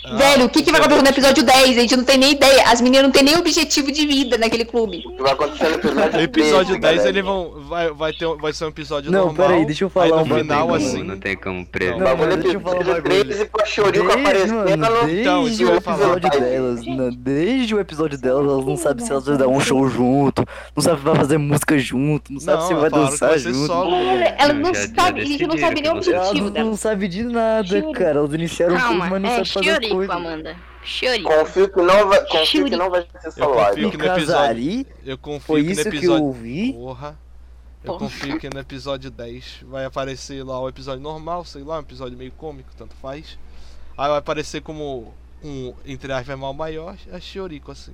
Speaker 3: Ah,
Speaker 7: Velho, o que,
Speaker 2: Ah,
Speaker 7: que vai acontecer no episódio 10? A gente não tem nem ideia. As meninas não têm nem objetivo de vida naquele clube.
Speaker 5: Vai acontecer no episódio
Speaker 2: No episódio
Speaker 5: 10,
Speaker 2: 10
Speaker 5: galera.
Speaker 2: ele vão, vai, vai, ter, um- vai ser um episódio
Speaker 4: Não,
Speaker 2: normal.
Speaker 4: peraí, deixa eu falar
Speaker 2: aí
Speaker 4: um
Speaker 2: no
Speaker 4: bagulho.
Speaker 2: final,
Speaker 3: Não,
Speaker 2: assim.
Speaker 3: não tem como prever.
Speaker 4: Não,
Speaker 5: Bagulho
Speaker 2: é
Speaker 4: mano, deixa eu
Speaker 5: do
Speaker 4: falar um
Speaker 5: episódio
Speaker 4: bagulho.
Speaker 5: 13 com a Chorico
Speaker 4: Desde,
Speaker 5: aparecendo
Speaker 4: mano,
Speaker 5: no-
Speaker 2: Então,
Speaker 4: desde
Speaker 2: isso que eu
Speaker 4: o
Speaker 2: ia falar.
Speaker 4: episódio delas, não, desde o episódio delas, elas não sabem se elas vão dar um show junto, não sabem se vai fazer música junto, não sabem se
Speaker 2: Não,
Speaker 4: vai
Speaker 2: falaram que
Speaker 4: dançar
Speaker 2: vai ser um-
Speaker 4: junto.
Speaker 2: solo.
Speaker 7: Elas não
Speaker 3: Já- já
Speaker 7: sabem, a gente não
Speaker 3: decidiram
Speaker 7: sabe nem o
Speaker 3: que você-
Speaker 4: Elas
Speaker 7: objetivo
Speaker 4: não,
Speaker 7: dela.
Speaker 4: não sabem de nada,
Speaker 6: Juro.
Speaker 4: cara. Elas iniciaram tudo,
Speaker 1: Calma,
Speaker 4: um mas não
Speaker 1: é
Speaker 4: sabem fazer as
Speaker 1: Shioriko,
Speaker 4: coisas.
Speaker 1: Amanda. Shioriko.
Speaker 5: Confio que não vai, confio que não vai ser só
Speaker 2: Eu
Speaker 5: live.
Speaker 2: confio
Speaker 4: No
Speaker 2: que no episódio.
Speaker 4: Casari,
Speaker 2: Eu confio
Speaker 4: foi
Speaker 2: que no
Speaker 4: isso que eu
Speaker 2: episódio.
Speaker 4: ouvi.
Speaker 2: Porra. Eu
Speaker 1: Porra.
Speaker 2: confio que no episódio 10 vai aparecer lá o episódio normal, sei lá, um episódio meio cômico, tanto faz. Aí vai aparecer como um, entre aspas, mal maior, a Shioriko, assim.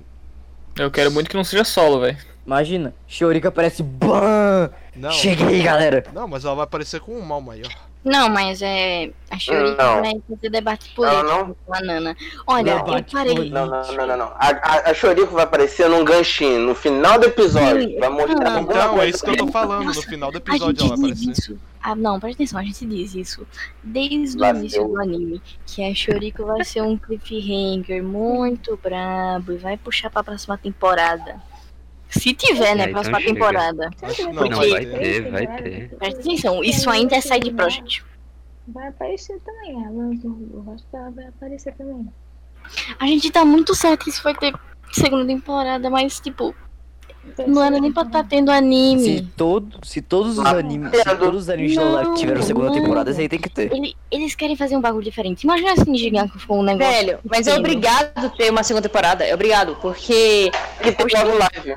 Speaker 9: Eu quero muito que não seja solo, velho.
Speaker 4: Imagina, Shiorika aparece. Bam!
Speaker 2: Não.
Speaker 4: Cheguei, galera!
Speaker 2: Não, mas ela vai aparecer com um mal maior.
Speaker 1: Não, mas é. A Shioriko
Speaker 5: Não.
Speaker 1: vai fazer debate
Speaker 5: Não,
Speaker 1: político
Speaker 5: não,
Speaker 1: com a Nana. Olha, eu
Speaker 4: Debate
Speaker 1: parei.
Speaker 5: não, não, não, não, não. A, a, a Chorico vai aparecer num ganchinho no final do episódio. Vai
Speaker 7: Ah.
Speaker 5: mostrar alguma
Speaker 2: Então, é
Speaker 5: coisa.
Speaker 2: isso que eu tô falando. No final
Speaker 1: A
Speaker 2: do episódio
Speaker 1: gente
Speaker 2: ela vai
Speaker 1: diz
Speaker 2: aparecer.
Speaker 1: isso. Ah, não, presta atenção, a gente diz isso desde o
Speaker 5: Lá se
Speaker 1: início
Speaker 5: deu.
Speaker 1: do anime. Que a Shoriko vai ser um cliffhanger muito brabo e vai puxar pra próxima temporada. Se tiver, né?
Speaker 3: É, então
Speaker 1: Próxima
Speaker 3: chega.
Speaker 1: temporada.
Speaker 2: Acho que
Speaker 1: Não, vai
Speaker 2: ter.
Speaker 3: ter, vai ter.
Speaker 1: Presta atenção, isso ainda é side project.
Speaker 6: Vai aparecer também, a Lance do Rubio Rocha vai aparecer também.
Speaker 1: A gente tá muito certo que isso vai ter segunda temporada, mas tipo,
Speaker 6: Então,
Speaker 1: não
Speaker 6: assim,
Speaker 1: era nem pra estar tendo anime.
Speaker 4: Se, todo, se todos os
Speaker 5: Ah,
Speaker 4: animes, se
Speaker 5: credo.
Speaker 4: todos os animes de Love Live tiveram segunda
Speaker 1: Não,
Speaker 4: temporada, isso aí tem que ter.
Speaker 1: Ele- eles querem fazer um bagulho diferente. Imagina assim, gigante com um negócio.
Speaker 7: Velho, mas é
Speaker 1: Sim.
Speaker 7: obrigado ter uma segunda temporada. É obrigado, porque
Speaker 5: que tem logo live.
Speaker 1: É,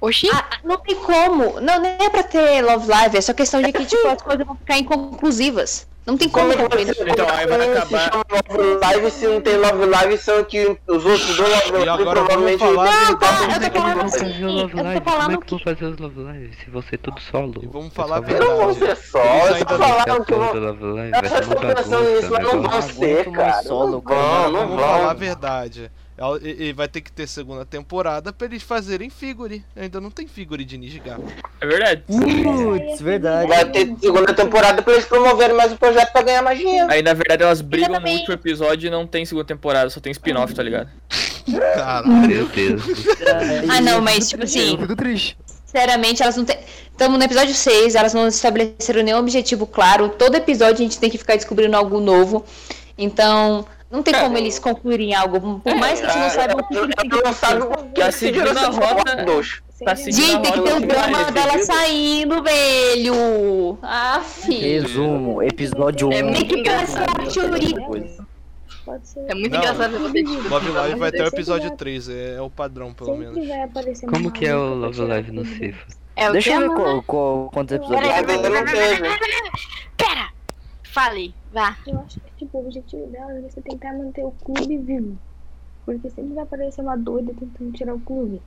Speaker 1: Oxi,
Speaker 7: ah, não tem como. Não, nem é pra ter Love Live, é só questão de que tipo, as coisas vão ficar inconclusivas. Não tem como. é
Speaker 5: Como
Speaker 7: concluir.
Speaker 5: você-
Speaker 9: Então, aí vai
Speaker 5: como é se
Speaker 9: acabar-
Speaker 5: chama Love Live se não tem Love Live, são que os outros do Love
Speaker 2: E
Speaker 5: Live
Speaker 2: agora vamos
Speaker 5: provavelmente.
Speaker 2: falar.
Speaker 7: Não, tá, eu
Speaker 5: Tem
Speaker 7: tô
Speaker 5: que-
Speaker 7: falando
Speaker 5: Eles
Speaker 7: assim.
Speaker 3: fazer o
Speaker 7: Eu
Speaker 3: Love
Speaker 7: tô
Speaker 3: Live? Como é
Speaker 7: falando
Speaker 3: que eu vou
Speaker 7: que.
Speaker 3: fazer os Love Lives se você é tudo solo?
Speaker 2: E vamos falar a
Speaker 3: Eu só-
Speaker 5: Não vão ser só, eles
Speaker 2: ainda
Speaker 5: só
Speaker 2: não
Speaker 5: falaram que vão.
Speaker 3: Love Live, vai
Speaker 5: Elas
Speaker 3: ser uma
Speaker 5: estão pensando nisso,
Speaker 2: né?
Speaker 3: bagunça, né?
Speaker 5: mas não
Speaker 3: negócio.
Speaker 5: vão ser,
Speaker 4: aguento mais
Speaker 5: cara. Não
Speaker 4: solo, cara.
Speaker 5: vão,
Speaker 2: Vamos
Speaker 5: não
Speaker 2: falar a
Speaker 5: vão.
Speaker 2: verdade. Ela- E, e vai ter que ter segunda temporada pra eles fazerem figure. Ainda não tem figure de Nishiga.
Speaker 9: É verdade.
Speaker 4: Putz, verdade.
Speaker 5: Vai ter segunda temporada pra eles promoverem mais o projeto pra ganhar mais dinheiro.
Speaker 9: Aí, na verdade, elas brigam no
Speaker 7: Exatamente.
Speaker 9: último episódio e não tem segunda temporada, só tem spin-off, tá ligado?
Speaker 2: Caralho.
Speaker 3: Meu Deus.
Speaker 7: Ah, não, mas tipo assim.
Speaker 4: Eu fico triste.
Speaker 7: Sinceramente, elas não têm. Estamos no episódio 6, elas não estabeleceram nenhum objetivo claro. Todo episódio a gente tem que ficar descobrindo algo novo. Então, não tem como eles concluírem algo. Por mais que a gente não saiba o que eles têm
Speaker 5: Ela não sabe o que
Speaker 9: Tá
Speaker 5: é
Speaker 9: seguindo a rota. Tá
Speaker 6: Seria-
Speaker 9: seguindo
Speaker 7: Gente, tem que ter o
Speaker 9: Olha,
Speaker 7: drama
Speaker 9: olha,
Speaker 7: dela
Speaker 9: olha.
Speaker 7: saindo, velho. Ah, Aff.
Speaker 4: Resumo, Um episódio 1.
Speaker 1: É muito
Speaker 7: engraçado,
Speaker 6: Pode ser.
Speaker 1: é muito
Speaker 2: Não.
Speaker 1: engraçado você.
Speaker 2: Love Live vai ter o
Speaker 6: Eu sei que
Speaker 2: episódio
Speaker 6: vai-
Speaker 2: 3, é, é o padrão, pelo
Speaker 6: Sempre
Speaker 2: menos.
Speaker 6: vai aparecer
Speaker 3: Como
Speaker 6: uma
Speaker 3: que é
Speaker 6: maluca
Speaker 3: o
Speaker 6: pra
Speaker 3: Love
Speaker 6: tirar
Speaker 3: Live no
Speaker 6: dúvida.
Speaker 3: Cifra?
Speaker 1: É o
Speaker 4: Deixa
Speaker 1: que
Speaker 4: eu
Speaker 1: a
Speaker 4: ver
Speaker 1: Amanda
Speaker 4: qual, qual, quantos episódios
Speaker 5: Mas
Speaker 1: Peraí,
Speaker 5: ainda não teve.
Speaker 1: Pera! Fale, vá.
Speaker 6: Eu acho que tipo, o objetivo dela é você tentar manter o clube vivo. Porque sempre vai aparecer uma doida tentando tirar o clube.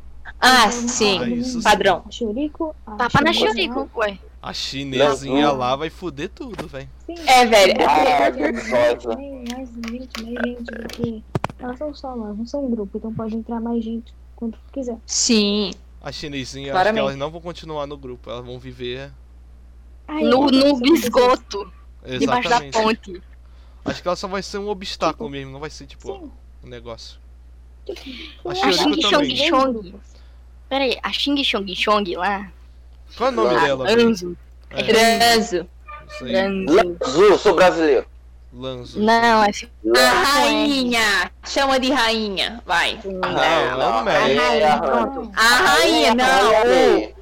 Speaker 6: Então,
Speaker 7: Ah,
Speaker 2: Ah,
Speaker 7: sim.
Speaker 2: isso sim.
Speaker 7: Padrão.
Speaker 6: A Chorico. a
Speaker 1: Tapa na
Speaker 6: Chorico,
Speaker 1: Shuriku, ué.
Speaker 2: A chinesinha
Speaker 5: Não.
Speaker 2: lá vai fuder tudo, velho.
Speaker 6: Sim.
Speaker 7: É, velho. é porque-
Speaker 5: Ah,
Speaker 6: Nossa.
Speaker 5: gostosa.
Speaker 6: Mais gente, mais gente, porque elas são só elas, não são um grupo, então pode entrar mais gente quando quiser.
Speaker 7: Sim.
Speaker 2: A chinesinha, acho que
Speaker 7: Claramente.
Speaker 2: elas não vão continuar no grupo, elas vão viver.
Speaker 6: Aí,
Speaker 1: No,
Speaker 6: eu
Speaker 1: no
Speaker 6: sou
Speaker 1: esgoto, debaixo da
Speaker 2: Exatamente.
Speaker 1: ponte.
Speaker 2: Acho que ela só vai ser um obstáculo mesmo, não vai ser tipo
Speaker 6: Sim.
Speaker 2: um negócio.
Speaker 6: Eu
Speaker 2: A
Speaker 6: acho
Speaker 2: Shioriko
Speaker 1: que
Speaker 2: também.
Speaker 1: Shogi- Chong. Pera aí, a Xing Chong Chong lá.
Speaker 2: Qual é o nome
Speaker 5: Ah,
Speaker 2: dela? velho?
Speaker 1: Anzo.
Speaker 2: É,
Speaker 7: Transo.
Speaker 2: isso aí.
Speaker 1: Anzo.
Speaker 5: Lanzu, sou brasileiro.
Speaker 2: Lanzo.
Speaker 1: Não, é assim.
Speaker 7: A
Speaker 1: Ah,
Speaker 7: rainha. Chama de rainha. Vai.
Speaker 2: Não, Ah, não,
Speaker 5: aí
Speaker 2: velho.
Speaker 5: é
Speaker 1: rainha,
Speaker 5: arranjo.
Speaker 1: pronto.
Speaker 7: A rainha, não.
Speaker 5: Aí,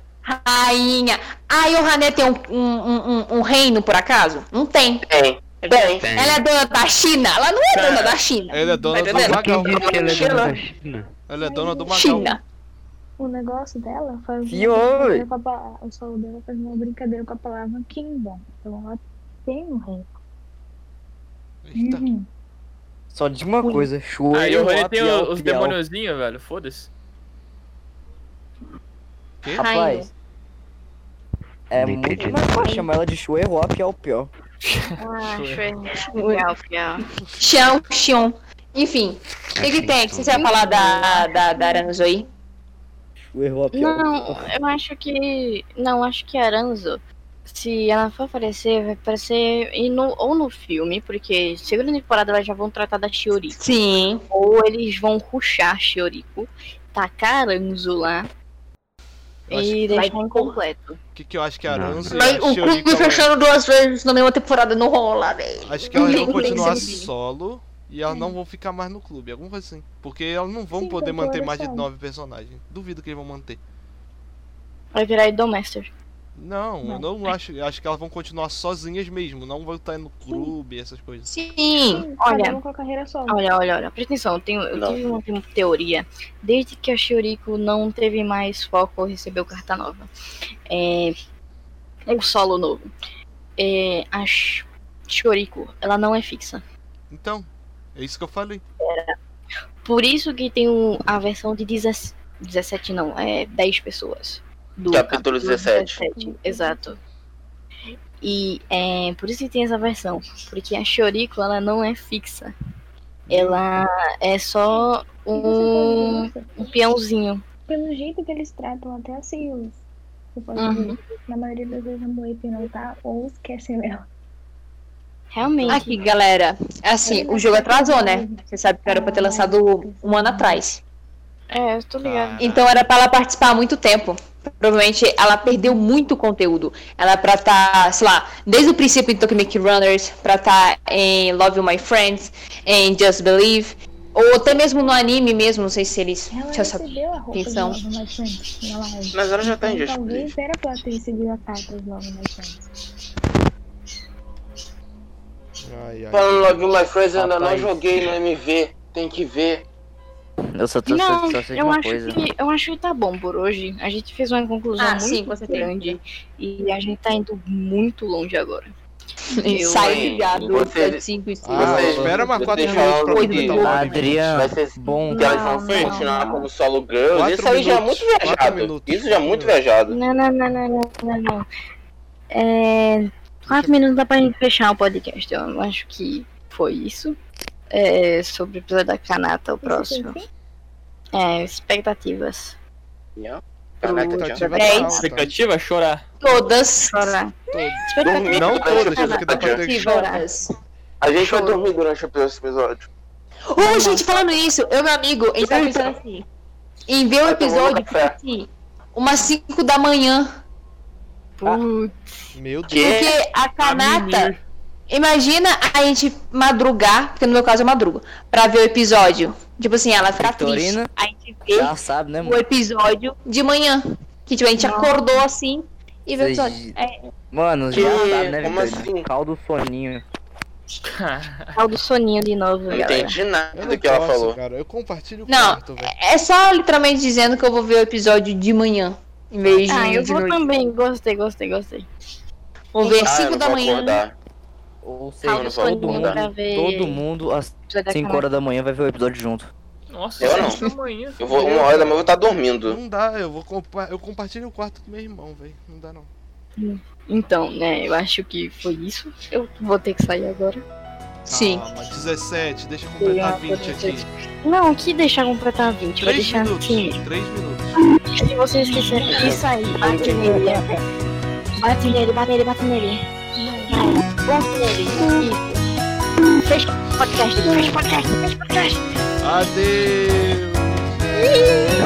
Speaker 7: Rainha. A Yohané tem um, um- um- um- um reino, por acaso? Não tem.
Speaker 5: Tem. Tem.
Speaker 3: Tem.
Speaker 7: Ela é dona da China? Ela não é dona da China.
Speaker 2: Ela é dona do
Speaker 7: Entendeu?
Speaker 2: Magal.
Speaker 3: Quem disse que ela é dona da China?
Speaker 2: Ela é dona do Magal.
Speaker 7: China.
Speaker 6: O negócio dela foi uma
Speaker 4: Senhor!
Speaker 6: brincadeira com a pa- o solo dela faz uma brincadeira com a palavra kingdom. Então ela tem um rei.
Speaker 2: Eita.
Speaker 6: Uhum.
Speaker 4: Só de uma coisa, choro.
Speaker 9: Aí o Rony tem o- os demôniozinhos, velho. Foda-se.
Speaker 7: Rainha.
Speaker 4: Rapaz. É
Speaker 3: Não
Speaker 4: muito
Speaker 3: entendi.
Speaker 4: mais fácil chamar ela de Shuero Apiau Piau.
Speaker 1: Ah, foi real, real.
Speaker 7: Xião, Xion. Enfim. O que, que tem? O que você vai falar da, da, da Aranjo aí?
Speaker 4: Shuero Apiau.
Speaker 1: Não, eu acho que. Não, acho que Aranzo se ela for aparecer, vai aparecer e no, ou no filme, porque segunda temporada elas já vão tratar da Shioriko.
Speaker 7: Sim.
Speaker 1: Ou eles vão ruxar a Shioriko, tacar a Anzu lá
Speaker 2: Eu acho que-
Speaker 1: e deixar incompleto.
Speaker 2: O que, que eu acho que é a Aranzo e
Speaker 7: Mas
Speaker 2: a
Speaker 7: o
Speaker 2: Shioriko.
Speaker 7: clube fechando duas vezes na mesma temporada não rola, velho.
Speaker 2: Acho que elas
Speaker 7: Tem-
Speaker 2: vão
Speaker 7: tem que
Speaker 2: continuar
Speaker 7: ser menino.
Speaker 2: solo e elas não vão ficar mais no clube, alguma coisa assim. Porque elas não vão
Speaker 6: Sim,
Speaker 2: poder
Speaker 6: concordo,
Speaker 2: manter mais de
Speaker 6: sabe?
Speaker 2: nove personagens. Duvido que eles vão manter.
Speaker 1: Vai virar Idolmaster.
Speaker 2: Não, eu não acho. eu Acho que elas vão continuar sozinhas mesmo. Não vão estar no clube, essas coisas.
Speaker 7: Sim.
Speaker 1: Olha,
Speaker 6: Cada um com a carreira só.
Speaker 1: Olha, olha, olha, presta atenção, eu, tenho, eu
Speaker 5: Não.
Speaker 1: tive uma te- teoria. Desde que a Shioriko não teve mais foco ou recebeu carta nova, é, um solo novo, é, a Sh- Shioriko, ela não é fixa.
Speaker 2: Então, é isso que eu falei.
Speaker 1: Por isso que tem o- a versão de 17, 17 não, é 10 pessoas. Do
Speaker 5: Capítulo 17.
Speaker 1: 17, Exato. E é, por isso que tem essa versão. Porque a Shioriko, ela não é fixa. Ela é só
Speaker 6: E você
Speaker 1: um...
Speaker 6: tá vendo?
Speaker 1: um peãozinho.
Speaker 6: Pelo jeito que eles tratam até a Seiyuu. Você pode
Speaker 1: Uhum.
Speaker 6: ver, Na maioria das vezes a Moepe não tá ou esquecem dela.
Speaker 1: Realmente.
Speaker 7: Aqui, galera. Assim, o jogo atrasou, né? Você sabe que era pra ter lançado um ano atrás.
Speaker 1: É, eu tô
Speaker 4: Ah,
Speaker 1: ligado.
Speaker 7: Então era pra ela participar há muito tempo. Provavelmente ela perdeu muito conteúdo. Ela pra tá, sei lá, desde o princípio em Tokimeki Runners, pra tá em Love You My Friends, em Just Believe, ou até mesmo no anime mesmo, não sei se eles.
Speaker 6: Ela é
Speaker 7: Deixa eu só-
Speaker 6: recebeu a roupa
Speaker 7: atenção.
Speaker 6: de Nova Mais Friends na live.
Speaker 5: Mas ela já tá em
Speaker 6: Então,
Speaker 5: Just
Speaker 6: Talvez era pra ela ter recebido a carta de Nova Mais Friends.
Speaker 2: Ai, ai.
Speaker 5: Falando logo em My Friends, eu ainda não
Speaker 4: Rapaz.
Speaker 5: joguei no MV. Tem que ver.
Speaker 4: Eu só tô
Speaker 1: Não,
Speaker 4: só sei de
Speaker 1: eu
Speaker 4: uma
Speaker 1: acho,
Speaker 4: coisa.
Speaker 1: que, eu acho que tá bom por hoje. A gente fez uma conclusão
Speaker 7: Ah,
Speaker 1: muito
Speaker 7: sim, com certeza.
Speaker 1: grande. E a gente tá indo muito longe agora. Eu-
Speaker 7: Sai ligado,
Speaker 5: Você-
Speaker 7: 5 e 5.
Speaker 2: Ah,
Speaker 5: Vocês-
Speaker 2: espera mais
Speaker 5: vocês
Speaker 2: quatro
Speaker 5: deixam
Speaker 2: minutos pra
Speaker 5: algo
Speaker 7: completar
Speaker 5: que
Speaker 7: o nome.
Speaker 4: Adriano,
Speaker 5: um Vai ser
Speaker 4: bom.
Speaker 5: que elas vão
Speaker 1: Não,
Speaker 5: continuar
Speaker 1: não.
Speaker 5: como solo girls.
Speaker 2: Quatro
Speaker 5: Isso aí já é muito
Speaker 2: minutos, quatro
Speaker 5: viajado.
Speaker 2: minutos.
Speaker 5: Isso já é muito viajado.
Speaker 1: Não, não, não, não, não, não, não. É, Quatro minutos dá pra gente fechar o podcast. Eu acho que foi isso. É, sobre o episódio da Kanata, o próximo.
Speaker 6: assim?
Speaker 1: É, expectativas.
Speaker 5: Caraca, já.
Speaker 2: Expectativa
Speaker 7: É
Speaker 2: tá alta.
Speaker 9: Expectativa? Chorar.
Speaker 7: Todas.
Speaker 1: Chorar.
Speaker 5: Dormir.
Speaker 2: Não todas,
Speaker 5: Expectativa.
Speaker 2: porque dá pra ter que chorar.
Speaker 7: Todas.
Speaker 5: A gente vai dormir durante o próximo episódio.
Speaker 7: Ô, gente, falando isso, eu, meu amigo, ele tá pensando assim. Em ver o
Speaker 5: Vai tomar um
Speaker 7: episódio,
Speaker 5: café.
Speaker 7: assim, umas 5 da manhã.
Speaker 1: Putz,
Speaker 2: Meu Deus.
Speaker 5: Que?
Speaker 7: Porque a Kanata.
Speaker 9: mimir.
Speaker 7: Imagina a gente madrugar, porque no meu caso eu madrugo, pra ver o episódio. Tipo assim, ela fica triste.
Speaker 4: Vitorina.
Speaker 7: A gente vê
Speaker 4: Já sabe, né,
Speaker 7: o
Speaker 4: mano?
Speaker 7: episódio de manhã. Que tipo, a gente acordou assim e vê o episódio. É,
Speaker 4: Mano, já
Speaker 5: Que?
Speaker 4: sabe, né,
Speaker 5: Como
Speaker 4: Vitorina?
Speaker 5: assim?
Speaker 4: Caldo soninho.
Speaker 1: tal é do soninho de novo,
Speaker 5: Não
Speaker 1: galera.
Speaker 5: entendi nada
Speaker 2: Eu
Speaker 5: do
Speaker 2: não
Speaker 5: que ela
Speaker 2: posso,
Speaker 5: falou.
Speaker 2: Cara. Eu compartilho o
Speaker 7: Não,
Speaker 2: quarto, velho.
Speaker 7: é só literalmente dizendo que eu vou ver o episódio de manhã. Em vez de,
Speaker 1: Ah, eu
Speaker 7: de
Speaker 1: vou
Speaker 7: noite.
Speaker 1: também. Gostei, gostei, gostei.
Speaker 7: Vou ver
Speaker 5: Ah, eu
Speaker 7: 5
Speaker 5: não
Speaker 7: da
Speaker 5: vou
Speaker 7: manhã.
Speaker 5: acordar.
Speaker 4: Ou seja,
Speaker 5: Eu
Speaker 1: Caldo
Speaker 5: não vou
Speaker 1: soninho
Speaker 5: acordar.
Speaker 1: pra ver.
Speaker 4: todo mundo às
Speaker 1: episódio da
Speaker 4: 5
Speaker 1: Kanata.
Speaker 4: horas da manhã vai ver o episódio junto.
Speaker 9: Nossa,
Speaker 5: Eu não.
Speaker 9: sete da manhã.
Speaker 5: Eu vou, uma hora da manhã eu vou estar dormindo.
Speaker 2: Não dá, eu vou compa- eu compartilho o quarto com meu irmão, velho. Não dá não.
Speaker 1: Então, né, eu acho que foi isso. Eu vou ter que sair agora.
Speaker 7: Sim.
Speaker 2: Calma, 17, deixa eu completar 20 aqui.
Speaker 1: Não, que deixar completar 20. Vai
Speaker 2: 3
Speaker 1: deixar
Speaker 2: minutos,
Speaker 1: assim.
Speaker 2: 3 minutos.
Speaker 1: Se você esquecer de sair, bate nele. Bate nele, bate nele, bate nele. Bate nele. Isso. Fecha o podcast, fecha o podcast, fecha o podcast.
Speaker 2: Adeus!